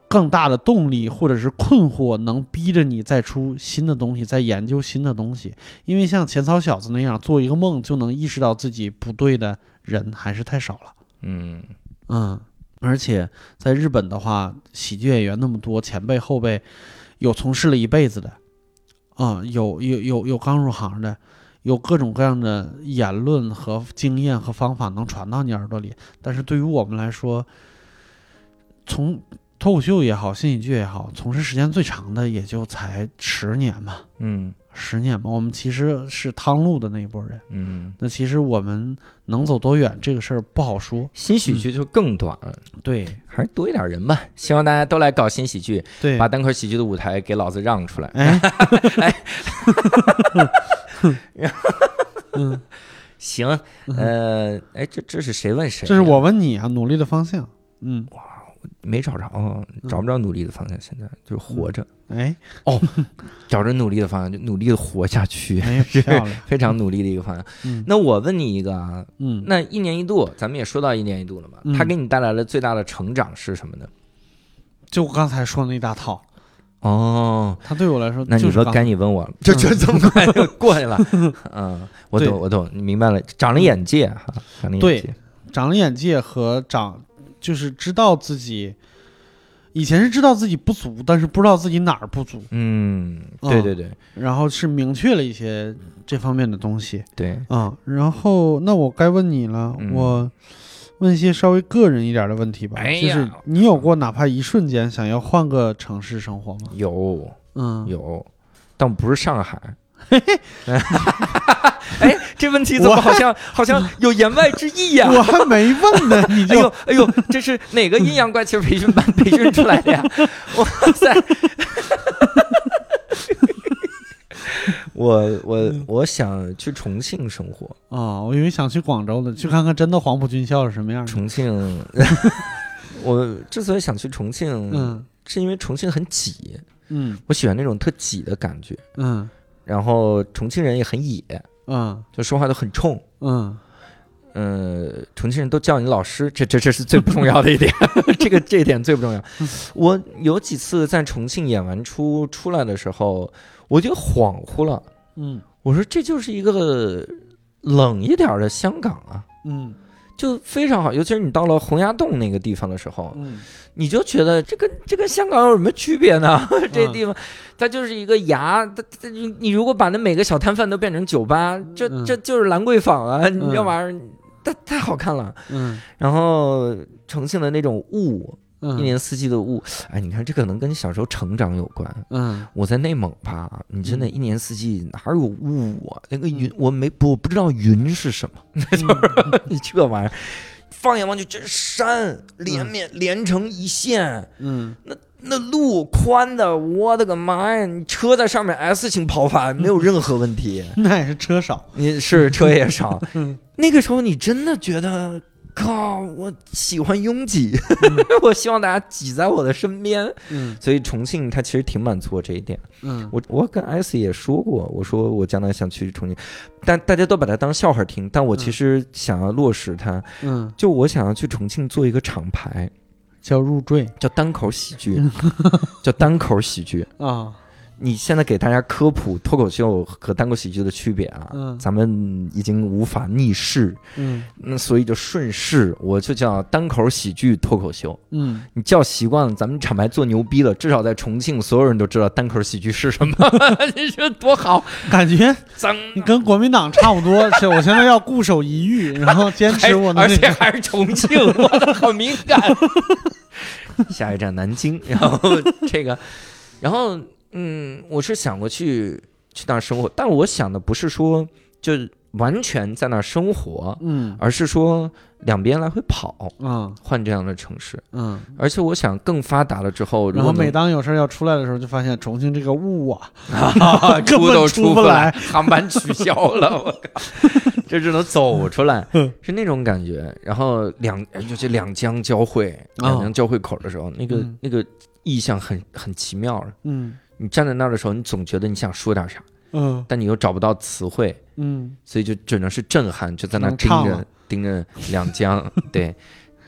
Speaker 4: 更大的动力或者是困惑，能逼着你再出新的东西，再研究新的东西。因为像浅草小子那样做一个梦就能意识到自己不对的人还是太少了。
Speaker 1: 嗯
Speaker 4: 嗯，而且在日本的话，喜剧演员那么多，前辈后辈，有从事了一辈子的，啊、有有有有刚入行的，有各种各样的言论和经验和方法能传到你耳朵里。但是对于我们来说，从脱口秀也好，新喜剧也好，从事时间最长的也就才十年嘛，
Speaker 1: 嗯
Speaker 4: 十年嘛。我们其实是趟路的那一波人，
Speaker 1: 嗯，
Speaker 4: 那其实我们能走多远这个事儿不好说。
Speaker 1: 新喜
Speaker 4: 嗯
Speaker 1: 剧就更短了，
Speaker 4: 对
Speaker 1: 还是多一点人吧。希望大家都来搞新喜剧，
Speaker 4: 对，
Speaker 1: 把单口喜剧的舞台给老子让出来。
Speaker 4: 哎，嗯
Speaker 1: (laughs) 行，呃，哎，这这是谁问谁呀？
Speaker 4: 这是我问你啊，努力的方向。嗯，
Speaker 1: 没找着，哦找不着努力的方向。现在就是活着，
Speaker 4: 哎，
Speaker 1: 找着努力的方向，就努力的活下去，
Speaker 4: 哎，漂
Speaker 1: (laughs)
Speaker 4: 亮。
Speaker 1: 非常努力的一个方向。
Speaker 4: 嗯
Speaker 1: 那我问你一个啊，
Speaker 4: 嗯，
Speaker 1: 那一年一度，咱们也说到一年一度了嘛，
Speaker 4: 嗯
Speaker 1: 它给你带来了最大的成长是什么呢？
Speaker 4: 就我刚才说的那一大套，
Speaker 1: 哦，
Speaker 4: 他对我来说
Speaker 1: 那
Speaker 4: 就
Speaker 1: 你
Speaker 4: 是
Speaker 1: 说
Speaker 4: 刚
Speaker 1: 该你问我了，就就这么快就 (laughs) 过去了。嗯，我
Speaker 4: 对
Speaker 1: 懂，我懂，你明白了，长了眼界哈，长了眼界。
Speaker 4: 长了眼界和长，就是知道自己以前是知道自己不足，但是不知道自己哪儿不足，
Speaker 1: 嗯，对
Speaker 4: 嗯
Speaker 1: 对对
Speaker 4: 然后是明确了一些这方面的东西
Speaker 1: 对，
Speaker 4: 啊、然后那我该问你了，
Speaker 1: 嗯
Speaker 4: 我问一些稍微个人一点的问题吧，
Speaker 1: 哎呀
Speaker 4: 就是你有过哪怕一瞬间想要换个城市生活吗？
Speaker 1: 有
Speaker 4: 嗯，
Speaker 1: (laughs) 有，但不是上海。
Speaker 5: 哎，这问题怎么好像好像有言外之意呀、
Speaker 4: (laughs) 我还没问呢，你
Speaker 5: (laughs) 哎
Speaker 1: (laughs)
Speaker 4: 就
Speaker 5: 呦哎呦，这是哪个阴阳怪气培训班培训出来的
Speaker 1: (laughs)
Speaker 5: 呀？哇塞！
Speaker 1: 我我
Speaker 5: 嗯
Speaker 1: 我想去重庆生活，
Speaker 4: 啊，我以为想去广州呢，去看看真的黄埔军校是什么样的。
Speaker 5: (laughs)
Speaker 1: 重庆，我之所以想去重庆，
Speaker 4: 嗯
Speaker 1: 是因为重庆很挤，
Speaker 4: 嗯
Speaker 1: 我喜欢那种特挤的感觉。
Speaker 4: 嗯
Speaker 1: 然后重庆人也很野，
Speaker 4: 嗯
Speaker 1: 就说话都很冲。
Speaker 4: 嗯
Speaker 1: 嗯，重庆人都叫你老师，这这这是最不重要的一点，这个这一点最不重要。 (laughs) 我有几次在重庆演完出出来的时候，我就恍惚了，
Speaker 4: 嗯
Speaker 1: 我说这就是一个冷一点儿的香港啊，
Speaker 4: 嗯
Speaker 1: 就非常好。尤其是你到了洪崖洞那个地方的时候，
Speaker 4: 嗯
Speaker 1: 你就觉得这跟这跟香港有什么区别呢？ (laughs) 这地方它就是一个崖，它它你你如果把那每个小摊贩都变成酒吧，这
Speaker 4: 嗯
Speaker 1: 这就是兰桂坊啊，你这玩意儿太太好看了。
Speaker 4: 嗯
Speaker 1: 然后重庆的那种雾，一
Speaker 4: 嗯
Speaker 1: 年四季的雾，哎，你看这可能跟小时候成长有关。
Speaker 4: 嗯
Speaker 1: 我在内蒙吧，你真的，
Speaker 4: 嗯
Speaker 1: 一年四季哪有雾啊？那个云，我没不我不知道云是什
Speaker 4: (laughs)
Speaker 1: 么， (laughs) 你这玩意儿，放眼望去，这山连绵连成一线，
Speaker 4: 嗯 (laughs)
Speaker 1: 那路宽的，我的个妈呀！你车在上面 S 型跑法没有任何问题，
Speaker 4: 那也是车少。
Speaker 1: 你是车也少，那个时候你真的觉得。靠！我喜欢拥挤， (laughs) 我希望大家挤在我的身边。
Speaker 4: 嗯
Speaker 1: 所以重庆它其实挺满足我这一点。
Speaker 4: 嗯
Speaker 1: 我我跟艾斯也说过，我说我将来想去重庆，但大家都把它当笑话听。但我其实想要落实它，
Speaker 4: 嗯，
Speaker 1: 就我想要去重庆做一个厂牌，
Speaker 4: 叫入赘
Speaker 1: 叫单口喜剧，叫单口喜剧。
Speaker 4: 啊。
Speaker 1: 你现在给大家科普脱口秀和单口喜剧的区别啊，
Speaker 4: 嗯
Speaker 1: 咱们已经无法逆势，
Speaker 4: 嗯
Speaker 1: 那所以就顺势，我就叫单口喜剧脱口秀。
Speaker 4: 嗯
Speaker 1: 你叫习惯了，咱们厂牌做牛逼了，至少在重庆，所有人都知道单口喜剧是什么，你说多好，啊
Speaker 4: 感觉
Speaker 1: 咱
Speaker 4: 你跟国民党差不多，是我现在要固守一隅，然后坚
Speaker 1: 还
Speaker 4: 持我的
Speaker 1: 而
Speaker 4: 那
Speaker 1: 且
Speaker 4: (laughs) 个。
Speaker 1: 还是重庆，我的好敏感。下一站南京，然后这个，然后嗯，我是想过去去那儿生活，但我想的不是说就完全在那儿生活，
Speaker 4: 嗯
Speaker 1: 而是说两边来回跑，
Speaker 4: 嗯
Speaker 1: 换这样的城市。
Speaker 4: 嗯，
Speaker 1: 而且我想更发达了之后，如
Speaker 4: 然
Speaker 1: 果
Speaker 4: 后每
Speaker 1: 能
Speaker 4: 当有事儿要出来的时候，就发现重庆这个雾啊，
Speaker 1: (laughs) 啊，
Speaker 4: 根
Speaker 1: 出
Speaker 4: 本
Speaker 1: 都
Speaker 4: 出
Speaker 1: 出
Speaker 4: 不
Speaker 1: 来
Speaker 4: 来，
Speaker 1: 航班取消了，我靠， (laughs) 这只能走出
Speaker 4: (laughs)
Speaker 1: 来，
Speaker 4: 嗯
Speaker 1: 是那种感觉。然后两，哎尤其两江交汇，
Speaker 4: 哦
Speaker 1: 两江交汇口的时候，那个
Speaker 4: 嗯
Speaker 1: 那个意象很很奇妙。
Speaker 4: 嗯
Speaker 1: 你站在那儿的时候，你总觉得你想说点啥，
Speaker 4: 嗯
Speaker 1: 但你又找不到词汇，
Speaker 4: 嗯
Speaker 1: 所以就只能是震撼，就在那
Speaker 4: 能
Speaker 1: 盯
Speaker 4: 唱
Speaker 1: 着
Speaker 4: 吗
Speaker 1: 盯着两江。 (laughs) 对，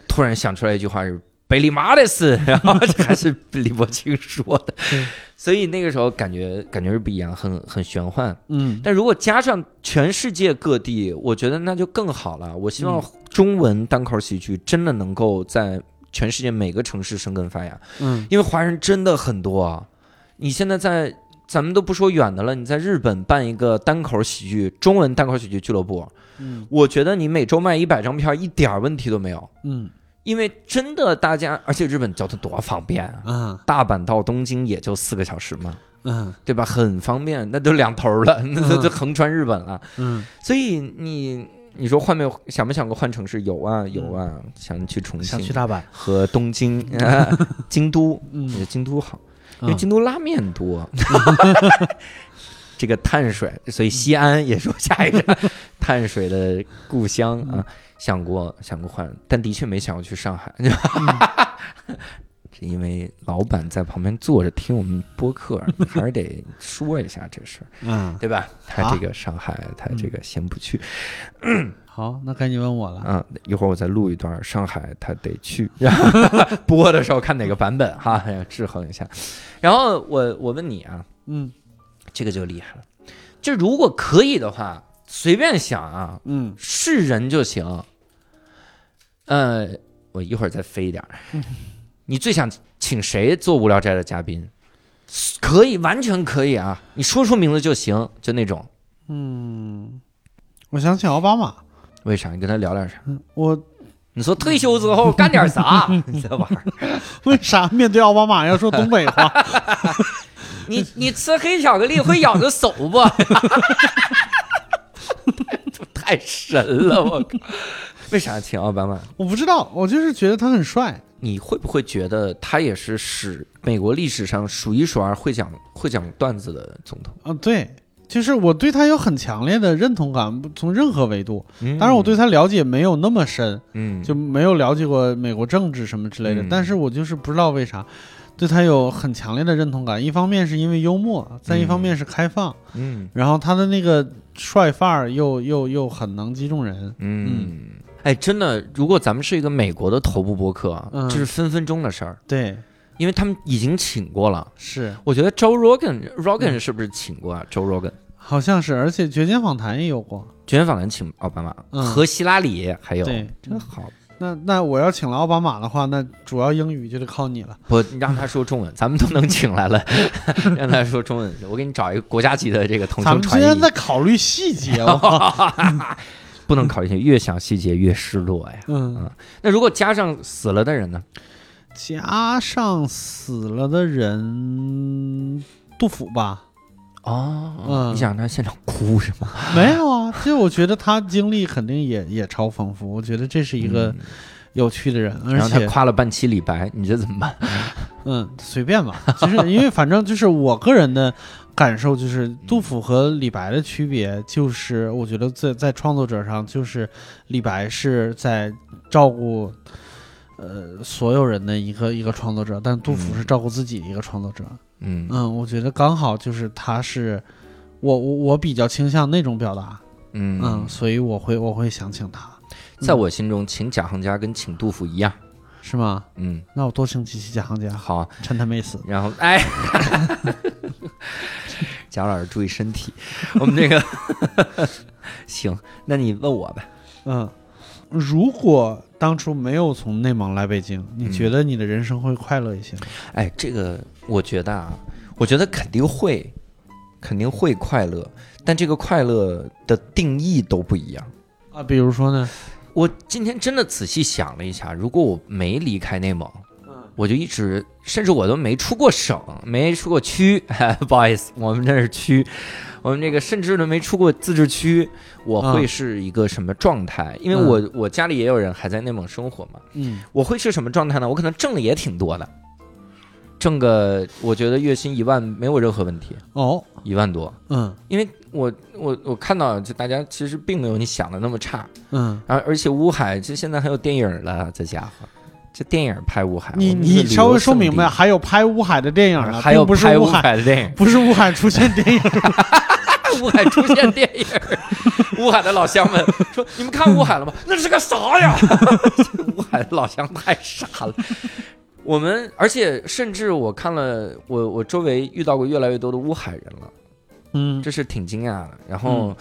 Speaker 1: 突然想出来一句话是“贝利马的斯”， (laughs) 然后这还是李伯清说的
Speaker 4: 对，
Speaker 1: 所以那个时候感觉感觉是不一样，很很玄幻。
Speaker 4: 嗯
Speaker 1: 但如果加上全世界各地，我觉得那就更好了。我希
Speaker 4: 嗯
Speaker 1: 望中文单口喜剧真的能够在全世界每个城市生根发芽，
Speaker 4: 嗯
Speaker 1: 因为华人真的很多啊。你现在在咱们都不说远的了，你在日本办一个单口喜剧中文单口喜剧俱乐部，
Speaker 4: 嗯
Speaker 1: 我觉得你每周卖一百张票一点儿问题都没有，
Speaker 4: 嗯
Speaker 1: 因为真的大家，而且日本交通多方便啊，
Speaker 4: 啊
Speaker 1: 大阪到东京也就四个小时嘛，
Speaker 4: 嗯
Speaker 1: 对吧？很方便，那都两头儿了， (laughs) 那都
Speaker 4: 嗯
Speaker 1: 都横穿日本了。
Speaker 4: 嗯，
Speaker 1: 所以你你说换没有想没想过换城市？有啊有啊，想去重庆
Speaker 4: 嗯想去大阪，
Speaker 1: 和东
Speaker 4: (laughs)
Speaker 1: 京、啊、京都，
Speaker 4: 嗯
Speaker 1: 我觉得京都好，因为
Speaker 4: 嗯
Speaker 1: 京都拉面
Speaker 4: (laughs)
Speaker 1: 多。 (laughs) 这个碳水，所以西安也是我下一个碳水的故乡
Speaker 4: 嗯
Speaker 1: 啊，想过想过换，但的确没想过去上海，
Speaker 4: 嗯
Speaker 1: 是 (laughs) 因为老板在旁边坐着听我们播客，还是得说一下这事儿，
Speaker 4: 嗯
Speaker 1: 对吧？他
Speaker 4: 好
Speaker 1: 这个上海，他这个先不去，
Speaker 4: 好，那该你问我了。
Speaker 1: 啊，一会儿我再录一段上海，他得去 (laughs) 播的时候看哪个版本哈，要制衡一下。然后我我问你啊，
Speaker 4: 嗯
Speaker 1: 这个就厉害了，这如果可以的话，随便想啊，
Speaker 4: 嗯
Speaker 1: 是人就行。呃，我一会儿再飞一点儿。你最想请谁做无聊斋的嘉宾？可以，完全可以啊！你说出名字就行，就那种。
Speaker 4: 嗯，我想请奥巴马，
Speaker 1: 为啥？你跟他聊点啥？
Speaker 4: (laughs) 我
Speaker 1: 你说退休之后干点啥？ (laughs) 你这玩意儿。
Speaker 4: 为啥面对奥巴马要说东北 (laughs) 话？
Speaker 1: 你你吃黑巧克力会咬着手不？ (laughs) 太神了，我靠！为啥请奥巴马？
Speaker 4: 我不知道，我就是觉得他很帅。
Speaker 1: 你会不会觉得他也是史美国历史上数一数二会讲会讲段子的总统？
Speaker 4: 啊，对，就是我对他有很强烈的认同感，不从任何维度。嗯当然，我对他了解没有那么深，
Speaker 1: 嗯
Speaker 4: 就没有了解过美国政治什么之类的。
Speaker 1: 嗯
Speaker 4: 但是我就是不知道为啥，对他有很强烈的认同感。一方面是因为幽默，再一方面是开放，
Speaker 1: 嗯
Speaker 4: 然后他的那个帅范儿又又又很能击中人。
Speaker 1: 嗯。哎，真的，如果咱们是一个美国的头部播客啊，
Speaker 4: 嗯
Speaker 1: 这是分分钟的事儿，
Speaker 4: 对，
Speaker 1: 因为他们已经请过了。
Speaker 4: 是，
Speaker 1: 我觉得 Joe Rogan Rogan
Speaker 4: 嗯
Speaker 1: 是不是请过啊？Joe Rogan
Speaker 4: 好像是，而且《绝间访谈》也有过。
Speaker 1: 绝缘访谈请奥巴马、
Speaker 4: 嗯
Speaker 1: 和希拉里，还有
Speaker 4: 对
Speaker 1: 真好，
Speaker 4: 那那我要请了奥巴马的话，那主要英语就得靠你了。
Speaker 1: 不你让他说中文，咱们都能请来了， (laughs) 让他说中文。我给你找一个国家级的这个同
Speaker 4: 咱
Speaker 1: 声
Speaker 4: 们今
Speaker 1: 传
Speaker 4: 天
Speaker 1: 译
Speaker 4: 在，考虑细节，我
Speaker 1: (laughs) 不能考虑一些越想细节越失落呀。
Speaker 4: 嗯，
Speaker 1: 那如果加上死了的人呢？
Speaker 4: 加上死了的人，杜甫吧？
Speaker 1: 哦，
Speaker 4: 嗯
Speaker 1: 你想让他现场哭是吗？
Speaker 4: (laughs) 没有啊，就我觉得他经历肯定也也超丰富，我觉得这是一个
Speaker 1: 嗯
Speaker 4: 有趣的人，而
Speaker 1: 然后他
Speaker 4: 且
Speaker 1: 夸了半期李白，你这怎么办？
Speaker 4: 嗯，随便吧， (laughs) 就是因为反正就是我个人的感受，就是杜甫和李白的区别，就是我觉得在在创作者上，就是李白是在照顾。呃，所有人的一个一个创作者，但杜甫是照顾自己的一个创作者。
Speaker 1: 嗯
Speaker 4: 嗯，我觉得刚好就是他是，我我我比较倾向那种表达，
Speaker 1: 嗯
Speaker 4: 嗯，所以我会我会想请他，
Speaker 1: 在我心中，请贾行家跟请杜甫一样。
Speaker 4: 是吗？
Speaker 1: 嗯，
Speaker 4: 那我多请几期贾行家，
Speaker 1: 好，
Speaker 4: 啊趁他没
Speaker 1: (laughs)
Speaker 4: 死。
Speaker 1: 然后哎，贾老师注意身体。我们这个行，那你问我呗。
Speaker 4: 嗯，如果当初没有从内蒙来北京，你
Speaker 1: 嗯
Speaker 4: 觉得你的人生会快乐一些吗？
Speaker 1: 哎，这个我觉得啊，我觉得肯定会，肯定会快乐，但这个快乐的定义都不一样。
Speaker 4: 啊，比如说呢？
Speaker 1: 我今天真的仔细想了一下，如果我没离开内蒙，我就一直，甚至我都没出过省，没出过区， (laughs) 不好意思，我们这是区，我们这个甚至都没出过自治区，我会
Speaker 4: 嗯
Speaker 1: 是一个什么状态？因为我我家里也有人还在内蒙生活嘛，
Speaker 4: 嗯
Speaker 1: 我会是什么状态呢？我可能挣的也挺多的，挣个我觉得月薪一万没有任何问题，
Speaker 4: 哦，
Speaker 1: 一万多，
Speaker 4: 嗯
Speaker 1: 因为我我我看到就大家其实并没有你想的那么差，
Speaker 4: 嗯，
Speaker 1: 啊而而且乌海这现在还有电影了，啊这家伙，这电影拍乌海，
Speaker 4: 你
Speaker 1: 我们是
Speaker 4: 你
Speaker 1: 旅游
Speaker 4: 稍微说明
Speaker 1: 胜
Speaker 4: 白，
Speaker 1: 地，啊
Speaker 4: 还有拍乌海的电影呢，
Speaker 1: 还有
Speaker 4: 并不
Speaker 1: 拍
Speaker 4: 是
Speaker 1: 乌
Speaker 4: 乌海，
Speaker 1: (laughs) 的电
Speaker 4: (laughs)
Speaker 1: 影，
Speaker 4: 不是乌海出现电影。
Speaker 1: 乌海出现电影， (laughs) 乌海的老乡们说：“你们看乌海了吗？那是个啥呀？” (laughs) 乌海的老乡太傻了。我们，而且甚至我看了，我我周围遇到过越来越多的乌海人了，
Speaker 4: 嗯
Speaker 1: 这是挺惊讶的。然后，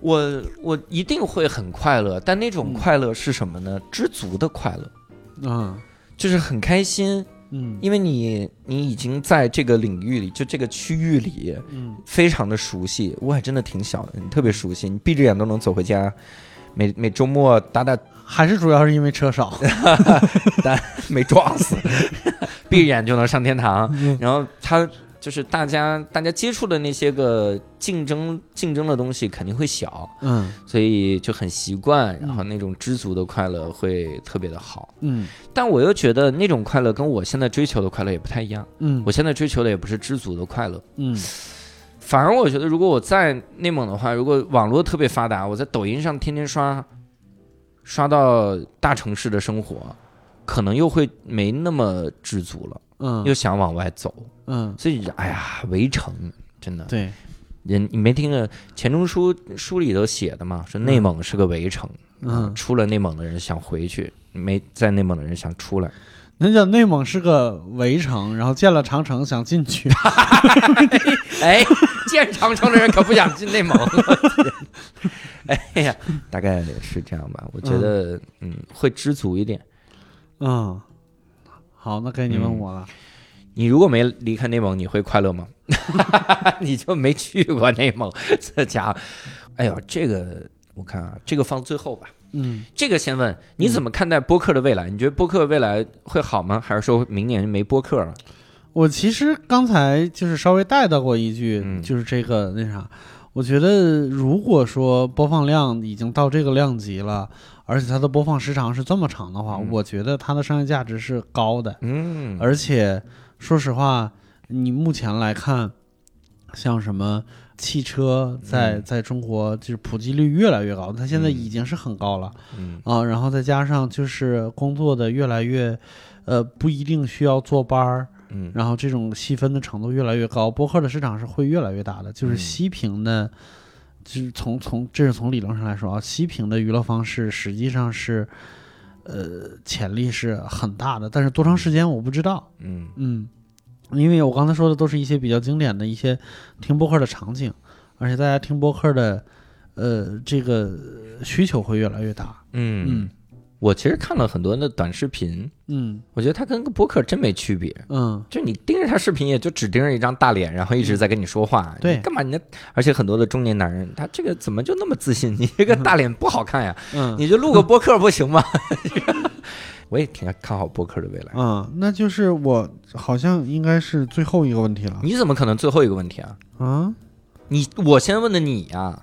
Speaker 1: 我我一定会很快乐，但那种快乐是什么呢？知足的快乐，
Speaker 4: 嗯
Speaker 1: 就是很开心，
Speaker 4: 嗯
Speaker 1: 因为你你已经在这个领域里，就这个区域里
Speaker 4: 嗯
Speaker 1: 非常的熟悉。乌海真的挺小的，你特别熟悉，你闭着眼都能走回家。每每周末打 (laughs) 打
Speaker 4: 还是主要是因为车少。
Speaker 1: 没撞死， (laughs) 闭着眼就能上天堂。然后他就是大家大家接触的那些个竞争竞争的东西肯定会小，
Speaker 4: 嗯
Speaker 1: 所以就很习惯，然后那种知足的快乐会特别的好。
Speaker 4: 嗯
Speaker 1: 但我又觉得那种快乐跟我现在追求的快乐也不太一样。
Speaker 4: 嗯
Speaker 1: 我现在追求的也不是知足的快乐，
Speaker 4: 嗯
Speaker 1: 反而我觉得如果我在内蒙的话，如果网络特别发达，我在抖音上天天刷，刷到大城市的生活，可能又会没那么知足了，又
Speaker 4: 嗯
Speaker 1: 想往外走。
Speaker 4: 嗯，
Speaker 1: 所以，哎呀，围城真的，
Speaker 4: 对，
Speaker 1: 人你没听着钱钟书书里头写的嘛，说内蒙是个围城，
Speaker 4: 嗯，
Speaker 1: 出了内蒙的人想回去，没在内蒙的人想出来。
Speaker 4: 那叫内蒙是个围城，然后建了长城想进去。
Speaker 1: 哎， (laughs) 见长城的人可不想进内蒙。 (laughs) 哎呀，大概是这样吧。我觉得，嗯，会知足一点。
Speaker 4: 嗯，好，那该你问我了。
Speaker 1: 你如果没离开内蒙，你会快乐吗？ (laughs) 你就没去过内蒙， (laughs) 这家伙，哎呦，这个我看啊，这个放最后吧。
Speaker 4: 嗯，
Speaker 1: 这个先问你怎么看待播客的未来？你觉得播客未来会好吗？还是说明年没播客了？
Speaker 4: 我其实刚才就是稍微带到过一句，
Speaker 1: 嗯
Speaker 4: 就是这个那啥，我觉得如果说播放量已经到这个量级了，而且它的播放时长是这么长的话，
Speaker 1: 嗯
Speaker 4: 我觉得它的商业价值是高的。
Speaker 1: 嗯，
Speaker 4: 而且说实话，你目前来看，像什么汽车在、
Speaker 1: 嗯
Speaker 4: 在中国就是普及率越来越高，它现在
Speaker 1: 嗯
Speaker 4: 已经是很高了
Speaker 1: 嗯
Speaker 4: 啊、然后再加上就是工作的越来越，呃，不一定需要坐班儿，
Speaker 1: 嗯
Speaker 4: 然后这种细分的程度越来越高，播客的市场是会越来越大的。就是
Speaker 1: 嗯
Speaker 4: 西平的，就是从从这是从理论上来说啊，西平的娱乐方式实际上是，呃，潜力是很大的，但是多长时间我不知道。
Speaker 1: 嗯
Speaker 4: 嗯，因为我刚才说的都是一些比较经典的一些听播客的场景，而且大家听播客的，呃，这个需求会越来越大。
Speaker 1: 嗯
Speaker 4: 嗯，
Speaker 1: 我其实看了很多的短视频，
Speaker 4: 嗯
Speaker 1: 我觉得它跟个播客真没区别。
Speaker 4: 嗯
Speaker 1: 就你盯着他视频，也就只盯着一张大脸，然后一直在跟你说话。
Speaker 4: 对
Speaker 1: 你干嘛？你那而且很多的中年男人，他这个怎么就那么自信？你这个大脸不好看呀，
Speaker 4: 嗯，
Speaker 1: 你就录个播客不行吗？我也挺看好播客的未来。
Speaker 4: 啊，那就是我好像应该是最后一个问题了
Speaker 1: 你怎么可能最后一个问题啊？
Speaker 4: 啊！
Speaker 1: 你我先问的你啊呀、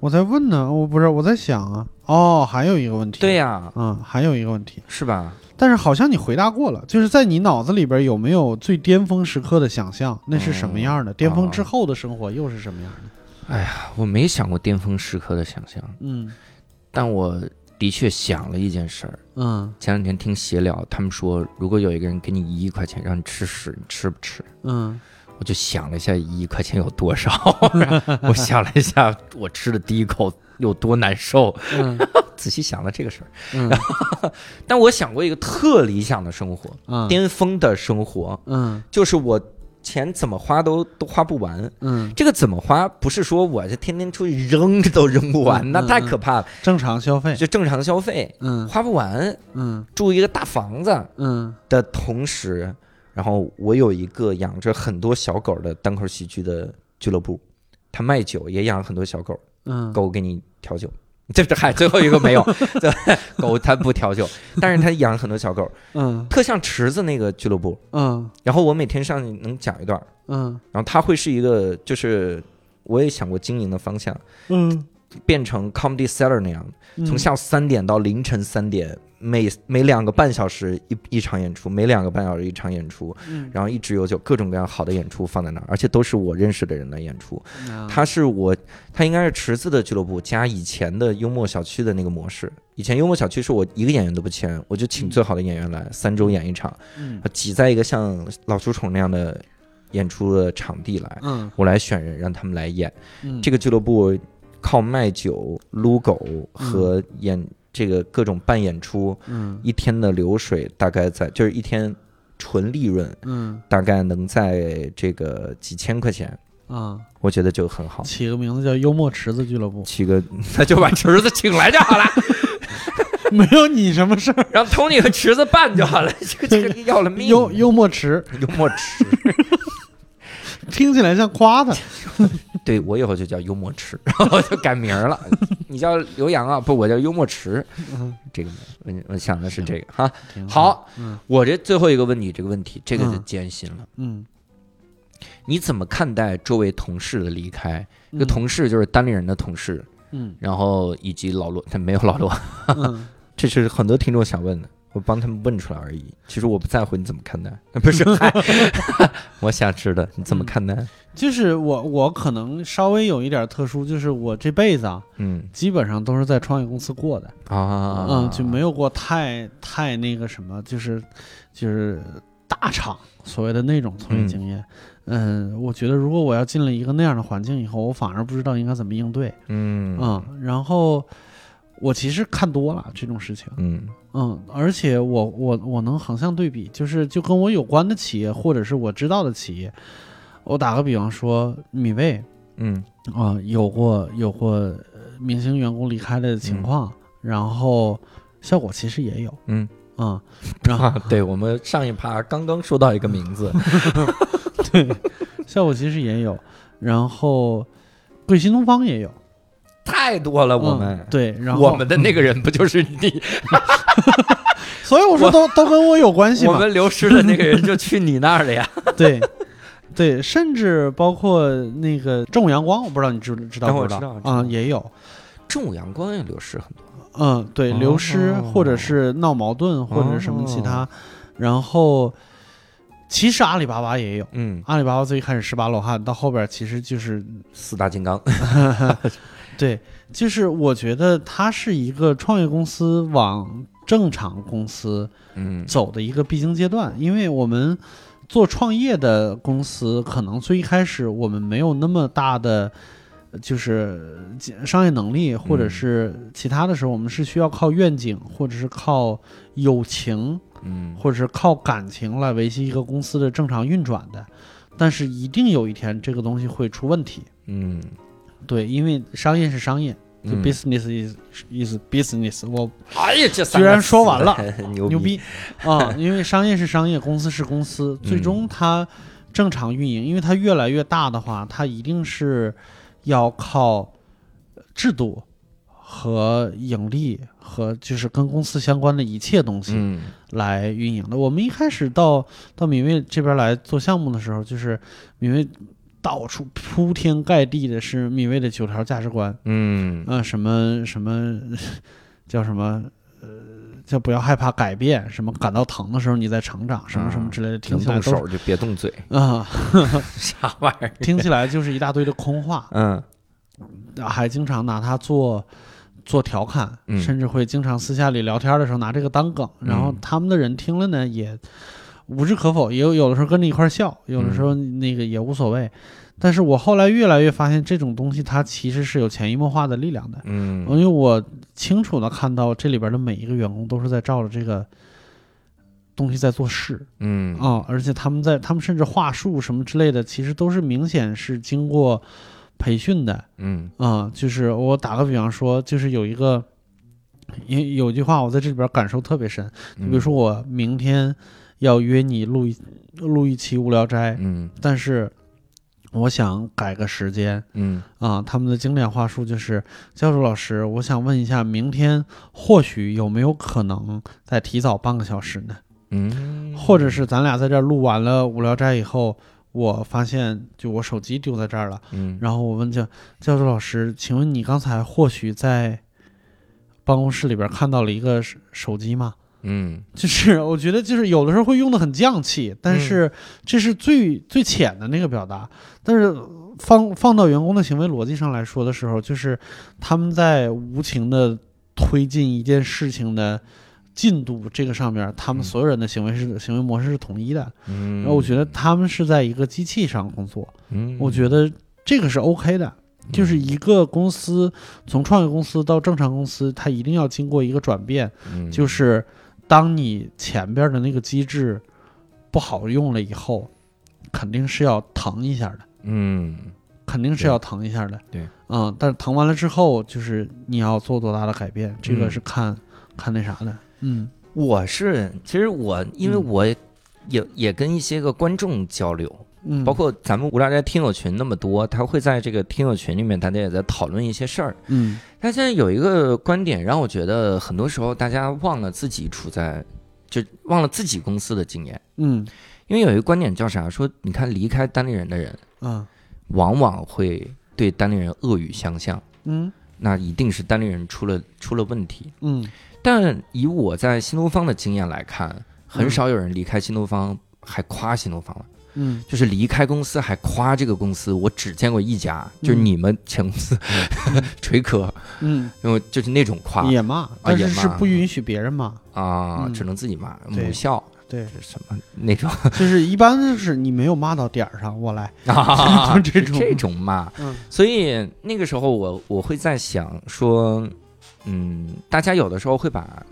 Speaker 4: 我在问呢，我不是我在想啊。哦，还有一个问题。
Speaker 1: 对呀、
Speaker 4: 嗯，还有一个问题，
Speaker 1: 是吧？
Speaker 4: 但是好像你回答过了，就是在你脑子里边有没有最巅峰时刻的想象？那是什么样的？巅峰之后的生活又是什么样的？
Speaker 1: 我没想过巅峰时刻的想象，
Speaker 4: 嗯
Speaker 1: 但我的确想了一件事儿。
Speaker 4: 嗯
Speaker 1: 前两天听闲聊，他们说，如果有一个人给你一亿块钱让你吃屎，你吃不吃？
Speaker 4: 嗯
Speaker 1: 我就想了一下，一亿块钱有多少？ (laughs) 我想了一下，我吃的第一口有多难受。
Speaker 4: 嗯
Speaker 1: 仔细想了这个事儿，
Speaker 4: 嗯
Speaker 1: 但我想过一个特理想的生活，
Speaker 4: 嗯
Speaker 1: 巅峰的生活，
Speaker 4: 嗯
Speaker 1: 就是我钱怎么花都都花不完。
Speaker 4: 嗯，
Speaker 1: 这个怎么花？不是说我这天天出去扔都扔不完，
Speaker 4: 嗯
Speaker 1: 那
Speaker 4: 嗯
Speaker 1: 太可怕了。
Speaker 4: 正常消费。
Speaker 1: 就正常消费，
Speaker 4: 嗯
Speaker 1: 花不完，
Speaker 4: 嗯
Speaker 1: 住一个大房子
Speaker 4: 嗯
Speaker 1: 的同时，然后我有一个养着很多小狗的单口喜剧的俱乐部，他卖酒也养很多小狗，
Speaker 4: 嗯
Speaker 1: 狗给你调酒。 (laughs) 这这嗨，最后一个没有， (laughs) 对狗它不调酒，但是它养很多小狗，
Speaker 4: 嗯
Speaker 1: 特像池子那个俱乐部。
Speaker 4: 嗯
Speaker 1: 然后我每天上去能讲一段儿，
Speaker 4: 嗯
Speaker 1: 然后它会是一个，就是我也想过经营的方向，
Speaker 4: 嗯，
Speaker 1: 变成 Comedy Cellar 那样，从下午三点到凌晨三点，每每两个半小时一一场演出，每两个半小时一场演出，
Speaker 4: 嗯，
Speaker 1: 然后一直有酒，各种各样好的演出放在那儿，而且都是我认识的人来演出。
Speaker 4: 嗯
Speaker 1: 他是我，他应该是池子的俱乐部加以前的幽默小区的那个模式。以前幽默小区是我一个演员都不签，我就请最好的演员来，三周演一场，
Speaker 4: 嗯
Speaker 1: 挤在一个像老鼠虫那样的演出的场地来，
Speaker 4: 嗯
Speaker 1: 我来选人让他们来演。
Speaker 4: 嗯，
Speaker 1: 这个俱乐部靠卖酒、撸狗和演这个各种办演出，
Speaker 4: 嗯
Speaker 1: 一天的流水大概在就是一天纯利润
Speaker 4: 嗯
Speaker 1: 大概能在这个几千块钱，
Speaker 4: 啊，
Speaker 1: 我觉得就很好。，
Speaker 4: 起个名字叫幽默池子俱乐部
Speaker 1: 起个， (laughs) 那就把池子请来就好 (laughs) 了，
Speaker 4: 没有你什么事儿。
Speaker 1: 让 Tony 和池子办就好 (laughs) 了。这个这个要了命，
Speaker 4: 幽幽默池
Speaker 1: 幽默池，
Speaker 4: 听起来像夸他，
Speaker 1: 对我以后就叫幽默池， (laughs) 然后就改名儿了。你叫刘洋啊？不，我叫幽默池。
Speaker 4: 嗯
Speaker 1: 这个没有，我我想的是这个哈。
Speaker 4: 挺，
Speaker 1: 好，
Speaker 4: 嗯
Speaker 1: 我这最后一个问你这个问题，这个就
Speaker 4: 嗯
Speaker 1: 艰辛了。
Speaker 4: 嗯，
Speaker 1: 你怎么看待周围同事的离开？这个
Speaker 4: 嗯
Speaker 1: 同事就是单立人的同事，
Speaker 4: (laughs) 嗯
Speaker 1: 然后以及老罗，他没有老罗，
Speaker 4: 嗯，
Speaker 1: 这是很多听众想问的，我帮他们问出来而已。其实我不在乎你怎么看待， (laughs) 不是，嗨我想知道你怎么看待。
Speaker 4: 就是我我可能稍微有一点特殊，就是我这辈子啊，
Speaker 1: 嗯
Speaker 4: 基本上都是在创业公司过的，
Speaker 1: 啊，
Speaker 4: 嗯，就没有过太太那个什么，就是就是大厂所谓的那种从业经验。嗯，我觉得如果我要进了一个那样的环境以后，我反而不知道应该怎么应对。
Speaker 1: 嗯
Speaker 4: 嗯，然后我其实看多了这种事情。
Speaker 1: 嗯
Speaker 4: 嗯，而且我我我能横向对比，就是就跟我有关的企业，或者是我知道的企业，我打个比方说，米未
Speaker 1: 嗯
Speaker 4: 啊、有过有过呃明星员工离开的情况，然后效果其实也有
Speaker 1: 嗯
Speaker 4: 啊、
Speaker 1: 啊，对我们上一趴刚刚说到一个名 (laughs) 字，
Speaker 4: 效果其实也有，然后对新东方也有，
Speaker 1: 太多了，我
Speaker 4: 嗯
Speaker 1: 们。
Speaker 4: 对，然后
Speaker 1: 我们的那个人不就是 (laughs) 你？
Speaker 4: 所以我说都都跟我有关系
Speaker 1: 我 (laughs)
Speaker 4: 嘛，
Speaker 1: 们流失的那个人就去你那儿了呀。
Speaker 4: 对，对，甚至包括那个正午阳光，我不知道你知不知道
Speaker 1: 哦
Speaker 4: 不
Speaker 1: 我
Speaker 4: 知
Speaker 1: 知
Speaker 4: 道
Speaker 1: 道我知
Speaker 4: 啊、
Speaker 1: 道
Speaker 4: 也有，
Speaker 1: 正午阳光也流失很多，
Speaker 4: 嗯，对，
Speaker 1: 哦
Speaker 4: 流失或者是闹矛盾或者什么其他，然后其实阿里巴巴也有，
Speaker 1: 嗯，
Speaker 4: 阿里巴巴最开始十八罗汉，到后边其实就是
Speaker 1: 四大金 (laughs) 刚，
Speaker 4: 对，就是我觉得它是一个创业公司往正常公司
Speaker 1: 嗯，
Speaker 4: 走的一个必经阶段，因为我们做创业的公司，可能最一开始我们没有那么大的。呃就是呃商业能力，或者是
Speaker 1: 嗯
Speaker 4: 其他的时候，我们是需要靠愿景，或者是靠友情，
Speaker 1: 嗯，
Speaker 4: 或者是靠感情来维系一个公司的正常运转的。但是一定有一天，这个东西会出问题。
Speaker 1: 嗯，
Speaker 4: 对，因为商业是商业，就
Speaker 1: 嗯
Speaker 4: business is is business，我
Speaker 1: 哎呀，这
Speaker 4: 居然说完了，
Speaker 1: (laughs) 牛
Speaker 4: 牛逼
Speaker 1: (laughs)
Speaker 4: 啊！因为商业是商业，公司是公司，最
Speaker 1: 嗯
Speaker 4: 终它正常运营，因为它越来越大的话，它一定是要靠制度和盈利和就是跟公司相关的一切东西
Speaker 1: 嗯
Speaker 4: 来运营的。我们一开始到到敏锐这边来做项目的时候，就是敏锐到处铺天盖地的是敏锐的九条价值观，
Speaker 1: 嗯
Speaker 4: 嗯、什么什么叫什么呃，叫不要害怕改变，什么感到疼的时候你在成长，什么什么之类的，听
Speaker 1: 嗯能
Speaker 4: 起来
Speaker 1: 动
Speaker 4: 都是
Speaker 1: 手就别动 (laughs) 嘴，
Speaker 4: 啊、
Speaker 1: 啥玩意儿？
Speaker 4: (laughs) 听
Speaker 1: (laughs)
Speaker 4: 起来就是一大堆的空话，啊
Speaker 1: 嗯
Speaker 4: 还经常拿它做。做调侃，
Speaker 1: 嗯
Speaker 4: 甚至会经常私下里聊天的时候拿这个当梗，然后
Speaker 1: 嗯
Speaker 4: 他们的人听了呢也无知可否，也有有的时候跟着一块儿笑，有的
Speaker 1: 嗯
Speaker 4: 时候那个也无所谓。但是我后来越来越发现，这种东西它其实是有潜移默化的力量的，因
Speaker 1: 嗯
Speaker 4: 为我清楚的看到这里边的每一个员工都是在照着这个东西在做事
Speaker 1: 嗯
Speaker 4: 啊、而且他们在他们甚至话术什么之类的，其实都是明显是经过培训的
Speaker 1: 嗯
Speaker 4: 啊、就是我打个比方说，就是有一个有有句话我在这里边感受特别深，比
Speaker 1: 嗯
Speaker 4: 如说我明天要约你录一录一期无聊斋，
Speaker 1: 嗯
Speaker 4: 但是我想改个时间，
Speaker 1: 嗯
Speaker 4: 啊，他们的经典话术就是教授老师，我想问一下，明天或许有没有可能再提早半个小时呢？
Speaker 1: 嗯，
Speaker 4: 或者是咱俩在这儿录完了无聊斋以后，我发现就我手机丢在这儿了，
Speaker 1: 嗯
Speaker 4: 然后我问教教授老师，请问你刚才或许在办公室里边看到了一个手手机吗？
Speaker 1: 嗯
Speaker 4: (laughs) 就是我觉得就是有的时候会用的很降气，但是这是最、最浅的那个表达。但是放放到员工的行为逻辑上来说的时候，就是他们在无情的推进一件事情的进度这个上面，他们
Speaker 1: 嗯
Speaker 4: 所有人的行为是、行为模式是统一的。
Speaker 1: 嗯，
Speaker 4: 然后我觉得他们是在一个机器上工作，
Speaker 1: 嗯，
Speaker 4: 我觉得这个是 OK 的。就是一个公司从创业公司到正常公司，它一定要经过一个转变，
Speaker 1: 嗯
Speaker 4: 就是当你前边的那个机制不好用了以后，肯定是要疼一下的，
Speaker 1: 嗯
Speaker 4: 肯定是
Speaker 1: 对
Speaker 4: 要疼一下的。
Speaker 1: 对，
Speaker 4: 嗯，但是疼完了之后，就是你要做多大的改变，这个
Speaker 1: 嗯
Speaker 4: 是看、看那啥的。嗯
Speaker 1: 我是其实我因为
Speaker 4: 嗯
Speaker 1: 我也也跟一些个观众交流，
Speaker 4: 嗯，
Speaker 1: 包括咱们无聊斋听友群那么多，他会在这个听友群里面，大家也在讨论一些事儿。
Speaker 4: 嗯
Speaker 1: 但现在有一个观点让我觉得，很多时候大家忘了自己处在，就忘了自己公司的经验。
Speaker 4: 嗯
Speaker 1: 因为有一个观点叫啥？说你看离开单立人的人，
Speaker 4: 啊
Speaker 1: 往往会对单立人恶语相向，
Speaker 4: 嗯
Speaker 1: 那一定是单立人出了出了问题。
Speaker 4: 嗯
Speaker 1: 但以我在新东方的经验来看，很
Speaker 4: 嗯
Speaker 1: 少有人离开新东方还夸新东方了。
Speaker 4: 嗯
Speaker 1: 就是离开公司还夸这个公司，我只见过一家，
Speaker 4: 嗯
Speaker 1: 就是你们前公司、 (laughs) 锤科，
Speaker 4: 嗯，
Speaker 1: 因为 (laughs) 就是那种夸
Speaker 4: 也骂，但
Speaker 1: 啊也
Speaker 4: 是是
Speaker 1: 骂嗯
Speaker 4: 不允许别人骂。
Speaker 1: 啊，
Speaker 4: 嗯
Speaker 1: 只能自己骂
Speaker 4: 对
Speaker 1: 母校
Speaker 4: 对，
Speaker 1: 是什么那
Speaker 4: (laughs)
Speaker 1: 种
Speaker 4: 就是一般就是你没有骂到点儿上，我来。
Speaker 1: 啊，
Speaker 4: (laughs) 这种
Speaker 1: 是这种骂。
Speaker 4: 嗯
Speaker 1: 所以那个时候我我会在想说，嗯，大家有的时候会把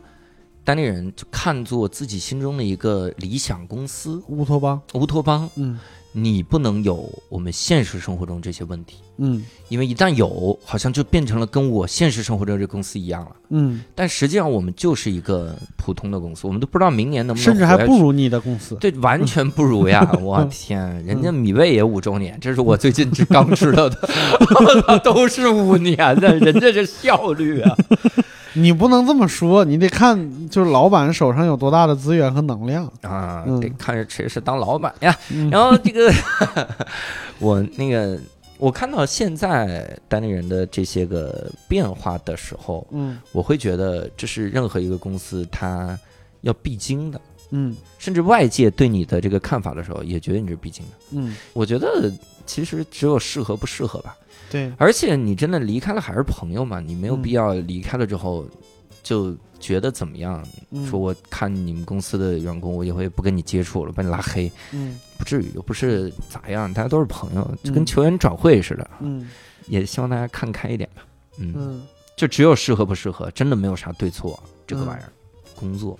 Speaker 1: 单立人就看作自己心中的一个理想公司
Speaker 4: 乌托邦，
Speaker 1: 乌托邦，
Speaker 4: 嗯
Speaker 1: 你不能有我们现实生活中这些问题。
Speaker 4: 嗯
Speaker 1: 因为一旦有，好像就变成了跟我现实生活中这公司一样了。
Speaker 4: 嗯，
Speaker 1: 但实际上，我们就是一个普通的公司，我们都不知道明年能不能
Speaker 4: 甚至还
Speaker 1: 活下去
Speaker 4: 不如你的公司。
Speaker 1: 对，完全不如
Speaker 4: (laughs)
Speaker 1: 呀！我天，人家米味也五周年，这是我最
Speaker 4: (laughs)
Speaker 1: 近只 (laughs) 刚知道的，我操，都是五年的，人家这效率啊！
Speaker 4: 你不能这么说，你得看就是老板手上有多大的资源和能量。
Speaker 1: 啊，
Speaker 4: 嗯
Speaker 1: 得看谁是当老板呀。
Speaker 4: 嗯
Speaker 1: 然后这
Speaker 4: (laughs)
Speaker 1: 个我那个我看到现在单立人的这些个变化的时候，
Speaker 4: 嗯
Speaker 1: 我会觉得这是任何一个公司它要必经的，
Speaker 4: 嗯
Speaker 1: 甚至外界对你的这个看法的时候，也觉得你是必经的。
Speaker 4: 嗯，
Speaker 1: 我觉得其实只有适合不适合吧。
Speaker 4: 对，
Speaker 1: 而且你真的离开了还是朋友嘛，你没有
Speaker 4: 嗯
Speaker 1: 必要离开了之后就觉得怎么样，
Speaker 4: 嗯
Speaker 1: 说我看你们公司的员工，我以后也不跟你接触了，把你拉黑，
Speaker 4: 嗯
Speaker 1: 不至于，又不是咋样，大家都是朋友，就跟
Speaker 4: 嗯
Speaker 1: 球员转会似的，
Speaker 4: 嗯
Speaker 1: 也希望大家看开一点吧。嗯，
Speaker 4: 嗯，
Speaker 1: 就只有适合不适合，真的没有啥对错，这个
Speaker 4: 嗯
Speaker 1: 玩意儿，工作，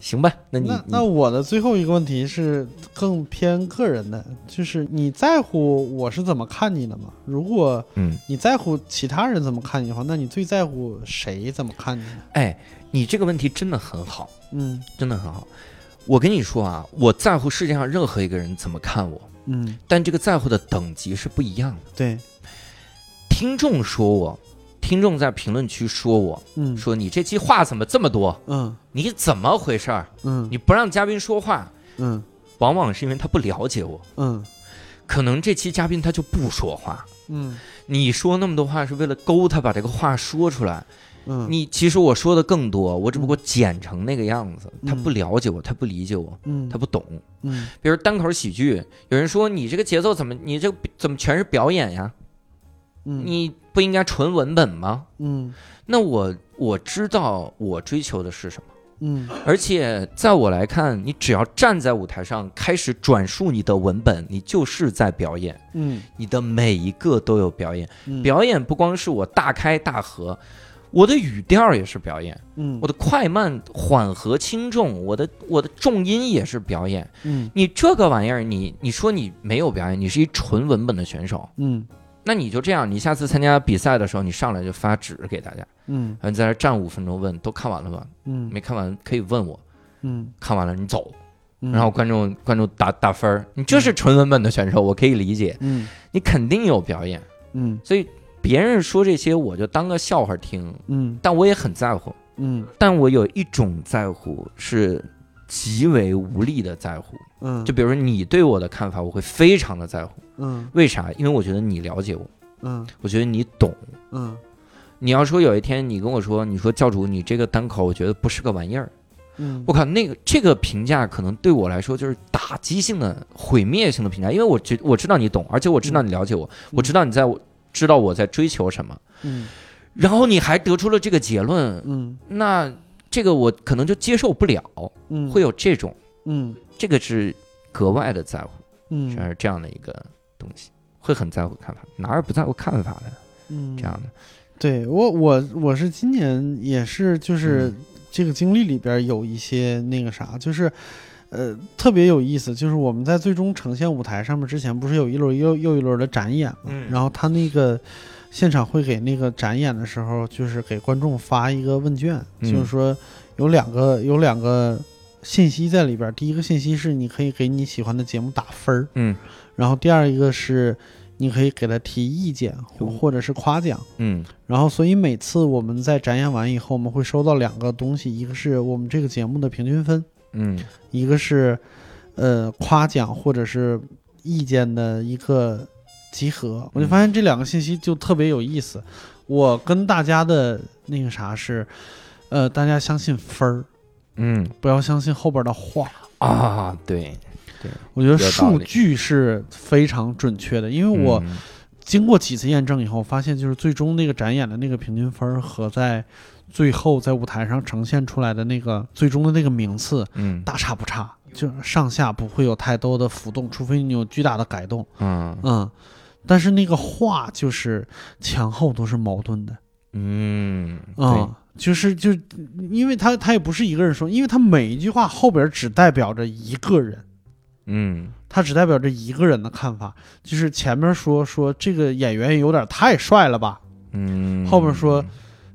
Speaker 1: 行吧？那你
Speaker 4: 那
Speaker 1: 你
Speaker 4: 那我的最后一个问题是更偏个人的，就是你在乎我是怎么看你的吗？如果
Speaker 1: 嗯，
Speaker 4: 你在乎其他人怎么看你的话，那你最在乎谁怎么看你呢？
Speaker 1: 哎，你这个问题真的很好，
Speaker 4: 嗯
Speaker 1: 真的很好。我跟你说啊，我在乎世界上任何一个人怎么看我，
Speaker 4: 嗯，
Speaker 1: 但这个在乎的等级是不一样的。
Speaker 4: 对，
Speaker 1: 听众说我，听众在评论区说我
Speaker 4: 嗯
Speaker 1: 说你这期话怎么这么多？
Speaker 4: 嗯
Speaker 1: 你怎么回事儿？
Speaker 4: 嗯
Speaker 1: 你不让嘉宾说话，
Speaker 4: 嗯
Speaker 1: 往往是因为他不了解我。
Speaker 4: 嗯
Speaker 1: 可能这期嘉宾他就不说话，
Speaker 4: 嗯
Speaker 1: 你说那么多话是为了勾他把这个话说出来。
Speaker 4: 嗯，
Speaker 1: 你其实我说的更多，我只不过剪成那个样子。他
Speaker 4: 嗯
Speaker 1: 不了解我，他不理解我，
Speaker 4: 嗯
Speaker 1: 他不懂。
Speaker 4: 嗯
Speaker 1: 比如单口喜剧，有人说你这个节奏怎么，你这个怎么全是表演呀？
Speaker 4: 嗯
Speaker 1: 你不应该纯文本吗？
Speaker 4: 嗯
Speaker 1: 那我我知道我追求的是什么，
Speaker 4: 嗯
Speaker 1: 而且在我来看，你只要站在舞台上开始转述你的文本，你就是在表演，
Speaker 4: 嗯
Speaker 1: 你的每一个都有表演。
Speaker 4: 嗯
Speaker 1: 表演不光是我大开大合，我的语调也是表演，
Speaker 4: 嗯
Speaker 1: 我的快慢缓和轻重，我的我的重音也是表演。
Speaker 4: 嗯
Speaker 1: 你这个玩意儿，你你说你没有表演，你是一纯文本的选手，
Speaker 4: 嗯
Speaker 1: 那你就这样，你下次参加比赛的时候，你上来就发纸给大家。
Speaker 4: 嗯
Speaker 1: 然后你在这站五分钟问，都看完了吗？
Speaker 4: 嗯
Speaker 1: 没看完可以问我，
Speaker 4: 嗯，
Speaker 1: 看完了你走。
Speaker 4: 嗯
Speaker 1: 然后观众观众打打分儿，你这是纯文本的选手，我可以理解，
Speaker 4: 嗯
Speaker 1: 你肯定有表演，
Speaker 4: 嗯
Speaker 1: 所以别人说这些我就当个笑话听，
Speaker 4: 嗯
Speaker 1: 但我也很在乎，
Speaker 4: 嗯
Speaker 1: 但我有一种在乎是极为无力的在乎，
Speaker 4: 嗯，
Speaker 1: 就比如说你对我的看法，我会非常的在乎，
Speaker 4: 嗯
Speaker 1: 为啥？因为我觉得你了解我，
Speaker 4: 嗯
Speaker 1: 我觉得你懂。
Speaker 4: 嗯
Speaker 1: 你要说有一天你跟我说，你说教主你这个单口，我觉得不是个玩意儿，
Speaker 4: 嗯
Speaker 1: 我靠，那个这个评价可能对我来说就是打击性的、毁灭性的评价，因为我觉我知道你懂，而且我知道你了解我，我知道你在我知道我在追求什么，
Speaker 4: 嗯
Speaker 1: 然后你还得出了这个结论，
Speaker 4: 嗯
Speaker 1: 那这个我可能就接受不了，
Speaker 4: 嗯
Speaker 1: 会有这种，
Speaker 4: 嗯
Speaker 1: 这个是格外的在乎，
Speaker 4: 嗯
Speaker 1: 是这样的一个东西，会很在乎看法，哪儿不在乎看法的
Speaker 4: 嗯
Speaker 1: 这样的，
Speaker 4: 对我，我我是今年也是，就是
Speaker 1: 嗯
Speaker 4: 这个经历里边儿有一些那个啥，就是呃特别有意思，就是我们在最终呈现舞台上面之前，不是有一轮又又一轮的展演嘛，
Speaker 1: 嗯
Speaker 4: 然后他那个现场会给那个展演的时候，就是给观众发一个问卷，
Speaker 1: 嗯
Speaker 4: 就是说有两个有两个信息在里边儿，第一个信息是你可以给你喜欢的节目打分儿，
Speaker 1: 嗯
Speaker 4: 然后第二一个是你可以给他提意见或或者是夸奖。
Speaker 1: 嗯
Speaker 4: 然后，所以每次我们在展演完以后，我们会收到两个东西，一个是我们这个节目的平均分，
Speaker 1: 嗯
Speaker 4: 一个是呃夸奖或者是意见的一个集合。我就发现这两个信息就特别有意思。我跟大家的那个啥是，呃，大家相信分儿，
Speaker 1: 嗯
Speaker 4: 不要相信后边的话。
Speaker 1: 啊，对，
Speaker 4: 我觉得
Speaker 1: 有道
Speaker 4: 数
Speaker 1: 理
Speaker 4: 据是非常准确的，因为我
Speaker 1: 嗯
Speaker 4: 经过几次验证以后，发现就是最终那个展演的那个平均分儿和在最后在舞台上呈现出来的那个最终的那个名次
Speaker 1: 嗯
Speaker 4: 大差不差，就是上下不会有太多的浮动，除非你有巨大的改动。
Speaker 1: 嗯
Speaker 4: 嗯，但是那个话就是前后都是矛盾的
Speaker 1: 嗯，对
Speaker 4: 啊。就是就，因为他他也不是一个人说，因为他每一句话后边只代表着一个人，
Speaker 1: 嗯。
Speaker 4: 他只代表着一个人的看法。就是前面说说这个演员有点太帅了吧，
Speaker 1: 嗯，
Speaker 4: 后面说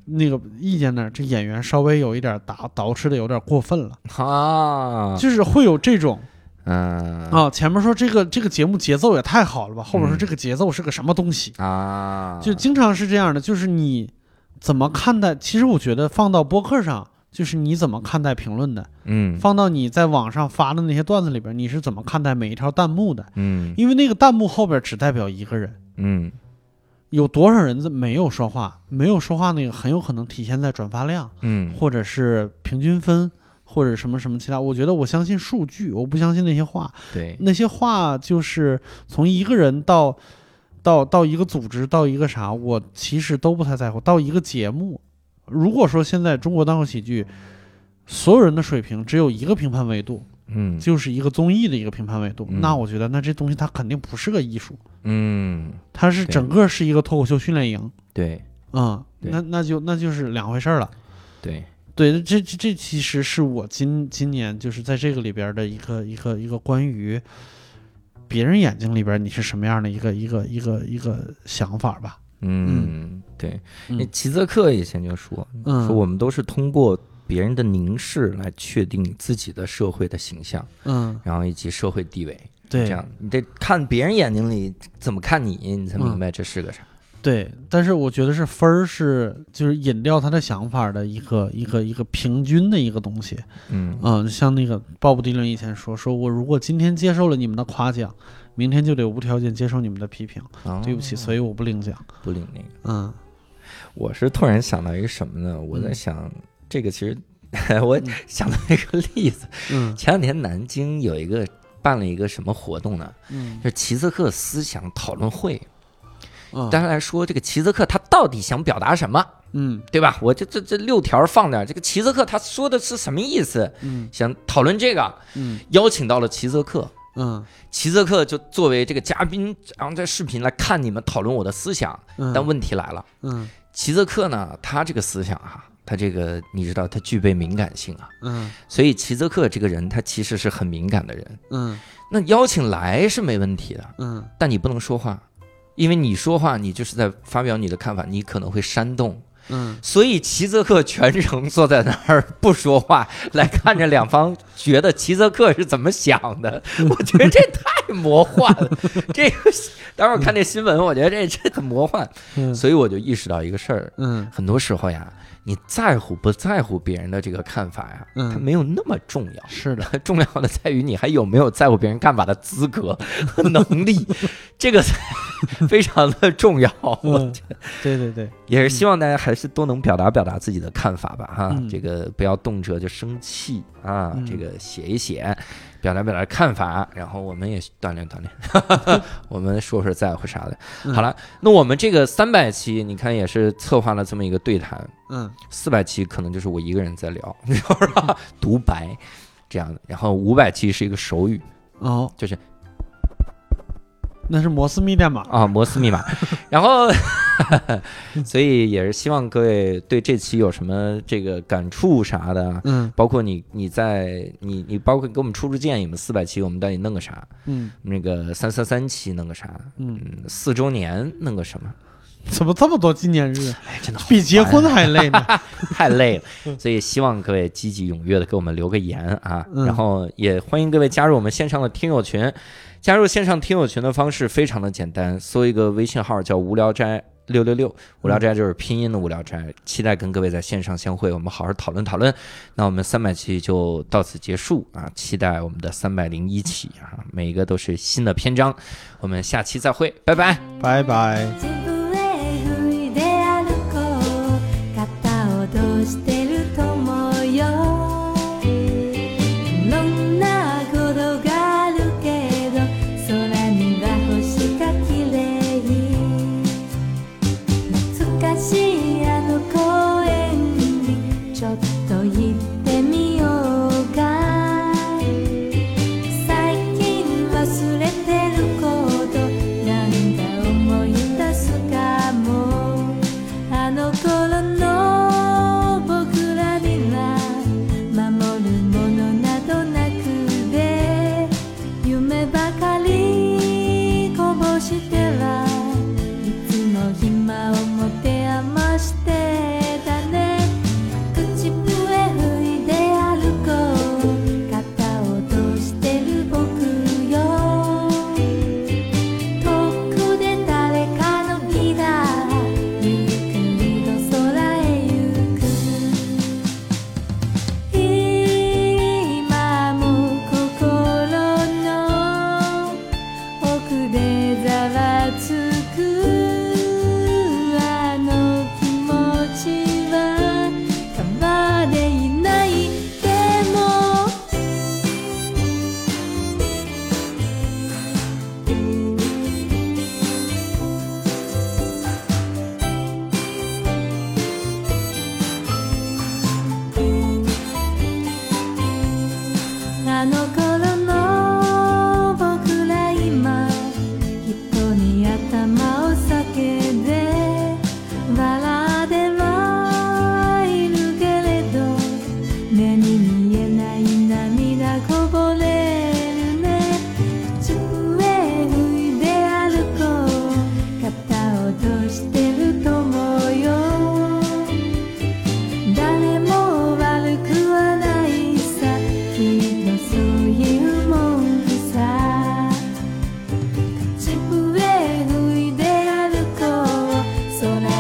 Speaker 4: 那个意见那儿，这演员稍微有一点打捯饬的有点过分了，
Speaker 1: 啊，
Speaker 4: 就是会有这种
Speaker 1: 嗯
Speaker 4: 啊。前面说这个这个节目节奏也太好了吧，后面说
Speaker 1: 嗯
Speaker 4: 这个节奏是个什么东西，
Speaker 1: 啊，
Speaker 4: 就经常是这样的，就是你怎么看待？其实我觉得放到播客上，就是你怎么看待评论的，
Speaker 1: 嗯
Speaker 4: 放到你在网上发的那些段子里边，你是怎么看待每一条弹幕的？
Speaker 1: 嗯
Speaker 4: 因为那个弹幕后边只代表一个人，
Speaker 1: 嗯
Speaker 4: 有多少人在没有说话，没有说话那个很有可能体现在转发量，
Speaker 1: 嗯
Speaker 4: 或者是平均分，或者什么什么其他。我觉得我相信数据，我不相信那些话。
Speaker 1: 对，
Speaker 4: 那些话就是从一个人到到到一个组织到一个啥，我其实都不太在乎。到一个节目，如果说现在中国单口喜剧所有人的水平只有一个评判维度，
Speaker 1: 嗯
Speaker 4: 就是一个综艺的一个评判维度，
Speaker 1: 嗯
Speaker 4: 那我觉得那这东西它肯定不是个艺术，
Speaker 1: 嗯
Speaker 4: 它是
Speaker 1: 对
Speaker 4: 整个是一个脱口秀训练营
Speaker 1: 对
Speaker 4: 啊、
Speaker 1: 对
Speaker 4: 那那就那就是两回事儿了。
Speaker 1: 对，
Speaker 4: 对，这这这其实是我今今年就是在这个里边的一个一个一个关于别人眼睛里边你是什么样的一个一个一个一个想法吧。
Speaker 1: 嗯对。那
Speaker 4: 嗯
Speaker 1: 齐泽克以前就说
Speaker 4: 嗯，
Speaker 1: 说我们都是通过别人的凝视来确定自己的社会的形象，
Speaker 4: 嗯，
Speaker 1: 然后以及社会地位。
Speaker 4: 对，
Speaker 1: 这样你得看别人眼睛里怎么看你，你
Speaker 4: 嗯
Speaker 1: 才明白这是个啥。嗯
Speaker 4: 对，但是我觉得是分儿是就是引掉他的想法的一个一个一个平均的一个东西。
Speaker 1: 嗯
Speaker 4: 嗯，像那个鲍勃迪伦以前说，说我如果今天接受了你们的夸奖，明天就得无条件接受你们的批评。
Speaker 1: 哦
Speaker 4: 对不起，所以我不领奖。
Speaker 1: 不领那个。
Speaker 4: 嗯
Speaker 1: 我是突然想到一个什么呢？我在
Speaker 4: 嗯
Speaker 1: 想，这个其实 (laughs) 我想到一个例子，
Speaker 4: 嗯
Speaker 1: 前两天南京有一个办了一个什么活动呢？
Speaker 4: 嗯
Speaker 1: 就是齐泽克思想讨论会。
Speaker 4: 嗯，
Speaker 1: 大家来说，这个齐泽克他到底想表达什么，
Speaker 4: 嗯
Speaker 1: 对吧？我这这这六条放那儿，这个齐泽克他说的是什么意思？
Speaker 4: 嗯
Speaker 1: 想讨论这个，
Speaker 4: 嗯
Speaker 1: 邀请到了齐泽克。
Speaker 4: 嗯
Speaker 1: 齐泽克就作为这个嘉宾，然后在视频来看你们讨论我的思想。
Speaker 4: 嗯，
Speaker 1: 但问题来了，
Speaker 4: 嗯
Speaker 1: 齐泽克呢，他这个思想啊，他这个你知道，他具备敏感性啊，
Speaker 4: 嗯
Speaker 1: 所以齐泽克这个人他其实是很敏感的人。
Speaker 4: 嗯
Speaker 1: 那邀请来是没问题的，
Speaker 4: 嗯
Speaker 1: 但你不能说话，因为你说话你就是在发表你的看法，你可能会煽动。
Speaker 4: 嗯
Speaker 1: 所以齐泽克全程坐在那儿不说话，来看着两方，觉得齐泽克是怎么想的。我觉得这太魔幻了，这个待会儿看这新闻，我觉得这这很魔幻。
Speaker 4: 嗯
Speaker 1: 所以我就意识到一个事儿，
Speaker 4: 嗯
Speaker 1: 很多时候呀，你在乎不在乎别人的这个看法呀，
Speaker 4: 嗯
Speaker 1: 它没有那么重要。
Speaker 4: 是的，
Speaker 1: (laughs) 重要的在于你还有没有在乎别人看法的资格
Speaker 4: (laughs)
Speaker 1: 和能力，这个 (laughs) 才非常的重要。我
Speaker 4: 嗯，对对对，
Speaker 1: 也是希望大家还是都能表达表达自己的看法吧，哈，
Speaker 4: 嗯
Speaker 1: 这个不要动辄就生气啊，
Speaker 4: 嗯
Speaker 1: 这个写一写，表达表达看法，然后我们也锻炼锻炼，
Speaker 4: (laughs)
Speaker 1: 我们说说在乎啥的。
Speaker 4: 嗯
Speaker 1: 好了，那我们这个三百期，你看也是策划了这么一个对谈，
Speaker 4: 嗯
Speaker 1: 四百期可能就是我一个人在聊， (laughs) 你知道吧？独白这样的，然后五百期是一个手语
Speaker 4: 哦，
Speaker 1: 就是
Speaker 4: 那是摩斯密电码，
Speaker 1: 啊，摩斯密 (laughs) 码，然后。所以也是希望各位对这期有什么这个感触啥的，
Speaker 4: 嗯
Speaker 1: 包括你你在你你包括给我们出出建议嘛，四百期我们到底弄个啥？
Speaker 4: 嗯
Speaker 1: 那个三三三期弄个啥？
Speaker 4: 嗯，
Speaker 1: 嗯，四周年弄个什么？
Speaker 4: 怎么这么多纪念日，啊
Speaker 1: 哎，真的好
Speaker 4: 比结
Speaker 1: 烦
Speaker 4: 婚还累呢？
Speaker 1: (laughs) 太累了，所以希望各位积极踊跃的给我们留个言啊，
Speaker 4: 嗯
Speaker 1: 然后也欢迎各位加入我们线上的听友群。加入线上听友群的方式非常的简单，搜一个微信号叫“无聊斋六六六”，无聊斋就是拼音的无聊斋。期待跟各位在线上相会，我们好好讨论讨论。那我们三百期就到此结束啊，期待我们的三百零一期啊，每一个都是新的篇章。我们下期再会，拜拜。
Speaker 4: 拜拜。
Speaker 6: 自分へ踏み出歩こう肩を閉じてる友よいろんなことがあるけど空には星が綺麗懐かしいあの公園にちょっと行ってみようか「最近忘れてることなんだ思い出すかも」「あの頃の僕らには守るものなどなくて」「夢ばかりこぼしてはいつも暇を持て余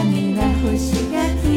Speaker 6: には星が消え